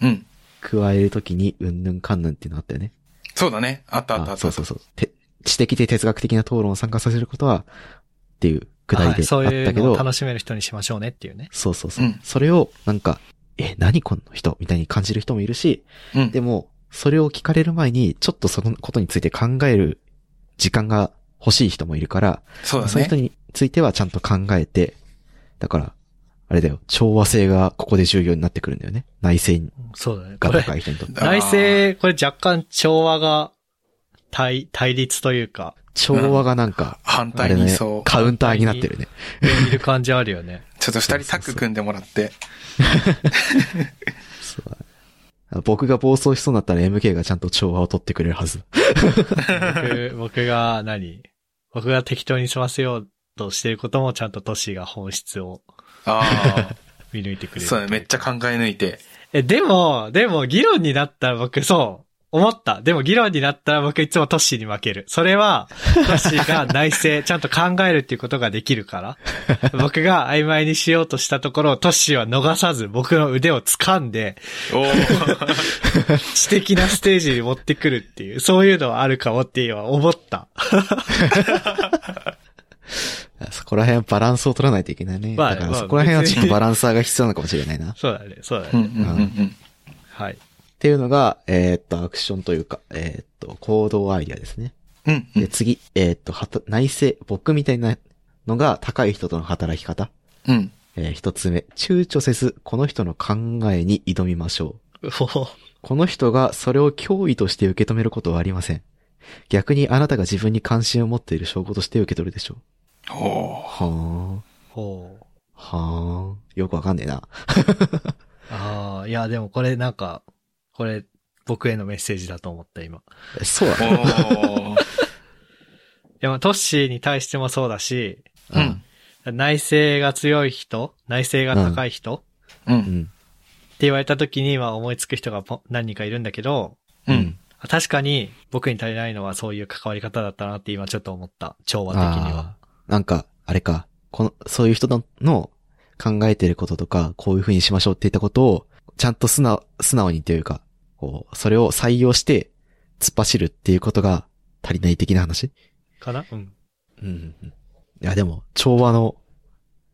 うん。加えるときに、うんぬんかんぬんっていうのあったよね。そうだね。あったあったあった。そうそうそう。て知的で哲学的な討論を参加させることは、っていうくだりはいであそういっうたけのど、を楽しめる人にしましょうねっていうね。そうそうそう。うんそれを、なんか、え、何この人みたいに感じる人もいるし、うん。でも、それを聞かれる前に、ちょっとそのことについて考える時間が欲しい人もいるから、そうだそういう人。ねについてはちゃんと考えて、だから、あれだよ、調和性がここで重要になってくるんだよね。内政うんそうだね。がこれ、高い人にとって。内政、これ若干調和が対、対立というか、調和がなんか、反あ対れだにねそう、。カウンターになってるね。いる感じあるよ ね。ちょっと二人タッグ組んでもらって。そうだね僕が暴走しそうになったら MK がちゃんと調和を取ってくれるはず。僕、僕が何僕が適当に済ませようとしてることもちゃんとトシが本質をあ見抜いてくあ。れる。そうだね。めっちゃ考え抜いて。え、でも、でも議論になったら僕そう。思った。でも議論になったら僕いつもトッシーに負ける。それは、トッシーが内 政、ちゃんと考えるっていうことができるから。僕が曖昧にしようとしたところをトッシーは逃さず僕の腕を掴んで、おー知的なステージに持ってくるっていう、そういうのはあるかもっていうのは思った。そこら辺はバランスを取らないといけないね。まあだからまあそこら辺はちょ別っとにバランサーが必要なのかもしれない な。っそうだね、そうだうんね。うんうんうん。はい。ていうのが、えーっと、アクションというか、えーっと、行動アイデアですね。うんうで、ん。次、えーっと、はた、内政、僕みたいなのが高い人との働き方。うん。えー一つ目、躊躇せず、この人の考えに挑みましょう。おーこの人がそれを脅威として受け止めることはありません。逆にあなたが自分に関心を持っている証拠として受け取るでしょう。おーはーん。ほう。はーん。よくわかんねえな。ああ、いや、でもこれなんか、これ、僕へのメッセージだと思った、今。えそうだね。おーいや、まあ、トッシーに対してもそうだし、うん。内政が強い人、内政が高い人、ってう。うんん。言われた時に、まあ思いつく人がポン何人かいるんだけど、うん。。あ確かに僕に足りないのはそういう関わり方だったなって今ちょっと思った。調和的には。あーなんか、あれか、この、そういう人のの考えてることとか、こういう風にしましょうって言ったことを、ちゃんと素直、素直にというか、こう、それを採用して、突っ走るっていうことが足りない的な話かな うん。うん。いや、でも、調和の、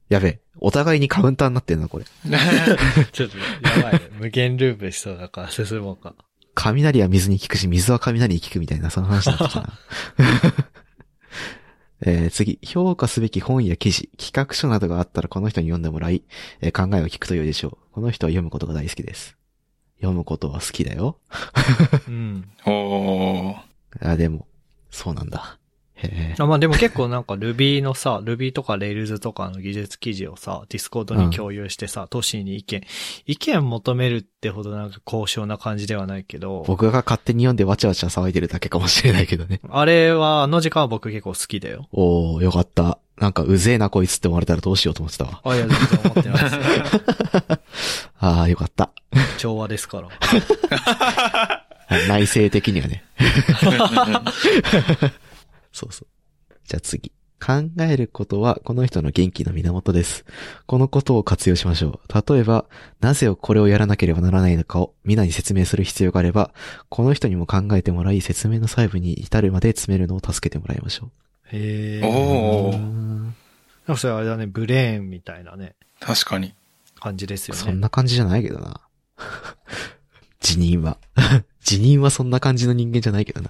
やべえ、お互いにカウンターになってるな、これ。ちょっと、やばいね。無限ループしそうだから進もうか。雷は水に効くし、水は雷に効くみたいな、その話だったかな。 えー次、評価すべき本や記事、企画書などがあったらこの人に読んでもらい、えー考えを聞くと良いでしょう。この人は読むことが大好きです。読むことは好きだよ。うん。おーあ、でも、そうなんだ。へーあまあでも結構なんか Ruby のさ、Ruby とか Rails とかの技術記事をさ、Discord に共有してさ、都市に意見、意見求めるってほどなんか高尚な感じではないけど、僕が勝手に読んでわちゃわちゃ騒いでるだけかもしれないけどね。あれは、あの時間は僕結構好きだよ。おー、よかった。なんかうぜえなこいつって思われたらどうしようと思ってたわ。あ、いや、全然思ってないです。あー、よかった。調和ですから。内政的にはね。うそうそう。じゃあ次。考えることはこの人の元気の源です。このことを活用しましょう。例えば、なぜこれをやらなければならないのかを皆に説明する必要があれば、この人にも考えてもらい、説明の細部に至るまで詰めるのを助けてもらいましょへんうんえ。う。うおーんーなんかそれあれだね、ブレーンみたいなね、確かに。感じですよそんね。な感じじゃないけどな。 辞任は。 辞任はそんな感じの人間じゃないけどな。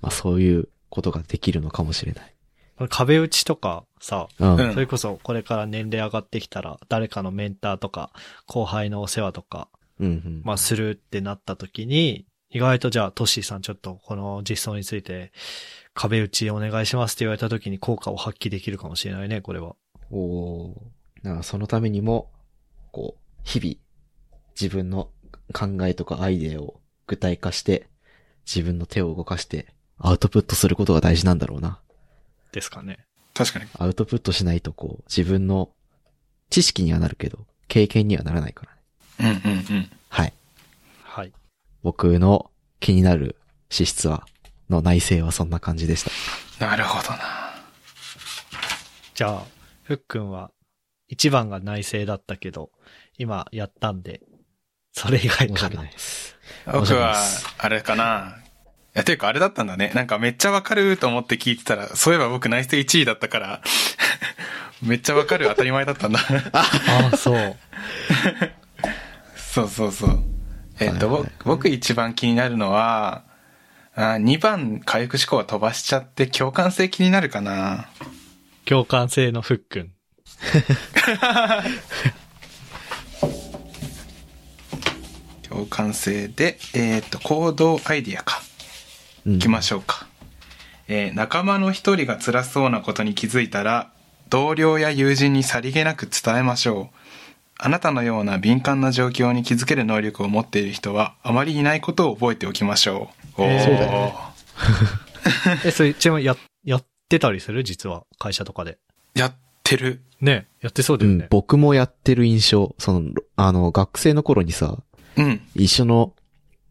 まあそういうことができるのかもしれない。これ壁打ちとかさ、うん。うんそれこそこれから年齢上がってきたら、誰かのメンターとか、後輩のお世話とか、うんうん。まあ、するってなった時に、意外とじゃあ、トッシーさんちょっとこの実装について、壁打ちお願いしますって言われた時に効果を発揮できるかもしれないね、これは。おお。だからそのためにも、こう、日々、自分の考えとかアイデアを具体化して、自分の手を動かして、アウトプットすることが大事なんだろうな。ですかね。確かに。アウトプットしないとこう、自分の知識にはなるけど、経験にはならないからね。うんうんうん。はい。はい。僕の気になる資質は、の内政はそんな感じでした。なるほどな。じゃあ、ふっくんは、一番が内政だったけど、今やったんで、それ以外申しか訳なない。です。僕は面白いです、あれかな。いや、ていうかあれだったんだね。なんかめっちゃわかると思って聞いてたら、そういえば僕内定1位だったから、 めっちゃわかる当たり前だったんだ。ああ、そう。 そうそうそう。えっ、と、はいはいはい僕僕一番気になるのは、あ2番回復思考は飛ばしちゃって共感性気になるかな。共感性のふっくん。共感性で、えっ、と、行動アイディアか。うん行きましょうか。えー仲間の一人が辛そうなことに気づいたら、同僚や友人にさりげなく伝えましょう。あなたのような敏感な状況に気づける能力を持っている人は、あまりいないことを覚えておきましょう。おーえーそうだえ、それ、ちなみにや、やってたりする実は、会社とかで。やってる。ねやってそうだうよんね、。僕もやってる印象、その、あの、学生の頃にさ、うん。一緒の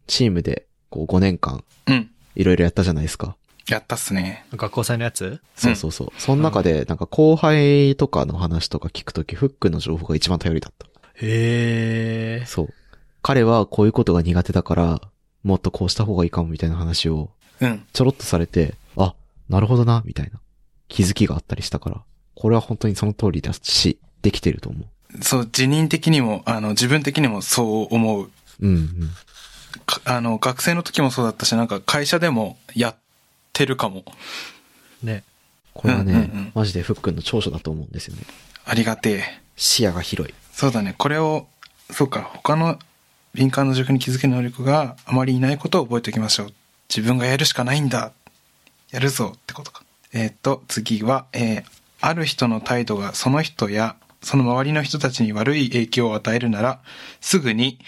チームで、こう5年間、うん。いろいろやったじゃないですか。やったっすね。学校祭のやつそうそうそう。その中で、なんか後輩とかの話とか聞くとき、フックの情報が一番頼りだっへた。そう。彼はこういうことが苦手だから、もっとこうした方がいいかもみたいな話を、うん。ちょろっとされて、あ、なるほどな、みたいな気づきがあったりしたから、これは本当にその通りだし、できてると思そう、自認的にも、あの、自分的にもそう思う。う。うんうん。かあの、学生の時もそうだったし、なんか会社でもやってるかも。え。ね。これはね、うんうんうんマジでフックの長所だと思うんですよね。ありがてえ。視野が広い。そうだね。これを、そうか、他の敏感の状況に気づける能力があまりいないことを覚えておきましょう。自分がやるしかないんだ。やるぞってことか。えーっ、と、次は、えーある人の態度がその人やその周りの人たちに悪い影響を与えるなら、すぐに、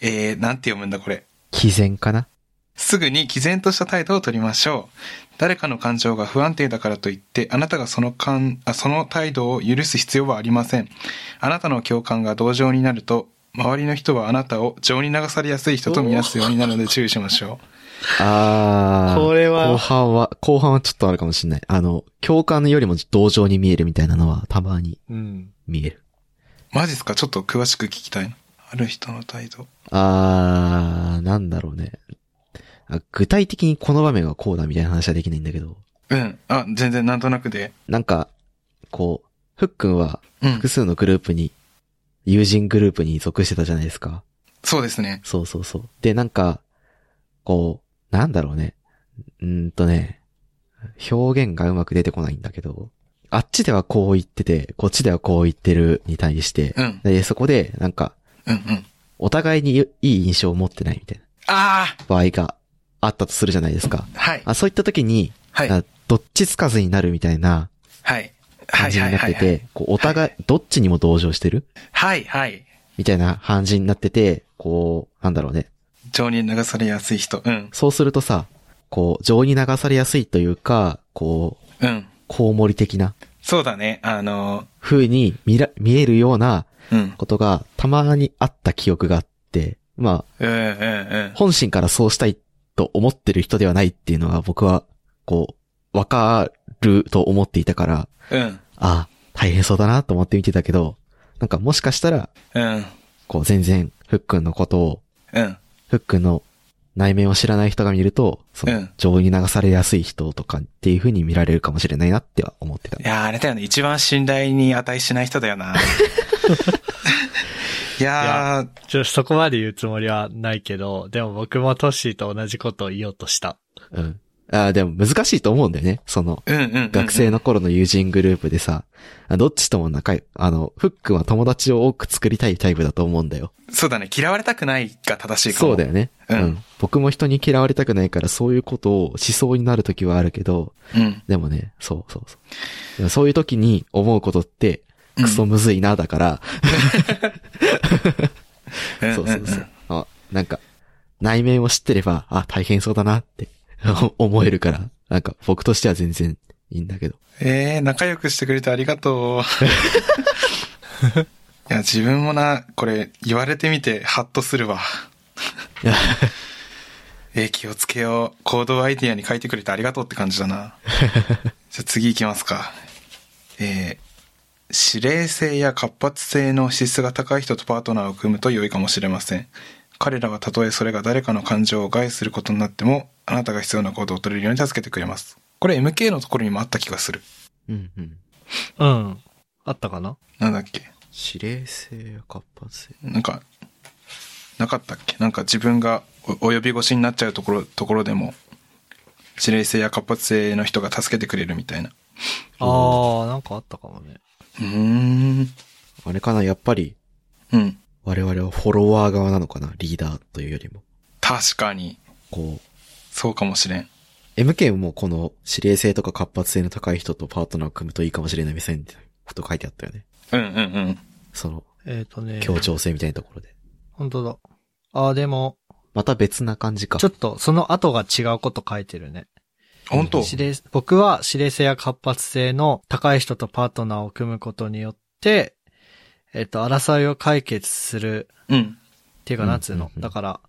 えー、なんて読むんだこれ。毅然かなすぐに毅然とした態度を取りましょう。誰かの感情が不安定だからといって、あなたがその感あその態度を許す必要はありません。あなたの共感が同情になると、周りの人はあなたを情に流されやすい人と見なすようになるので注意しましょあー。これは後半は、後半はちょっとあるかもしれない。あの、共感よりも同情に見えるみたいなのはたまにうん。見える。う。マジっすかちょっと詳しく聞きたいな。ある人の態度。あー、なんだろうね。あ具体的にこの場面はこうだみたいな話はできないんだけど、うん。あ、全然なんとなくで。なんか、こう、ふっくんはうん複。数のグループに、友人グループに属してたじゃないですか。そうですね。そうそうそう。で、なんか、こう、なんだろうね。うーんとね、表現がうまく出てこないんだけど、あっちではこう言ってて、こっちではこう言ってるに対して、うん。で、そこで、なんか、うんうん。お互いにいい印象を持ってないみたいなあ場合があったとするじゃないですか。あはい。あそういった時に、はい。はい。あどっちつかずになるみたいなはい。は感い。じになっはてい。はいて、こうお互い、どっちにも同情してるはい。はい。みたいな感じになってて、こう、なんだろうね。情に流されやすい人。うん。そうするとさ、こう、情に流されやすいというか、こう、うん。コウモリ的なそうだね。あの、風に見ら、見えるようなうん。ことがたまにあった記憶があって、まあ、うんうんうん。本心からそうしたいと思ってる人ではないっていうのが僕は、こう、わかると思っていたから、うん。ああ、大変そうだなと思って見てたけど、なんかもしかしたら、うん。こう全然、ふっくんのことを、うん。フックの内面を知らない人が見ると、そうんの、情に流されやすい人とかっていう風に見られるかもしれないなっては思ってたい。やーあれだよね。一番信頼に値しない人だよ な。いやーちょ、そこまで言うつもりはないけど、でも僕もトッシーと同じことを言おうとした。うん。ああ、でも難しいと思うんだよね。その、うんうんうんうん。学生の頃の友人グループでさ、あどっちとも仲良い、あの、フックは友達を多く作りたいタイプだと思うんだよ。そうだね。嫌われたくないが正しいかも。そうだよね。うん僕も人に嫌われたくないから、そういうことを思想になる時はあるけど、うん。でもね、そうそうそう。でもそういう時に思うことって、うんクソむずいな、だから、うん。そうそうそんう。あなんか、内 面を知ってれば、あ、大変そうだなって思えるから、なんか僕としては全然いいんだけど。ええ仲良くしてくれてありがとう。 いや、自分もな、これ、言われてみて、ハッとするわ。いやえー気をつけよう。行動アイディアに書いてくれてありがとうって感じ だな。じゃあ次行きますか。えー、指令性や活発性の資質が高い人とパートナーを組むと良いかもしれません。彼らはたとえそれが誰かの感情を害することになっても、あなたが必要な行動を取れるように助けてくれます。これ MK のところにもあった気がする。うんうん。うん。あったかななんだっけ指令性や活発性。なんか、なかったっけなんか自分がお及び腰になっちゃうところ、ところでも、指令性や活発性の人が助けてくれるみたいな。ああ、なんかあったかもね。うーん。あれかなやっぱり、うん。我々はフォロワー側なのかなリーダーというよりも。確かに、こそうかもしれん。う、MK もこの指令性とか活発性の高い人とパートナーを組むといいかもしれない目線ってこと書いてあったよね。うんうんうん。その、えっ、とね。協調性みたいなところで。本当だ。ああ、でも、また別な感じか。ちょっとその後が違うこと書いてるね。本当指令、僕は指令性や活発性の高い人とパートナーを組むことによって、えっ、と、争いを解決する、うん。っていううか、んなんつうのうん。うんだから、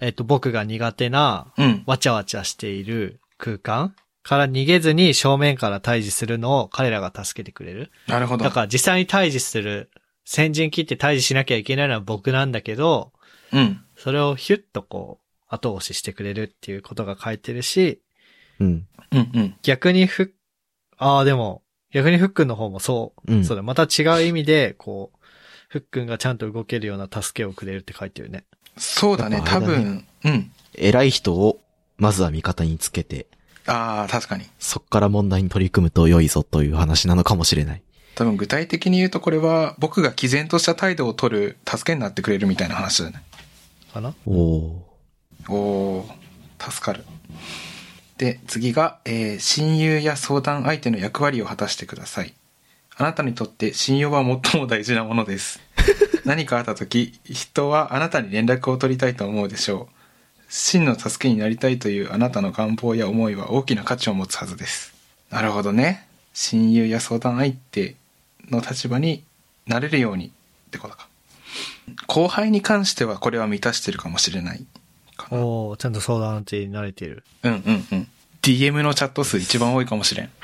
えっ、と、僕が苦手な、うん。わちゃわちゃしている空間から逃げずに正面から対峙するのを彼らが助けてくれる。なるほど。だから実際に対峙する、先陣切って対峙しなきゃいけないのは僕なんだけど、うん。それをヒュッとこう、後押ししてくれるっていうことが書いてるし、うん。うんうん。逆にフッ、ああ、でも、逆にフックンの方もそう、うんそうだ、また違う意味で、こう、フックンがちゃんと動けるような助けをくれるって書いてるね。そうだね、やっぱあ多れだね分。うん。偉い人を、まずは味方につけて、ああ、確かに。そっから問題に取り組むと良いぞという話なのかもしれない。多分具体的に言うとこれは、僕が毅然とした態度を取る助けになってくれるみたいな話だね。かなおおおー、助かる。で、次が、えー親友や相談相手の役割を果たしてください。あなたにとって信用は最も大事なものです。何かあった時、人はあなたに連絡を取りたいと思うでしょう。真の助けになりたいというあなたの願望や思いは大きな価値を持つはずです。なるほどね。親友や相談相手の立場になれるようにってことか。後輩に関してはこれは満たしてるかもしれないかな。おおちゃんと相談手に慣れてる。うんうんうん。DM のチャット数一番多いかもしれん。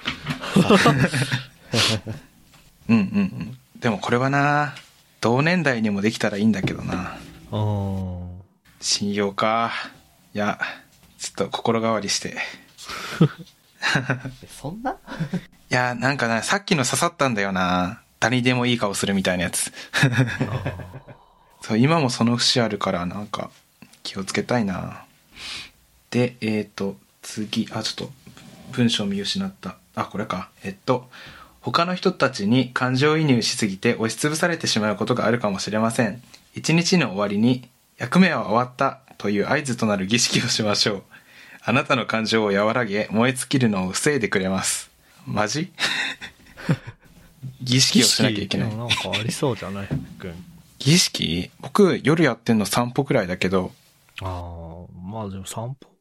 うんうんうん。でもこれはな、同年代にもできたらいいんだけどな。うーん。信用か。いや、ちょっと心変わり して。そ んないや、なんかな、さっきの刺さったんだよな。誰にでもいい顔するみたいなやつ。そう、今もその節あるから、なんか、気をつけたいな。で、えっ、と、次、あ、ちょっと、文章見失った。あ、これか。えっと、他の人たちに感情移入しすぎて押しつぶされてしまうことがあるかもしれません。一日の終わりに、役目は終わったという合図となる儀式をしましょう。あなたの感情を和らげ、燃え尽きるのを防いでくれます。マジ儀式をしなきゃいけない意識で。もなんかありそうじゃない、フックン。儀式僕、夜やってんの散歩くらいだけど、ああ、まあでも散歩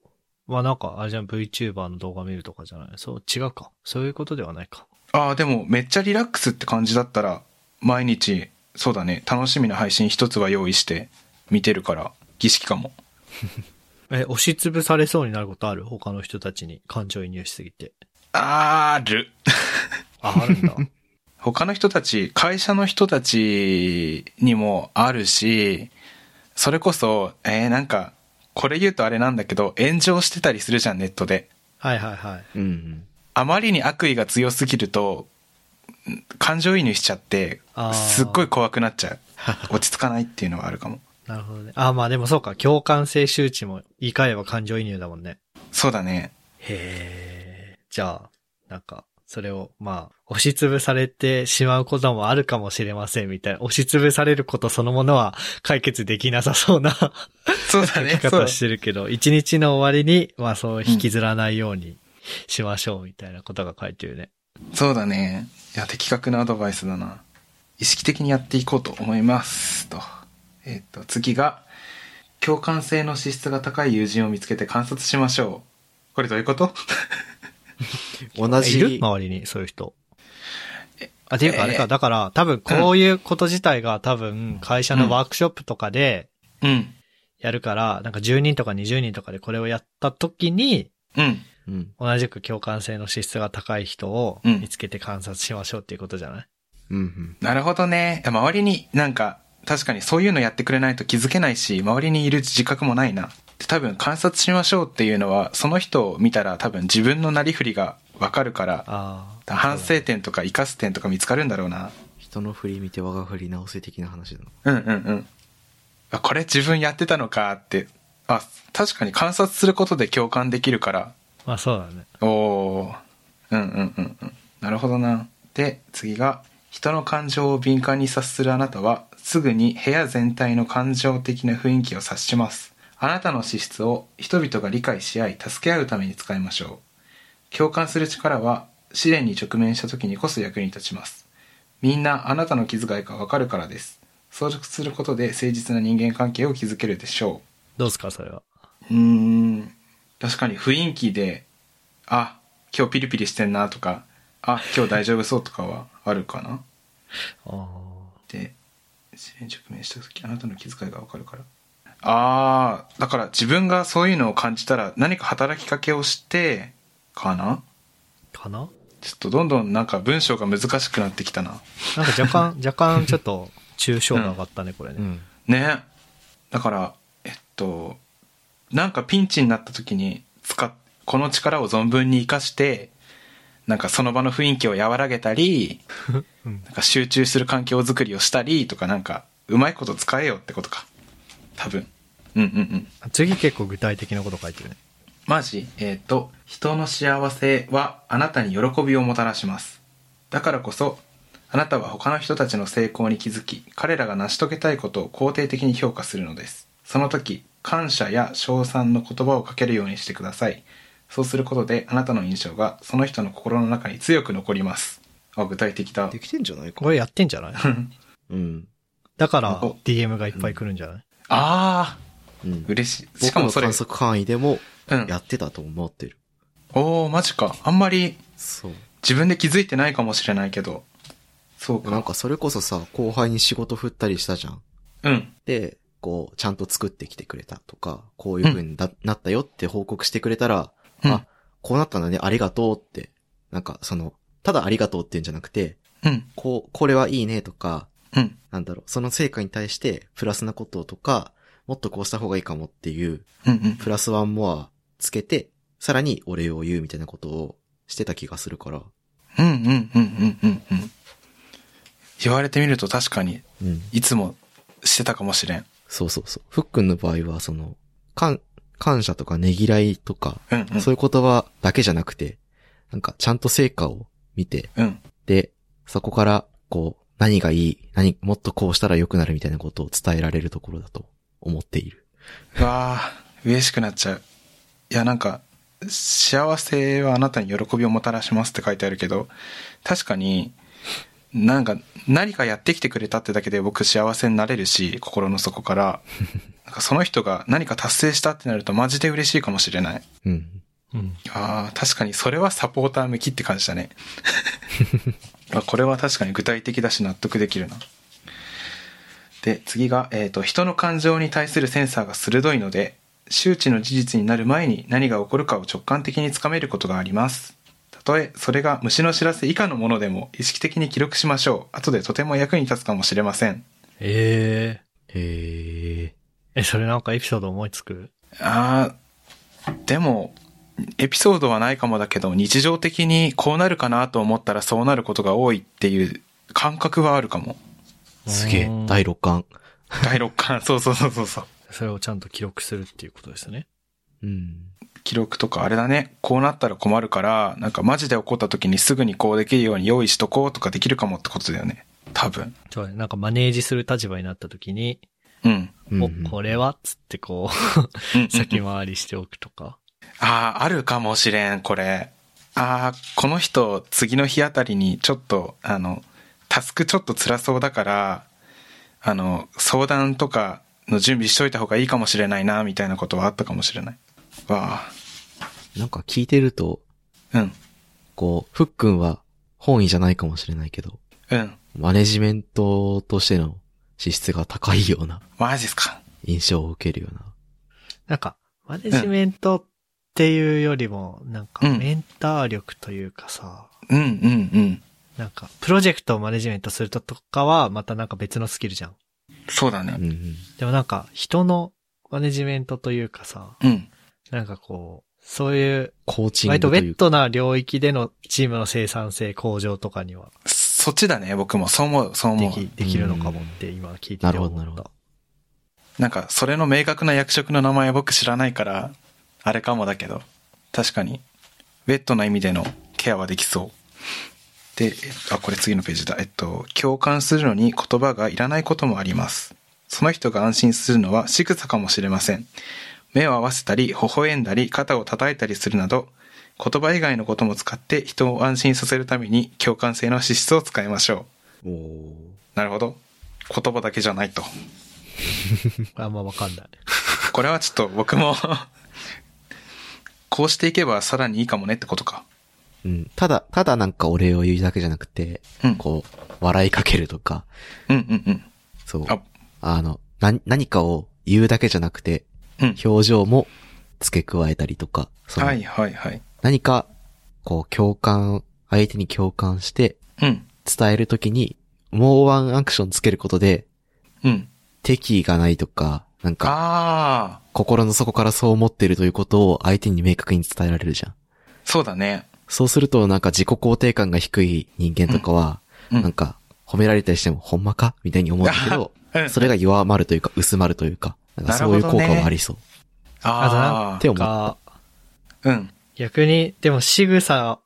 はなんか、あれじゃん、VTuber の動画見るとかじゃないそう、違うか。そういうことではないか。ああ、でもめっちゃリラックスって感じだったら、毎日、そうだね、楽しみな配信一つは用意して見てるから、儀式かも。え、押しつぶされそうになることある他の人たちに感情移入しすぎて。あーる。あ、ある んだ。他の人たち、会社の人たちにもあるし、それこそ、えー、なんか、これ言うとあれなんだけど、炎上してたりするじゃん、ネットで。はいはいはい。うんうん。あまりに悪意が強すぎると、ん感情移入しちゃってあー、すっごい怖くなっちゃう。 落ち着かないっていうのはあるかも。なるほどね。あ、まあでもそうか。共感性周知も言い換えれば感情移入だもんね。そうだね。へえ。じゃあ、なんか、それを、まあ、押しつぶされてしまうこともあるかもしれませんみたいな。押しつぶされることそのものは解決できなさそうなそうだ書 ねき。そう方してるけど、一日の終わりに、まあそう引きずらないようにしましょうみたいなことが書いてるね。そうだね。いや、的確なアドバイスだな。意識的にやっていこうと思います。と。えっ、と、次が、共感性の資質が高い友人を見つけて観察しましょう。これどういうこと同いるじ、周りに、そういう人。あ、っていうかあれえか、ーだから、多分こういうこと自体が多分会社のワークショップとかでうん。やるから、なんか10人とか20人とかでこれをやった時に、うん。うん。同じく共感性の資質が高い人をうん見つけて観察しましょうっていうことじゃない、うんうん。なるほどね。周りになんか、確かにそういうのやってくれないと気づけないし、周りにいる自覚もないな。で多分観察しましょうっていうのは、その人を見たら多分自分のなりふりがわかるから、ああ。反省点とか生かす点とか見つかるんだろうな。人の振り見て我が振り直せ的な話だな。うんうんうん。あ、これ自分やってたのかって。あ、確かに観察することで共感できるから。まあそうだね。おお。うんうんうんうん。なるほどな。で、次が、人の感情を敏感に察するあなたは、すぐに部屋全体の感情的な雰囲気を察します。あなたの資質を人々が理解し合い、助け合うために使いましょう。共感する力は、試練に直面した時にこそ役に立ちます。みんなあなたの気遣いがわかるからです。装着することで誠実な人間関係を築けるでしょう。どうですか、それは。うーん。確かに雰囲気で、あ、今日ピリピリしてんなとか、あ、今日大丈夫そうとかはあるかなああ。で、自分に直面した時あなたの気遣いがわかるから。あー、だから自分がそういうのを感じたら何か働きかけをして、かなかなちょっとどんどんなんか文章が難しくなってきたな。なんか若 干、若干ちょっと、抽象度上がったね、これね。うん。ね。だから、えっと、なんかピンチになった時に使っ、この力を存分に活かして、なんかその場の雰囲気を和らげたり、うんなんか集中する環境づくりをしたりとかなんか、うまいこと使えよってことか。多分。うんうんうん。次結構具体的なこと書いてるね。マジえっ、と、人の幸せはあなたに喜びをもたらします。だからこそ、あなたは他の人たちの成功に気づき、彼らが成し遂げたいことを肯定的に評価するのです。その時、感謝や称賛の言葉をかけるようにしてください。そうすることで、あなたの印象がその人の心の中に強く残ります。あ、具体的だで。きてんじゃないか。これやってんじゃないうん。だからお、 DM がいっぱい来るんじゃない あうんー、。嬉しい。し僕かものそれ観、測範囲でもうん。やってたと思ってる。おー、マジか。あんまりそう。自分で気づいてないかもしれないけど。そうか。なんかそれこそさ、後輩に仕事振ったりしたじゃん。うん。で、こう、ちゃんと作ってきてくれたとか、こういう風にな,、なったよって報告してくれたら、うんあ、こうなったんだね、ありがとうって。なんかその、ただありがとうっていうんじゃなくて、うん。こう、これはいいねとか、うん。なんだろう、その成果に対して、プラスなこととか、もっとこうした方がいいかもっていう、うんうん。プラスワンモアつけて、さらにお礼を言うみたいなことをしてた気がするから。うんうんうんうんうんうん。言われてみると確かに、うん。いつもしてたかもしれん。そうそうそう。ふっくんの場合は、その、感、感謝とかねぎらいとか、うんうん。そういう言葉だけじゃなくて、なんかちゃんと成果を見て、うん。で、そこから、こう、何がいい、何、もっとこうしたら良くなるみたいなことを伝えられるところだと思っている。うわあ、嬉しくなっちゃう。いや、なんか、幸せはあなたに喜びをもたらしますって書いてあるけど、確かに、なんか、何かやってきてくれたってだけで僕幸せになれるし、心の底から。なんかその人が何か達成したってなるとマジで嬉しいかもしれない。うん。うん。ああ、確かにそれはサポーター向きって感じだね。あこれは確かに具体的だし納得できるな。で、次が、えっ、と、人の感情に対するセンサーが鋭いので、周知の事実になる前に何が起こるかを直感的につかめることがあります。たとえ、それが虫の知らせ以下のものでも意識的に記録しましょう。後でとても役に立つかもしれません。えへえ。え。え、それなんかエピソード思いつくああ、でも、エピソードはないかもだけど、日常的にこうなるかなと思ったらそうなることが多いっていう感覚はあるかも。すげえ。第6巻。第六感、そうそうそうそうそう。それをちゃんと記録するっていうことですね。うん。記録とかあれだね、こうなったら困るから、なんかマジで起こった時にすぐにこうできるように用意しとこうとかできるかもってことだよね。多分。そうだね。なんかマネージする立場になった時に、うん。うんうおん、これはっつってこ うんうんう、先回りしておくとか。ああ、あるかもしれん、これ。ああ、この人、次の日あたりに、ちょっと、あの、タスクちょっと辛そうだから、あの、相談とかの準備しといた方がいいかもしれないな、みたいなことはあったかもしれない。わなんか聞いてると、あ、うん。こう、ふっくんは本意じゃないかもしれないけど、うん。マネジメントとしての資質が高いようなマジっすか。印象を受けるような。なんか、マネジメントっていうよりも、なんか、うんメンター力というかさ、うんうんうん。なんか、プロジェクトをマネジメントするとかは、またなんか別のスキルじゃん。そうだねう。んうん。でもなんか、人のマネジメントというかさ、うん。なんかこう、そういう、コーチング割ととウェいッうか。トな領域でのチームの生産性向上とかにはそっちだね、僕も。そう思う、そうで思きう。できるのかもって今聞いてなてる思ほった。どなるほどなんか、それの明確な役職の名前は僕知らないから、あれかもだけど、確かに、ウェットな意味でのケアはできそう。で、えっとあ、これ次のページだ。えっと、共感するのに言葉がいらないこともあります。その人が安心するのは仕草かもしれません。目を合わせたり、微笑んだり、肩を叩いたりするなど、言葉以外のことも使って人を安心させるために共感性の資質を使いましょおーう。なるほど。言葉だけじゃないと。あんまわかんない。これはちょっと僕も、 こうしていけばさらにいいかもねってことか。うん。ただ、ただなんかお礼を言うだけじゃなくて、うんこう、笑いかけるとか、うんうんうん。そう。ああ、の、な、何かを言うだけじゃなくて、うん。表情も付け加えたりとか、そのはいはいはい。何か、こう、共感、相手に共感して、うん。伝えるときに、もうワンアクションつけることで、うん。敵意がないとか、なんか、あ心の底からそう思ってるということを相手に明確に伝えられるじゃん。あ、そうだね。そうすると、なんか自己肯定感が低い人間とかは、うんなんか、褒められたりしても、ほんまかみたいに思うんだけど、うんそれが弱まるというか、薄まるというか、なんかそういう効果はありそう。ああってと思っなんか、あ、うん。逆に、でも仕草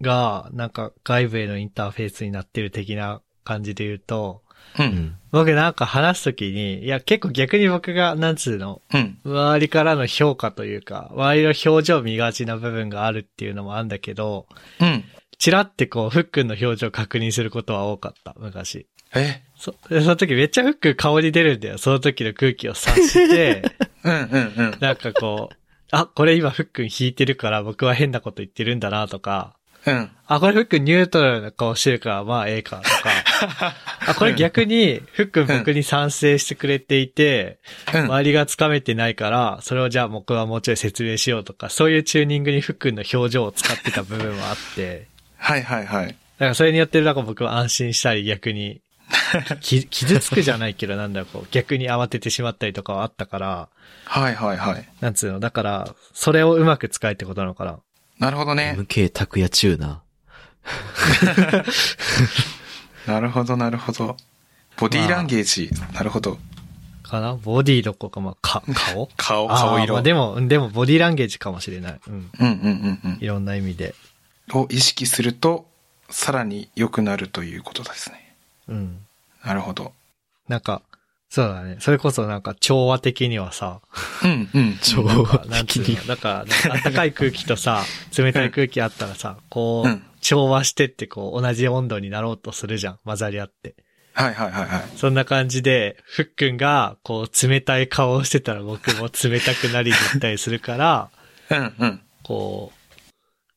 が、なんか外部へのインターフェースになってる的な感じで言うと、う。うんん。僕なんか話すときに、いや結構逆に僕が、なんつうの、うん。周りからの評価というか、周りの表情見がちな部分があるっていうのもあるんだけど、うん。チラってこう、ふっくんの表情確認することは多かった、昔。えそ、でその時めっちゃフック顔に出るんだよ。その時の空気を察 して、うんうんうん。なんかこう、あ、これ今フックン弾いてるから僕は変なこと言ってるんだなとか、うん。あ、これフックンニュートラルな顔してるからまあええかとか、あ、これ逆にフックン僕に賛成してくれていて、うん。周りがつかめてないから、それをじゃあ僕はもうちょい説明しようとか、そういうチューニングにフックンの表情を使ってた部分はあって、はいはいはい。だからそれによってなんか僕は安心したり逆 に、き傷つくじゃないけどなんだろう、こう逆に慌ててしまったりとかはあったから、はいはいはい。なんつうの、だから、それをうまく使えってことなのかな。なるほどね。 MK 拓也チューナなるほどなるほど。ボディーランゲージ。なるほど。かなボディどこか、まあ、か、顔顔、あー顔色。まあ、でも、うんでもボディランゲージかもしれない。うん。うんうんうんうんい。ろんな意味で。を意識すると、さらに良くなるということですね。うん。なるほど。なんか、そうだね。それこそなんか調和的にはさ、うんうん。調なんか和なん的つうにの、だから、なんか暖かい空気とさ、冷たい空気あったらさ、こうんう、調和してってこう、同じ温度になろうとするじゃん。混ざり合って。はいはいはいはい。そんな感じで、ふっくんが、こう、冷たい顔をしてたら僕も冷たくなりに行ったりするから、うんうん。こう、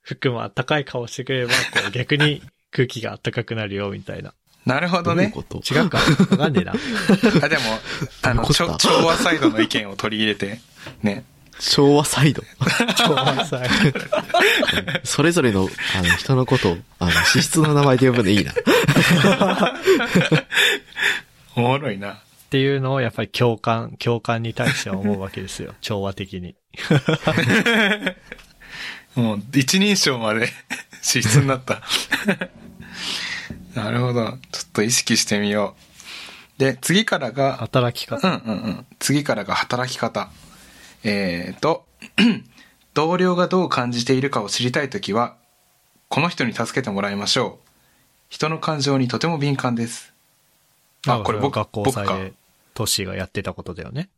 ふっくんも暖かい顔してくれれば、こう、逆に空気が暖かくなるよ、みたいな。なるほどどういうね。こと違うかわかんねえな。あ、でも、あの、残っちたょ調和サイドの意見を取り入れて、ね。昭和サイド。調和さそれぞれの、あの、人のことを、あの、資質の名前で呼ぶのいいな。おもろいな。っていうのを、やっぱり共感、共感に対しては思うわけですよ。調和的に。もう、一人称まで、 資質になった。 なるほど。ちょっと意識してみよう。で、次からが、働き方。うんうんうん。次からが働き方。えーと、 同僚がどう感じているかを知りたいときは、この人に助けてもらいましょう。人の感情にとても敏感です。あ、これ僕、学校僕祭か。で、トッシーがやってたことだよね。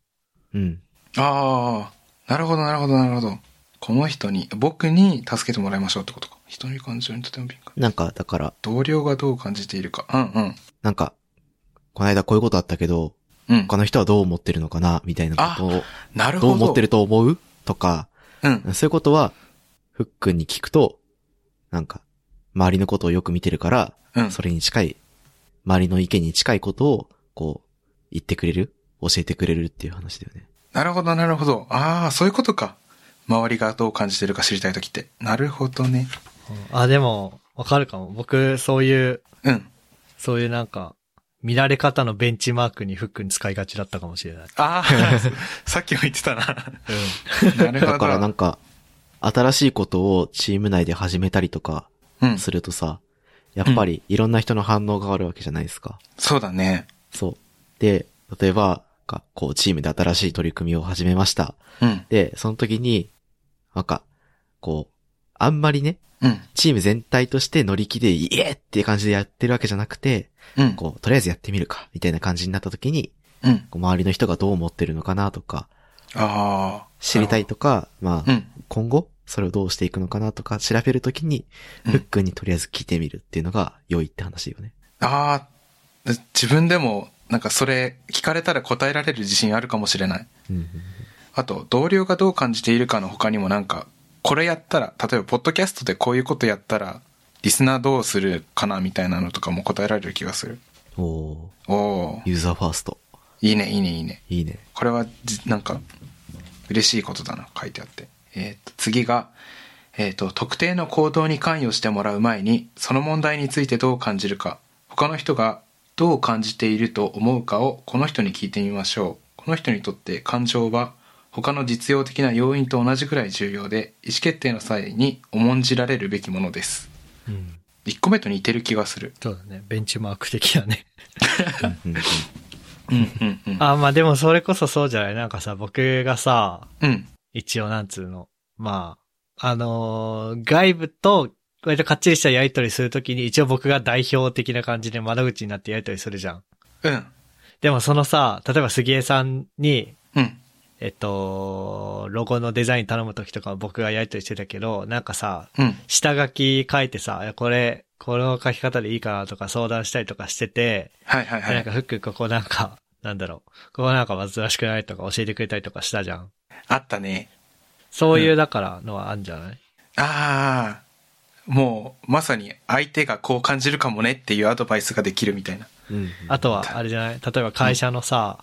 うん。ああ、なるほどなるほどなるほど。この人に、僕に助けてもらいましょうってことか。人の感情にとても敏感。なんか、だから、同僚がどう感じているか。うんうん。なんか、この間こういうことあったけど、うん。他の人はどう思ってるのかなみたいなことを、なるほどうど。思ってると思うとか、うん。そういうことは、ふっくんに聞くと、なんか、周りのことをよく見てるから、うん。それに近い、周りの意見に近いことを、こう、言ってくれる教えてくれるっていう話だよね。なるほど、なるほど。ああ、そういうことか。周りがどう感じてるか知りたいときって。なるほどね。あ、でも、わかるかも。僕、そういう、うん。そういうなんか、見られ方のベンチマークにフックに使いがちだったかもしれない。ああ、 さっきも言ってたな。なるほど。だからなんか、新しいことをチーム内で始めたりとかうん。するとさ、やっぱりいろんな人の反応があるわけじゃないですか。そうだね。そう。で、例えば、かこう、チームで新しい取り組みを始めました。うん。で、その時に、なんか、こう、あんまりね、うん。チーム全体として乗り気で、イエーっていう感じでやってるわけじゃなくて、うん。こう、とりあえずやってみるか、みたいな感じになった時に、うん。こう周りの人がどう思ってるのかなとか、ああ。知りたいとか、まうあ、ん。今後、それをどうしていくのかなとか、調べるときに、うんふっくんにとりあえず聞いてみるっていうのが良いって話よね。ああ、自分でも、なんかそれ、聞かれたら答えられる自信あるかもしれない。うん。あと、同僚がどう感じているかの他にもなんか、これやったら、例えば、ポッドキャストでこういうことやったら、リスナーどうするかなみたいなのとかも答えられる気がする。おー、おおユーザーファースト。いいね、いいね、いいね。いいね。これはじ、なんか、嬉しいことだな、書いてあって。えーと、次が、えっ、と、特定の行動に関与してもらう前に、その問題についてどう感じるか、他の人がどう感じていると思うかをこの人に聞いてみましょう。この人にとって感情は、他の実用的な要因と同じくらい重要で、意思決定の際に重んじられるべきものです。うん。 1個目と似てる気がする。そうだね。ベンチマーク的なね。うんうんうん、うん、うん。あ、まあでもそれこそそうじゃない。なんかさ、僕がさ、うん、一応なんつうの。まあ、あのー外部と、割とかっちりしたやりとりするときに、一応僕が代表的な感じで窓口になってやりとりするじゃん。うん、でもそのさ、例えば杉江さんに、うん、えっと、ロゴのデザイン頼むときとかは僕がやりとりしてたけど、なんかさ、うん、下書き書いてさ、いやこれ、この書き方でいいかなとか相談したりとかしてて、はい、はい、はなんい。かフックここなんか、 なんだろう、ここなんか珍しくないとか教えてくれたりとかしたじゃん。あったね。そういううだからのはあるんじゃない、ああ、もうまさに相手がこう感じるかもねっていうアドバイスができるみたいな。うんうん。あとは、あれじゃない例えば会社のさ、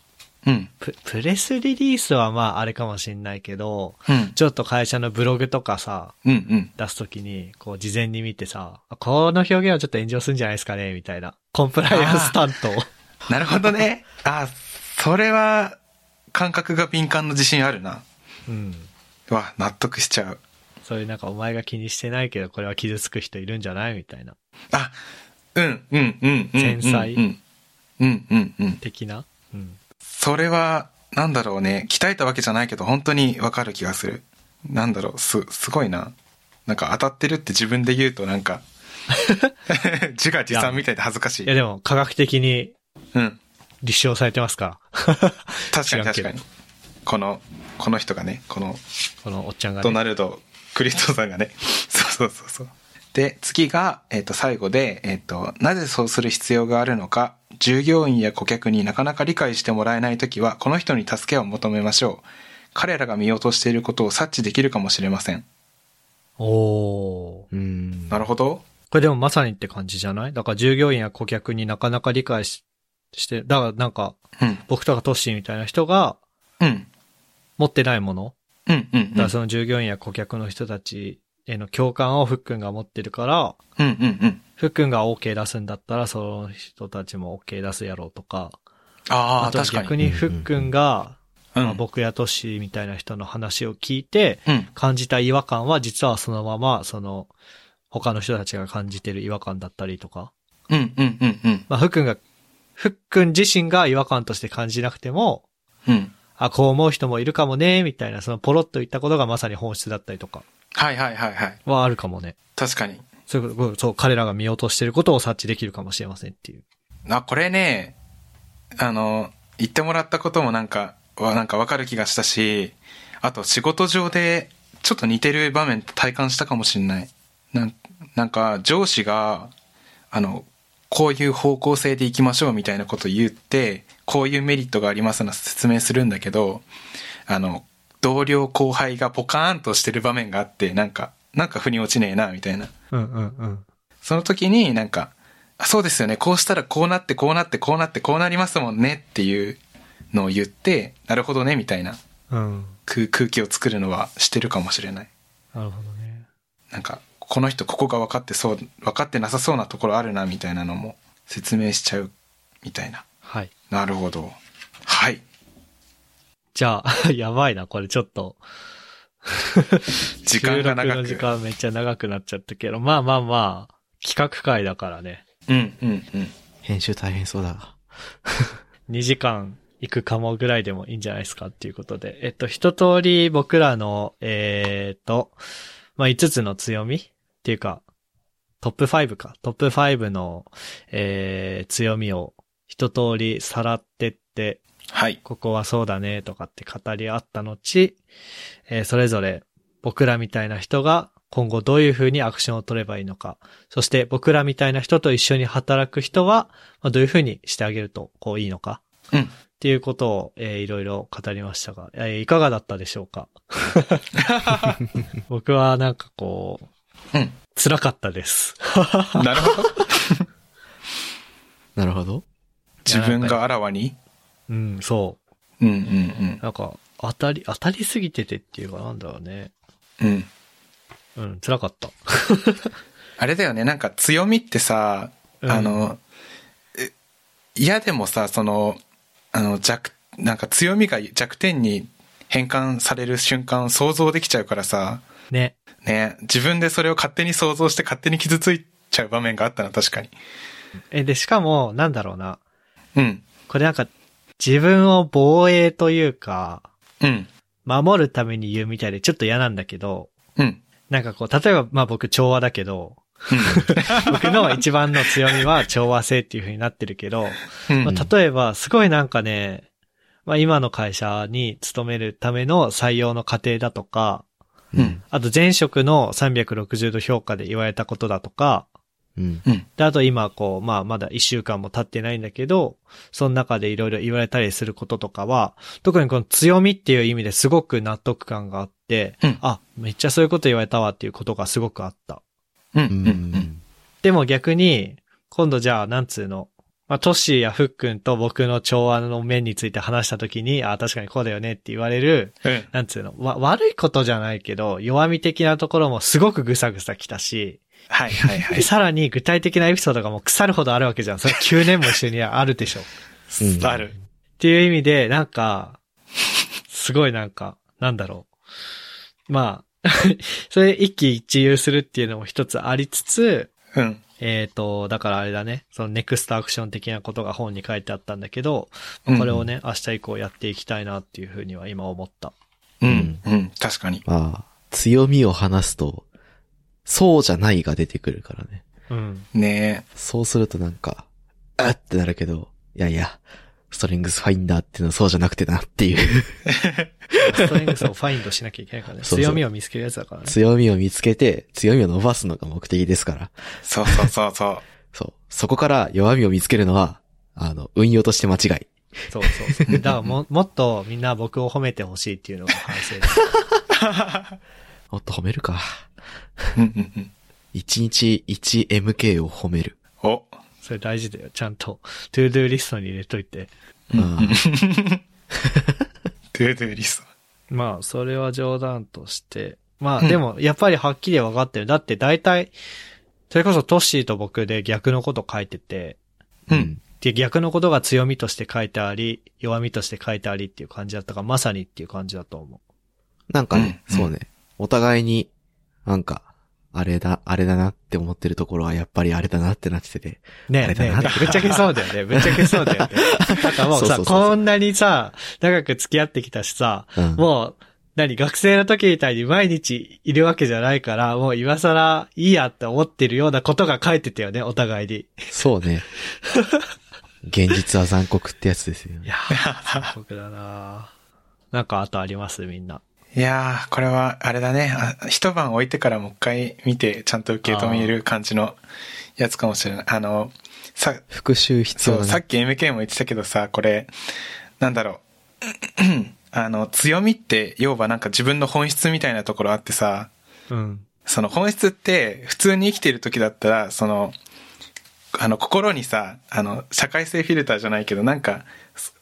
うん、ププレスリリースはまああれかもしんないけど、うん、ちょっと会社のブログとかさ、うん、うん。出すときに、こう事前に見てさ、あこの表現はちょっと炎上するんじゃないですかねみたいな。コンプライアンス担当。なるほどね。 あーそれは感覚が敏感の自信あるな。 うん。うわ、納得しちゃう。そういうなんかお前が気にしてないけど、これは傷つく人いるんじゃないみたいな。あ、うん、うん、うん、うん。繊細うん、うん、うん、うん。的な。うん。それは、なんだろうね。鍛えたわけじゃないけど、本当にわかる気がする。なんだろう、す、すごいな。なんか当たってるって自分で言うとなん か、自画自賛みたいで恥ずかしいいや。でも科学的にうん。立証されてますから 確かに知らんけ確どかに。この、この人がね、このこのおっちゃんがドね。ナルド・クリストさんがね。 そうそうそうそう。で、次が、えっ、と、最後で、えっ、と、なぜそうする必要があるのか、従業員や顧客になかなか理解してもらえないときは、この人に助けを求めましょう。彼らが見落としていることを察知できるかもしれません。おー。うん。なるほど。これでもまさにって感じじゃないだから従業員や顧客になかなか理解しして、だからなんかうん。僕とかトッシーみたいな人がうん。持ってないもの。うん。うん。だからその従業員や顧客の人たちへの共感をふっくんが持ってるから、うん。うん。うん。ふっくんが OK 出すんだったらその人たちも OK 出すやろうとか。ああ、と確か逆に。にふっくんが、うまあん。僕やトッシーみたいな人の話を聞いて、うん。感じた違和感は実はそのまま、その、他の人たちが感じてる違和感だったりとか。うん。うん。うん。うん。まあ、ふっくんが、ふっくん自身が違和感として感じなくても、うん。あ、こう思う人もいるかもね、みたいな、そのポロッと言ったことがまさに本質だったりとかはいはいはいはい。はあるかもね。確かに。そういうこと、そう、彼らが見落としてることを察知できるかもしれませんっていう。あ、これね、あの、言ってもらったこともなんか、はなんかわかる気がしたし、あと仕事上でちょっと似てる場面と体感したかもしれない。なんなんか上司が、あの、こういう方向性で行きましょうみたいなこと言って、こういうメリットがありますな説明するんだけど、あの、同僚後輩がポカーンとしてる場面があって、なんか、なんか腑に落ちねえな、みたいな。うんうんうん。その時になんか、あそうですよね、こうしたらこうなってこうなってこうなってこうなりますもんねっていうのを言って、なるほどね、みたいなうん。空空気を作るのはしてるかもしれない。なるほどね。なんか、この人ここが分かってそう、分かってなさそうなところあるな、みたいなのも説明しちゃう、みたいな。はい。なるほど。はい。じゃあ、 やばいな、これちょっと。時間が収録長くの時間めっちゃ長くなっちゃったけど、まあまあまあ、企画会だからね。うん、うん、うん。編集大変そうだ。 2時間行くかもぐらいでもいいんじゃないですかっていうことで。えっと、一通り僕らの、えーっと、まあ、5つの強みっていうか、トップ5か。トップ5の、えー、強みを一通りさらってって、はい。ここはそうだねとかって語り合った後、えーそれぞれ僕らみたいな人が今後どういうふうにアクションを取ればいいのか、そして僕らみたいな人と一緒に働く人は、まあ、どういうふうにしてあげるとこういいのか、うんっていうことを、えーいろいろ語りましたが、えーいかがだったでしょう か僕はなんかこう、うん。辛かったです。なる ほど。なるほど。自分があらわに。うん、そう。うん、うん、なんか、当たり、当たりすぎててっていうかなんだろうね。うん。うん。うん、辛かった。あれだよね、なんか強みってさ、うんあの、え嫌でもさ、その、あの、弱、なんか強みが弱点に変換される瞬間を想像できちゃうからさ、ね。ね、自分でそれを勝手に想像して勝手に傷ついちゃう場面があったな、確かに。え、で、しかも、なんだろうな。うん。これなんか、自分を防衛というか、うん。守るために言うみたいでちょっと嫌なんだけど、うん。なんかこう、例えば、まあ僕、調和だけ ど、僕の一番の強みは調和性っていう風になってるけど、うん。まうんあ、例えば、すごいなんかね、まあ今の会社に勤めるための採用の過程だとか、うん。あと前職の360度評価で言われたことだとか、うん。うん。で、あと今こう、まあまだ一週間も経ってないんだけど、その中でいろいろ言われたりすることとかは、特にこの強みっていう意味ですごく納得感があって、うんあ、めっちゃそういうこと言われたわっていうことがすごくあった。うん。う。うんん。でも逆に、今度じゃあ、なんつうの、まあ、トッシーやフックンと僕の調和の面について話したときに、あ、確かにこうだよねって言われる、うん。なんつうの、わ、悪いことじゃないけど、弱み的なところもすごくぐさぐさ来たし、はいはいはで、い。さらに具体的なエピソードがもう腐るほどあるわけじゃん。それ9年も一緒にあるでしょ。っうんある。ていう意味で、なんか、すごいなんか、なんだろう。まあ、 それ一喜一憂するっていうのも一つありつつ、うん。えっ、と、だからあれだね、そのネクストアクション的なことが本に書いてあったんだけど、うんこれをね、明日以降やっていきたいなっていうふうには今思った。うん。うん。確かに。まあ、強みを話すと、そうじゃないが出てくるからね。うん。ねそうするとなんか、あってなるけど、いやいや、ストリングスファインダーっていうのはそうじゃなくてなっていう。 ストレングスをファインドしなきゃいけないからね。そうそう強みを見つけるやつだからね。強みを見つけて、強みを伸ばすのが目的ですから。え。そうそうそうそう。そう。そこから弱みを見つけるのは、あの、運用として間違い。そうそうそう。 だからも、もっとみんな僕を褒めてほしいっていうのが反省 です。もっと褒めるか。うんうんうん。 1日 1MK を褒める。お。それ大事だよ。ちゃんと、トゥードゥーリストに入れといて。うんトゥードゥーリスト。まあ、それは冗談として。まあ、うんでも、やっぱりはっきり分かってる。だって大体、それこそトッシーと僕で逆のこと書いてて、うん。で、逆のことが強みとして書いてあり、弱みとして書いてありっていう感じだったから、まさにっていう感じだと思なんかね、うんそうね。お互いに、なんか、あれだ、あれだなって思ってるところはやっぱりあれだなってなってて。う。ねあえ、れだねなえ、ぶっちゃけそうだよね。ぶっちゃけそうだ よね。なんかもうそうさ、そうそうそうこんなにさ、長く付き合ってきたしさ、うん、もう、何、学生の時みたいに毎日いるわけじゃないから、もう今更いいやって思ってるようなことが書いてたよね、お互いに。そうね。 現実は残酷ってやつですよいね。や ー、僕だなーなんかあとありますみんな。いやー、これは、あれだね。あ一晩置いてからもう一回見て、ちゃんと受け止める感じのやつかもしれない。あの、さ、復讐必そ要う、ださねっ。き MK も言ってたけどさ、これ、なん だろう。あの、強みって、要はなんか自分の本質みたいなところあってさ、うん。その本質って、普通に生きてる時だったら、その、あの、心にさ、あの、社会性フィルターじゃないけど、なんか、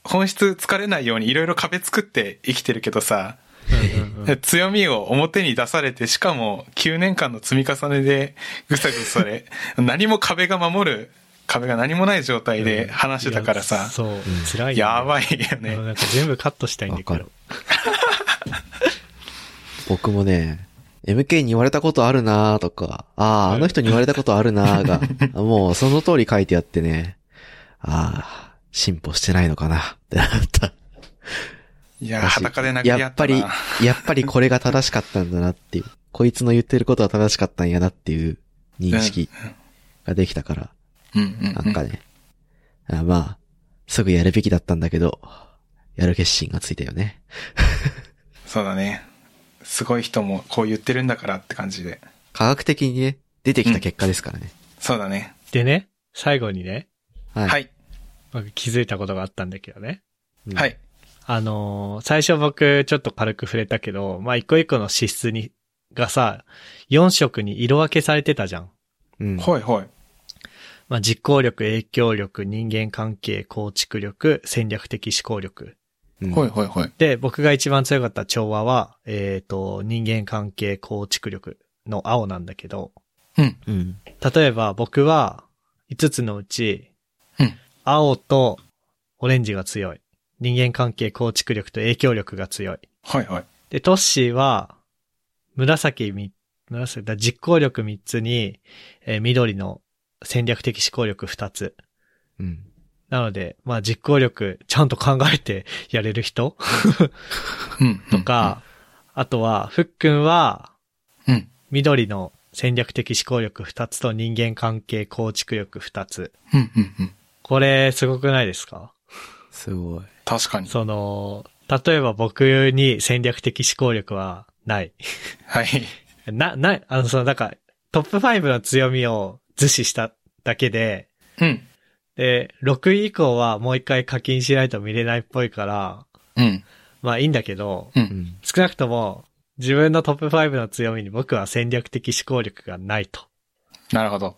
本質疲れないようにいろいろ壁作って生きてるけどさ、うんうんうん強みを表に出されて、しかも9年間の積み重ねでぐさぐさそれ、 何も壁が守る、壁が何もない状態で話してたからいやさ、そう、辛いよね、やばいよあのね。なんか全部カットしたいんだけわどか。る僕もね、MK に言われたことあるなーとか、ああ、あの人に言われたことあるなー が、もうその通り書いてあってね、ああ、進歩してないのかなってなった。いや、だし裸で殴り合やっったぱな。り、やっぱりこれが正しかったんだなっていう、こいつの言ってることは正しかったんやなっていう認識ができたから、うんうんうんなんかね、あまあ、すぐやるべきだったんだけど、やる決心がついたよね。そうだね。すごい人もこう言ってるんだからって感じで。科学的にね、出てきた結果ですからね。そうだね。でね、最後にね、はい。はい。僕気づいたことがあったんだけどね。うんはい。あのー最初僕ちょっと軽く触れたけど、まあ、一個一個の資質に、がさ、4色に色分けされてたじゃん。うん。ほいほい。まあ、実行力、影響力、人間関係、構築力、戦略的思考力。うんほいほいほい。で、僕が一番強かった調和は、えっ、と、人間関係、構築力の青なんだけど、うん。うん。例えば僕は5つのうち、うん青とオレンジが強い。人間関係、構築力と影響力が強い。ほいほい。で、トッシーは、紫み、紫、だ実行力3つに、えー緑の戦略的思考力2つ。うん。なので、まあ実行力、ちゃんと考えてやれる人うん。とと、か、あとは、ふっくんは、うん。緑の戦略的思考力2つと人間関係構築力2つ。うんうんうん。これ、すごくないですかすごい。確かに。その、例えば僕に戦略的思考力はない。はい。な、ない、あの、その、なんか、トップ5の強みを図示しただけで、うん。で、6位以降はもう一回課金しないと見れないっぽいから、うん。まあいいんだけど、う。うんん。少なくとも、自分のトップ5の強みに僕は戦略的思考力がないと。なるほど。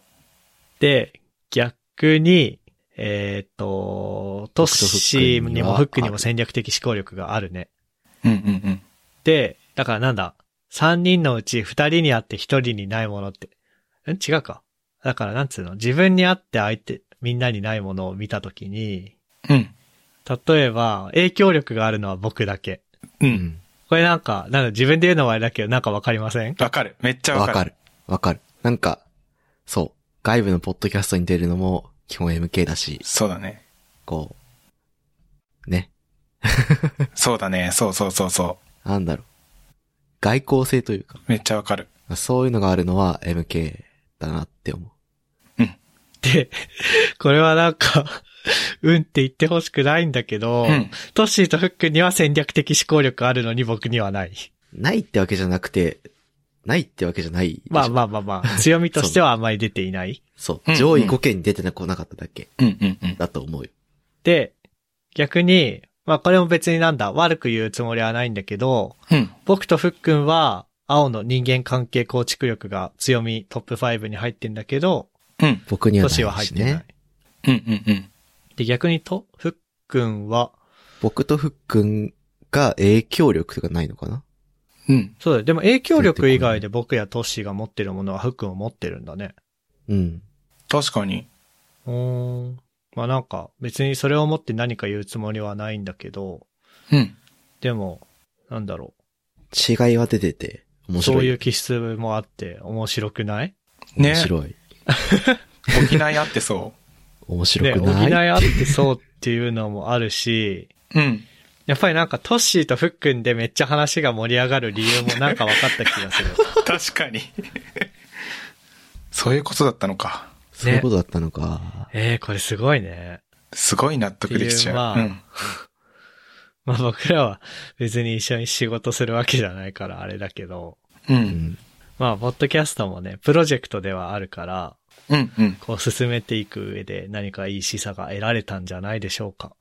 で、逆に、えーっと、トッシーにも僕とフックにはフックにあもる戦略的思考力があるね。うんうんで、だからなんだ、3人のうち2人にあって1人にないものって、ん違うか。だからなんつうの、自分にあって相手、みんなにないものを見たときに、うん。うん。例えば、影響力があるのは僕だけ。う。うんん。これなんか、なんだ、自分で言うのはあれだけど、なんかわかりませんわかる。めっちゃわわかる。かる。わかる。なんか、そう。外部のポッドキャストに出るのも、基本 MK だし、そうだね。こう、ね。そうだね。そうそうそうそなんだろう。外交性というか、う。めっちゃわかる。そういうのがあるのは MK だなって思で、これはなんか、 うんって言ってほしくないんだけど、うん。トッシーとフックには戦略的思考力あるのに僕にはない。う。ないってわけじゃなくて、ないってわけじゃないでしょ。まあまあまあまあ、強みとしてはあまり出ていない。 そううん。上位5件に出てこなかっただけうんうんうん。だと思うよ。で、逆に、まあこれも別になんだ、悪く言うつもりはないんだけど、うん。僕とふっくんは、青の人間関係構築力が強みトップ5に入ってんだけど、うん。僕には年はな入っいしてないね。。うんうんうん。で、逆にと、ふっくんは、僕とふっくんが影響力とかないのかなうん。そうだよ、でも影響力以外で僕やトッシーが持ってるものはふっくんを持ってるんだね。うん。確かに。うーん。まあなんか、別にそれを持って何か言うつもりはないんだけど、うん。でも、なんだろ違いは出てて、面う。白い。そういう気質もあって面白くないね面白い。補い合ってそ面ね、白く補ないい合ってそうっていうのもあるし、う。うん。やっぱりなんかトッシーとフックンでめっちゃ話が盛り上がる理由もなんか分かった気がす る。確かに。そういうことだったのか。そういうことだったのか。ええこれすごいね。すごい納得できちゃっう。てう。いうんまあ僕らは別に一緒に仕事するわけじゃないからあれだけど、う。うんん。まあポッドキャストもね、プロジェクトではあるから、うんうん。こう進めていく上で何かいい示唆が得られたんじゃないでしょうか。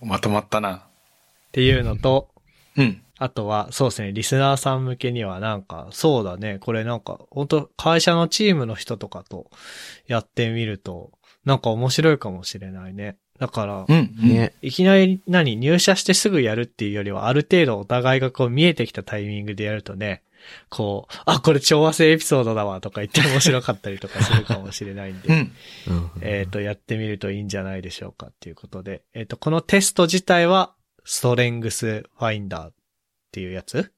まとまったな。っていうのと、うん。あとは、そうですね、リスナーさん向けにはなんか、そうだね、これなんか、本当会社のチームの人とかとやってみると、なんか面白いかもしれないね。だから、うん。ね。いきなり何入社してすぐやるっていうよりは、ある程度お互いがこう見えてきたタイミングでやるとね、こう、あ、これ調和性エピソードだわとか言って面白かったりとかするかもしれないんでう、ん。うんえっと、やってみるといいんじゃないでしょうかっていうことで、えっ、と、このテスト自体は、ストレングスファインダーっていうやつ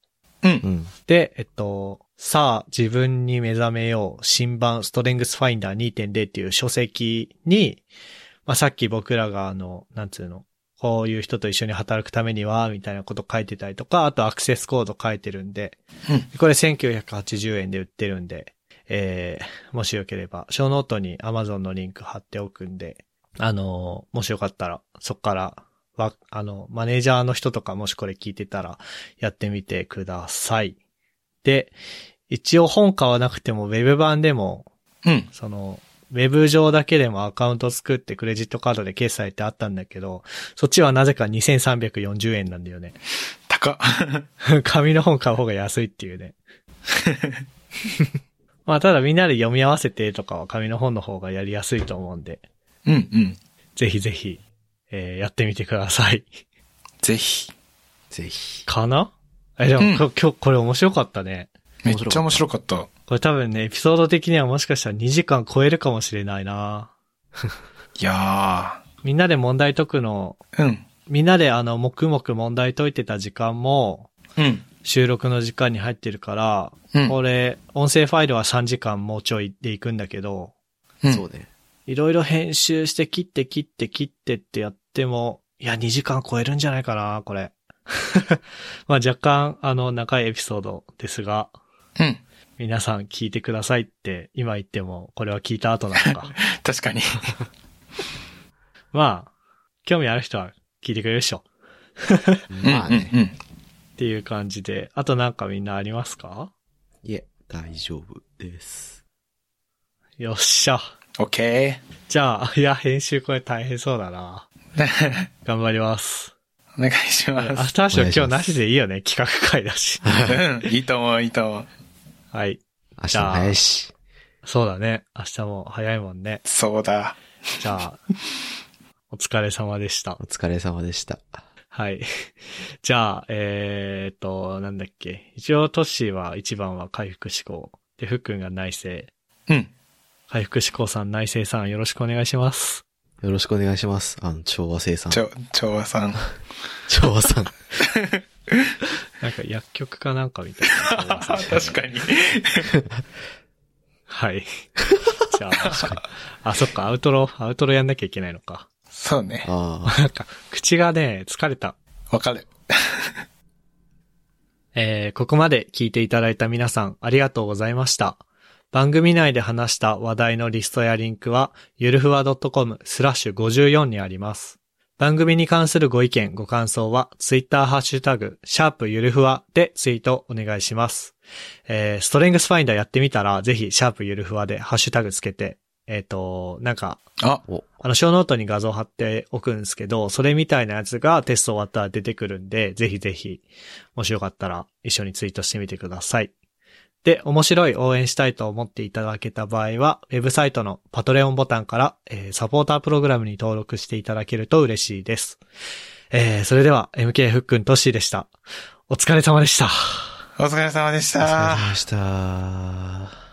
うんう。ん。で、えっと、さあ、自分に目覚めよう、新版、ストレングスファインダー2.0っていう書籍に、まあ、さっき僕らがあの、なんつうの、こういう人と一緒に働くためには、みたいなこと書いてたりとか、あとアクセスコード書いてるんで、うんこれ1980円で売ってるんで、えー、もしよければ、ショーノートに Amazon のリンク貼っておくんで、あのーもしよかったら、そっから、わ、あの、マネージャーの人とかもしこれ聞いてたら、やってみてください。で、一応本買わなくても、ウェブ版でも、うん。その、ウェブ上だけでもアカウント作ってクレジットカードで決済ってあったんだけど、そっちはなぜか2340円なんだよね。 高っ。紙の本買う方が安いっていう ね。まあただみんなで読み合わせてとかは紙の本の方がやりやすいと思うんで、うんうん。ぜひぜひ、えーやってみてください。ぜひ。ぜひ。かなえ、でも、うんこ今日これ面白かったね。めっちゃ面白かった。これ多分ね、エピソード的にはもしかしたら2時間超えるかもしれないないやみんなで問題解くの、ー。うん。みんなであの、黙々問題解いてた時間も、うん。収録の時間に入ってるから、うん。これ、音声ファイルは3時間もうちょいでいくんだけど、うんそうね。いろいろ編集して切って切って切ってってやっても、いや、2時間超えるんじゃないかな、これ。 まあ若干、あの、長いエピソードですが、うん。皆さん聞いてくださいって今言っても、これは聞いた後なの か。確かに。まあ、興味ある人は聞いてくれるでしょ。まあね。うんうんうん。っていう感じで、あとなんかみんなありますかいえ、大丈夫です。よっしゃ。オッケじゃあ、いや、編集これ大変そうだな。ー。頑張ります。 お願いしアます。フターショおー願いし今ま日すなしでいいよね、企画会だし。うん。いいと思う、いいと思う。はい。明日も早いし。そうだね。明日も早いもんね。そうだ。じゃあ、お疲れ様でしたお。疲れ様でした。はい。じゃあ、えーっと、なんだっけ。一応、トッシーは一番は回復志向。で、ふっくんが内政。うん。回復志向さん、内政さん、よろしくお願いします。よろしくお願いします。あの、調和生産ち。ょ、調和さん。調和さん。なんか、薬局かなんかみたいな。 確かに。はい。じゃあ、確かにあ、そっか、アウトロ、アウトロやんなきゃいけないのか。 そうね。あなんか、口がね、疲れた。わかる。えーここまで聞いていただいた皆さんありがとうございました。番組内で話した話題のリストやリンクは、ゆるふわ .com スラッシュ54にあります。番組に関するご意見、ご感想は、ツイッターハッシュタグ、シャープゆるふわでツイートお願いします。えーストレングスファインダーやってみたら、ぜひ、シャープゆるふわでハッシュタグつけて、えっ、と、なんか、あ、あ。お、あの、小ノートに画像貼っておくんですけど、それみたいなやつがテスト終わったら出てくるんで、ぜひぜひ、もしよかったら一緒にツイートしてみてください。で、面白い応援したいと思っていただけた場合は、ウェブサイトのパトレオンボタンから、えーサポータープログラムに登録していただけると嬉しいです。えーそれでは、MK ふっくんとっしーでした。お疲れ様でした。お疲れ様でしお疲れた。様でした。